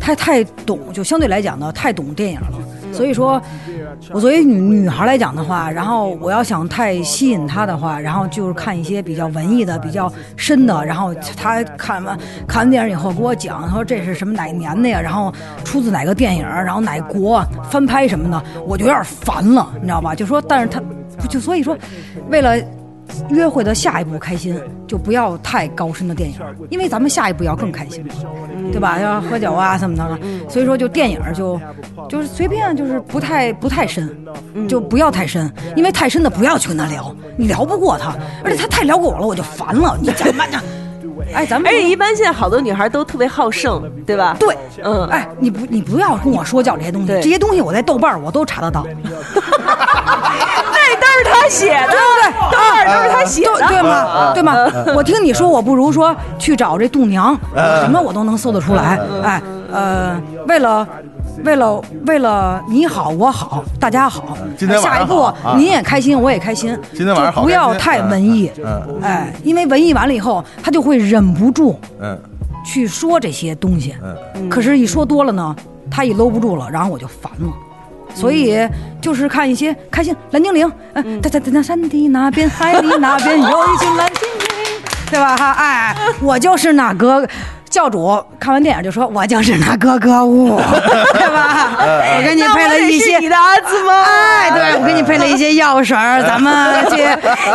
[SPEAKER 7] 太太懂，就相对来讲呢，太懂电影了。所以说，我作为女女孩来讲的话，然后我要想太吸引她的话，然后就是看一些比较文艺的、比较深的，然后她看完看完电影以后给我讲，说这是什么哪个年的呀，然后出自哪个电影，然后哪国翻拍什么的，我就有点烦了，你知道吧？就说，但是她就所以说，为了。约会的下一步开心，就不要太高深的电影，因为咱们下一步要嗯更开心，对吧？要喝酒啊什么的，所以说就电影就就是随便，就是不太不太深，就不要太深，因为太深的不要去跟他聊，你聊不过他，而且他太聊过我了，我就烦了。你怎么着？哎，咱们
[SPEAKER 3] 而且一般现在好多女孩都特别好胜，对吧？
[SPEAKER 7] 对，
[SPEAKER 3] 嗯，
[SPEAKER 7] 哎，你不你不要跟我说教这些东西，这些东西我在豆瓣儿我都查得到。
[SPEAKER 3] 哎那都是他写的，对
[SPEAKER 7] 不对？啊
[SPEAKER 3] 豆瓣儿都是他写的，
[SPEAKER 7] 对
[SPEAKER 3] 啊
[SPEAKER 7] 吗？对吗？我听你说，我不如说去找这度娘，
[SPEAKER 2] 啊
[SPEAKER 3] 嗯
[SPEAKER 7] 什么我都能搜得出来
[SPEAKER 3] 嗯嗯。
[SPEAKER 7] 哎，呃，为了。为了为了你好我好大家好，
[SPEAKER 2] 今天晚上
[SPEAKER 7] 下一步
[SPEAKER 2] 好啊
[SPEAKER 7] 您也开心我也开心，
[SPEAKER 2] 今天晚上
[SPEAKER 7] 就
[SPEAKER 2] 好
[SPEAKER 7] 不
[SPEAKER 2] 开心
[SPEAKER 7] 要太文艺，
[SPEAKER 2] 嗯
[SPEAKER 7] 哎，因为文艺完了以后，他就会忍不住
[SPEAKER 2] 嗯
[SPEAKER 7] 去说这些东西，
[SPEAKER 2] 嗯，
[SPEAKER 7] 可是，一说多了呢，他也搂不住了，然后我就烦了。所以就是看一些开心蓝精灵，嗯，在在在那山的那边，海的那边有一群蓝精灵， [LAUGHS] 对吧？哈，哎，我就是哪个教主，看完电影就说我就是哪个歌舞，对吧？
[SPEAKER 12] 嗯
[SPEAKER 7] 我给你配了一
[SPEAKER 12] 那我也
[SPEAKER 7] 些
[SPEAKER 12] 是你
[SPEAKER 3] 的阿兹吗？
[SPEAKER 7] 哎，对，我给你配了一些药水儿，咱们去，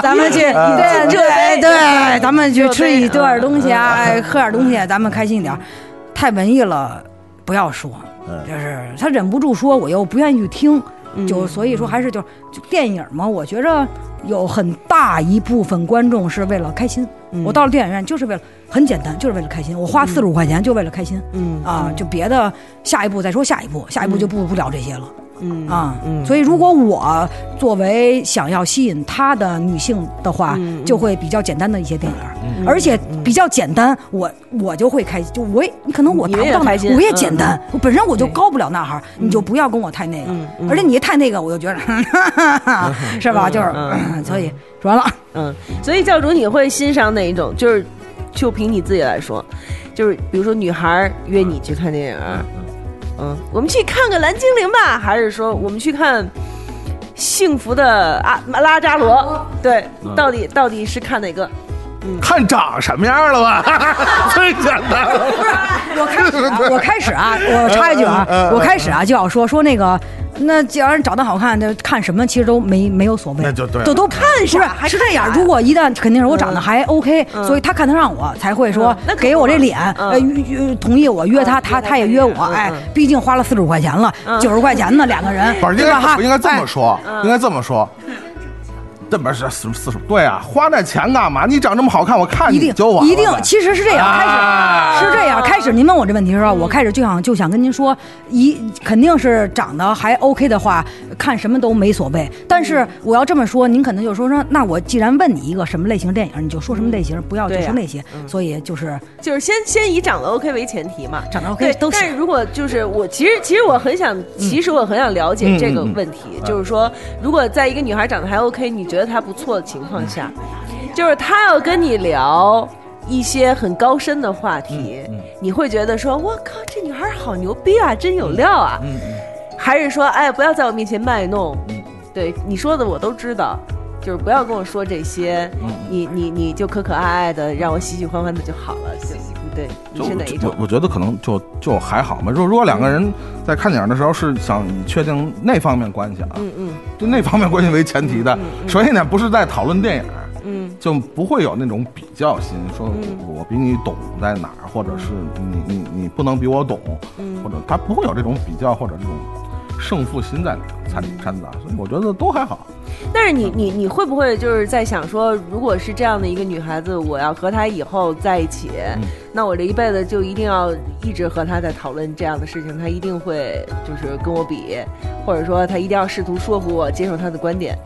[SPEAKER 7] 咱们去，
[SPEAKER 12] 嗯
[SPEAKER 7] 对
[SPEAKER 12] 这
[SPEAKER 7] 对对，咱们去
[SPEAKER 12] 这
[SPEAKER 7] 吃一点东西啊，哎喝点东西，咱们开心一点儿。太文艺了，不要说。就是他忍不住说，我又不愿意去听，
[SPEAKER 3] 嗯
[SPEAKER 7] 就所以说还是就是就电影嘛，我觉着有很大一部分观众是为了开心。
[SPEAKER 3] 嗯
[SPEAKER 7] 我到了电影院就是为了很简单，就是为了开心。我花四十五块钱就为了开心，
[SPEAKER 3] 嗯
[SPEAKER 7] 啊，就别的下一步再说下一步，下一步就不不聊这些了。
[SPEAKER 3] 嗯
[SPEAKER 7] 啊，所以如果我作为想要吸引她的女性的话，就会比较简单的一些电影儿，
[SPEAKER 3] 嗯
[SPEAKER 7] 而且比较简单，我我就会开心，就我也可能我达不到那
[SPEAKER 3] 你也开心
[SPEAKER 7] 儿，我也简单
[SPEAKER 3] 嗯，
[SPEAKER 7] 我本身我就高不了那行，你
[SPEAKER 2] 嗯
[SPEAKER 7] 就不要跟我太那个，而且你一太那个，我就觉
[SPEAKER 2] [LAUGHS]
[SPEAKER 7] 得是吧？就是
[SPEAKER 3] 嗯，
[SPEAKER 7] 所以说完了，
[SPEAKER 3] 嗯，所以教主你会欣赏哪一种？就是就凭你自己来说，就是比如说女孩儿约你去看电影儿，嗯，我们去看个蓝精灵吧，还是说我们去看《幸福的阿拉扎罗》？对，
[SPEAKER 2] 嗯
[SPEAKER 3] 到底到底是看哪个？
[SPEAKER 7] 嗯
[SPEAKER 2] 看长什么样了吧， [LAUGHS] 最简单了。
[SPEAKER 7] 我开始啊，我开
[SPEAKER 2] [LAUGHS]
[SPEAKER 7] 始啊，我插一句啊
[SPEAKER 2] 嗯嗯嗯，嗯
[SPEAKER 7] 我开始啊就要说说那个，那既然长得好看，那看什么其实都没没有所谓，
[SPEAKER 2] 那就对了嗯
[SPEAKER 7] 都都看是吧？是这样，如果一旦肯定是我长得还 OK，所以
[SPEAKER 2] 嗯
[SPEAKER 7] 他看得上我才会说给我这脸，呃，约约同意我约
[SPEAKER 2] 嗯
[SPEAKER 7] 他，他他也约
[SPEAKER 2] 啊
[SPEAKER 7] 我，哎，毕竟花了四十五块钱了，九十块钱呢两个人，
[SPEAKER 2] 不是应
[SPEAKER 7] 对吧？
[SPEAKER 2] 该
[SPEAKER 7] 哈，
[SPEAKER 2] 嗯不应该这
[SPEAKER 7] 哎
[SPEAKER 2] 么说，应该这么说。这不是四四十，对啊，花那钱干嘛？你长这么好看，我看
[SPEAKER 7] 一
[SPEAKER 2] 你
[SPEAKER 7] 定
[SPEAKER 2] 就完了呗
[SPEAKER 7] 一定，其实是这样，
[SPEAKER 2] 啊
[SPEAKER 7] 开始是这样，开始您问我这问题的时候，我开始就想就想跟您说，一肯定是长得还 OK 的话，看什么都没所谓。但是我要这么说，您可能就说说，那我既然问你一个什么类型电影，你就说什么类型，不要就
[SPEAKER 3] 对呀嗯
[SPEAKER 7] 说那些。所以就是
[SPEAKER 3] 就是先先以长得 OK 为前提嘛，
[SPEAKER 7] 长得 OK
[SPEAKER 3] 对，
[SPEAKER 7] 都行嗯
[SPEAKER 3] 但是如果就是我，其实其实我很想，其实我很想了解这个问题，
[SPEAKER 12] 嗯嗯嗯
[SPEAKER 3] 就是说，如果在一个女孩长得还 OK，你觉得她不错的情况下，就是她要跟你聊一些很高深的话题，
[SPEAKER 7] 嗯
[SPEAKER 3] 你会觉得说，我靠，这女孩好牛逼啊，真有料啊，
[SPEAKER 7] 嗯
[SPEAKER 3] 还是说，哎，不要在我面前卖弄，对你说的我都知道，就是不要跟我说这些，你你你就可可爱爱的，让我喜喜欢欢的就好了。就对，你
[SPEAKER 2] 就是
[SPEAKER 3] 哪一
[SPEAKER 2] 我
[SPEAKER 3] 种？
[SPEAKER 2] 我觉得可能就就还好吧。如果如果两个人在看电影的时候是想以确定那方面关系啊，
[SPEAKER 3] 嗯嗯
[SPEAKER 2] 就那方面关系为前提
[SPEAKER 7] 嗯
[SPEAKER 2] 的，首先一点不是在讨论电影，
[SPEAKER 3] 嗯
[SPEAKER 2] 就不会有那种比较心，说
[SPEAKER 3] 嗯
[SPEAKER 2] 我比你懂在哪儿，或者是你你你不能比我懂，
[SPEAKER 3] 嗯
[SPEAKER 2] 或者他不会有这种比较或者这种胜负心在哪儿掺掺杂，所以我觉得都还好。
[SPEAKER 3] 但是你你你会不会就是在想说，如果是这样的一个女孩子，我要和她以后在一起，那我这一辈子就一定要一直和她在讨论这样的事情，她一定会就是跟我比，或者说她一定要试图说服我接受她的观点。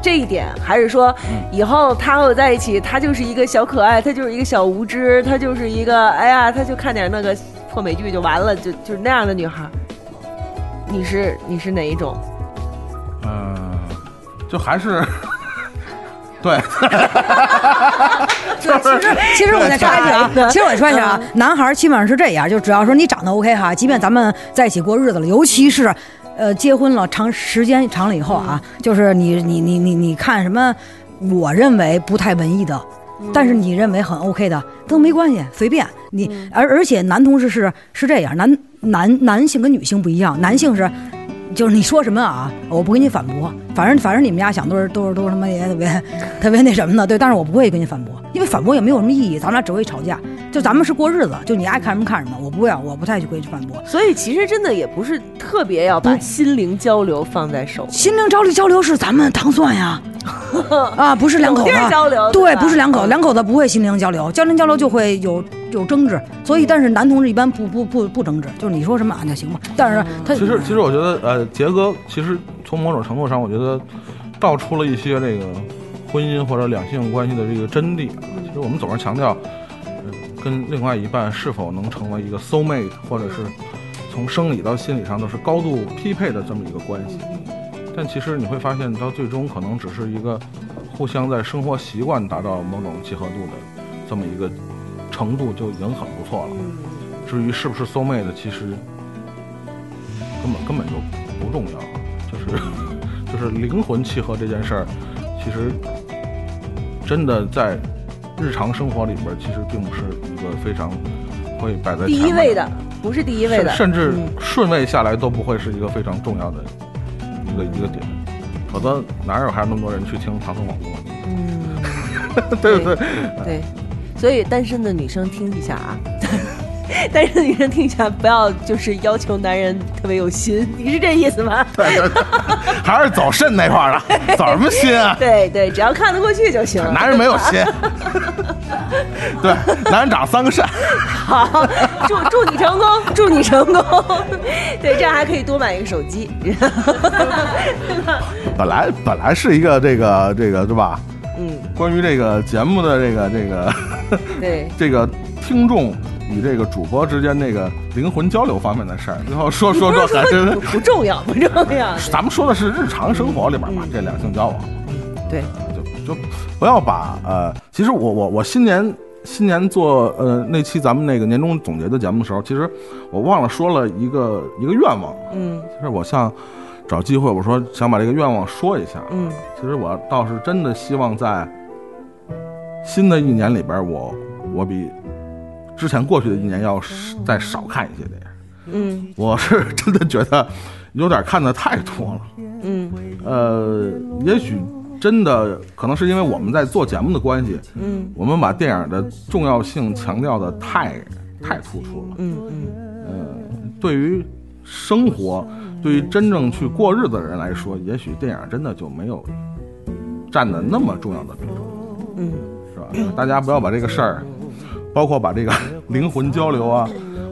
[SPEAKER 3] 这一点，还是说以后她和我在一起，她就是一个小可爱，她就是一个小无知，她就是一个哎呀，她就看点那个破美剧就完了，就就是那样的女孩。你是你是哪一种？
[SPEAKER 2] 嗯，就还是 [LAUGHS] 对。
[SPEAKER 7] 对，其实 [LAUGHS] 其实我再插一句啊，其实我再插一句啊，
[SPEAKER 1] 嗯
[SPEAKER 7] 男孩儿基本上是这样，就只要说你长得 OK 哈，即便咱们在一起过日子了，尤其是。呃，结婚了，长时间长了以后啊，就是你你你你你看什么，我认为不太文艺的，
[SPEAKER 5] 嗯
[SPEAKER 7] 但是你认为很 OK 的，都没关系，随便你。而而且男同事是是这样，男男男性跟女性不一样，男性是就是你说什么啊，我不跟你反驳，反正反正你们家想都是都是都是他妈也 [LAUGHS] 特别特别那什么的，对，但是我不会跟你反驳，因为反驳也没有什么意义，咱们俩只会吵架。就咱们是过日子，就你爱看什么看什么，我不会，我不太去会去反驳。
[SPEAKER 3] 所以其实真的也不是特别要把心灵交流放在手，
[SPEAKER 7] 心灵交流交流是咱们糖蒜呀，啊，不是两口子
[SPEAKER 3] 有地儿交流对
[SPEAKER 7] 对，
[SPEAKER 3] 吧嗯
[SPEAKER 7] 不是两口子，两口子不会心灵交流，心灵交流就会有有争执，所以但是男同志一般不不不不争执，就是你说什么俺就行吧，但是
[SPEAKER 3] 嗯
[SPEAKER 7] 他
[SPEAKER 2] 其实，其实我觉得，呃，杰哥其实从某种程度上，我觉得道出了一些这个婚姻或者两性关系的这个真谛啊。其实我们总是强调，呃跟另外一半是否能成为一个 soul mate，或者是从生理到心理上都是高度匹配的这么一个关系。但其实你会发现，到最终可能只是一个互相在生活习惯达到某种契合度的这么一个程度就已经很不错了。
[SPEAKER 3] 嗯
[SPEAKER 2] 至于是不是 soul mate，其实根本根本就不重要，啊就是 [LAUGHS] 就是灵魂契合这件事儿，其实真的在日常生活里边儿，其实并不是一个非常会摆在
[SPEAKER 3] 第
[SPEAKER 2] 前
[SPEAKER 3] 一
[SPEAKER 2] 面
[SPEAKER 3] 位的，不是第一位的，
[SPEAKER 2] 甚甚至
[SPEAKER 3] 嗯
[SPEAKER 2] 顺位下来都不会是一个非常重要的一个一个点，否则哪有还有那么多人去听唐宋广播？嗯，啊 [LAUGHS] 对不对？
[SPEAKER 3] 对，所以单身的女生听一下啊， [LAUGHS] 单身的女生听一下，不要就是要求男人特别有心，你是这意思吗？？
[SPEAKER 2] 还是走肾那块儿的，走什么心啊
[SPEAKER 3] [LAUGHS] 对对，只要看得过去就行。
[SPEAKER 2] 男人没有心，对，男人长三个肾。
[SPEAKER 3] 好，祝祝你成功，
[SPEAKER 2] [LAUGHS]
[SPEAKER 3] 祝你成功。对，这样还可以多买一个手机。
[SPEAKER 2] 本来本来是一个这个这个对吧？
[SPEAKER 3] 嗯，
[SPEAKER 2] 关于这个节目的这个这个
[SPEAKER 3] 对。
[SPEAKER 2] 这个听众与这个主播之间这个灵魂交流方面的事儿，最后说说
[SPEAKER 3] 你
[SPEAKER 2] 说
[SPEAKER 3] 不 [LAUGHS] 是说
[SPEAKER 2] 还真
[SPEAKER 3] 不重要，不重要。
[SPEAKER 2] 咱们说的是日常生活里边嘛，这两性交往，
[SPEAKER 3] 对，
[SPEAKER 2] 就就不要把呃，其实我我我新年新年做呃那期咱们那个年终总结的节目的时候，其实我忘了说了一个一个愿望，
[SPEAKER 3] 嗯
[SPEAKER 2] 就是我想找机会，我说想把这个愿望说一下。
[SPEAKER 3] 嗯，
[SPEAKER 2] 其实我倒是真的希望在新的一年里边我，我比之前过去的一年要是再少看一些电影。
[SPEAKER 3] 嗯
[SPEAKER 2] 我是真的觉得有点看的太多了。
[SPEAKER 3] 嗯
[SPEAKER 2] 呃，也许真的可能是因为我们在做节目的关系，
[SPEAKER 3] 嗯
[SPEAKER 2] 我们把电影的重要性强调的太太突出了。
[SPEAKER 3] 嗯
[SPEAKER 2] 呃，对于生活，对于真正去过日子的人来说，也许电影真的就没有占的那么重要的比重，
[SPEAKER 3] 嗯，
[SPEAKER 2] 是吧？大家不要把这个事儿，包括把这个灵魂交流啊，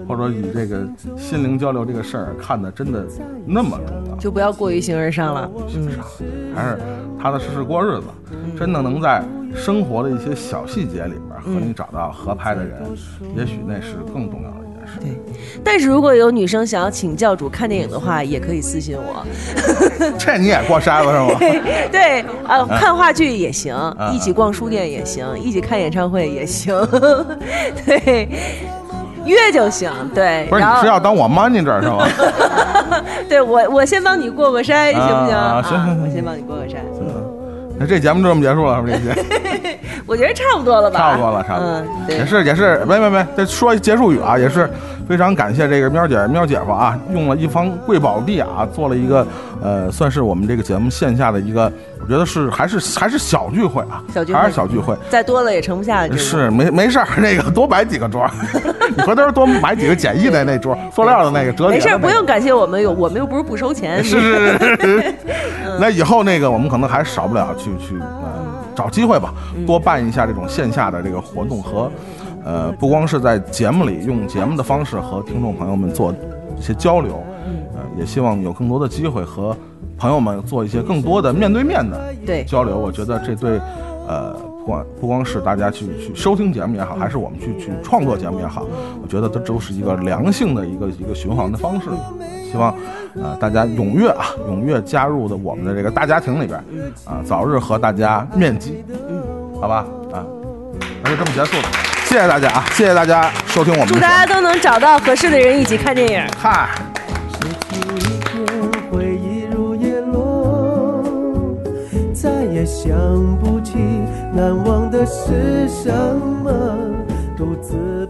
[SPEAKER 2] 或者以这个心灵交流这个事儿看的真的那么重要，
[SPEAKER 3] 就不要过于形而上了。嗯，
[SPEAKER 2] 还是踏踏实实过日子，真的能在生活的一些小细节里边儿和
[SPEAKER 3] 嗯
[SPEAKER 2] 你找到合拍的人，也许那是更重要的一件事。
[SPEAKER 3] 但是如果有女生想要请教主看电影的话，也可以私信我。
[SPEAKER 2] 这你也过筛子是吗？
[SPEAKER 3] [LAUGHS] 对，啊，看话剧也行，
[SPEAKER 2] 嗯
[SPEAKER 3] 一起逛书店也行，一起看演唱会也行， [LAUGHS] 对，约就行。对，
[SPEAKER 2] 不是，
[SPEAKER 3] 然
[SPEAKER 2] 你
[SPEAKER 3] 后
[SPEAKER 2] 是要当我 manager 是吗？
[SPEAKER 3] [LAUGHS] 对我，我先帮你过过筛，行不行？
[SPEAKER 2] 啊行行行
[SPEAKER 3] 我先帮你过过筛。
[SPEAKER 2] 那这节目就这么结束了，是不是？这节
[SPEAKER 3] 我觉得差不多了吧，
[SPEAKER 2] 差不多了，差不多了。
[SPEAKER 3] [LAUGHS] 嗯，对
[SPEAKER 2] 也是也是，没没没，再说结束语啊，也是非常感谢这个喵姐喵姐夫啊，用了一方贵宝地啊，做了一个呃，算是我们这个节目线下的一个，我觉得是还是还是小聚会啊，
[SPEAKER 3] 小聚会嗯
[SPEAKER 2] 还是小聚会，
[SPEAKER 3] 再多了也盛不下去。
[SPEAKER 2] 是没没事儿， [LAUGHS] 那个多摆几个桌儿， [LAUGHS] 你回头多买几个简易的那桌儿，塑料的那个折叠的那个。
[SPEAKER 3] 没事儿，不用感谢我们，有我们又不是不收钱。嗯
[SPEAKER 2] 是是是是
[SPEAKER 3] [LAUGHS]
[SPEAKER 2] 是。那以后那个我们可能还少不了去去呃找机会吧，[LAUGHS]
[SPEAKER 3] 嗯
[SPEAKER 2] 多办一下这种线下的这个活动和呃不光是在节目里用节目的方式和听众朋友们做一些交流，
[SPEAKER 3] 嗯
[SPEAKER 2] 呃也希望有更多的机会和朋友们做一些更多的面对面的
[SPEAKER 3] 对
[SPEAKER 2] 交流。我觉得这对呃。不管不光是大家去去收听节目也好，还是我们去去创作节目也好，我觉得这都是一个良性的一个一个循环的方式。希望，呃，大家踊跃啊，踊跃加入的我们的这个大家庭里边，啊，早日和大家面基，好吧？啊，那就这么结束了，谢谢大家啊，谢谢大家收听我们的
[SPEAKER 3] 祝
[SPEAKER 2] 节目。
[SPEAKER 3] 大家都能找到合适的人一起看电影。
[SPEAKER 2] 嗨，
[SPEAKER 1] 回忆如叶落，再也想不起，难忘的是什么？独自。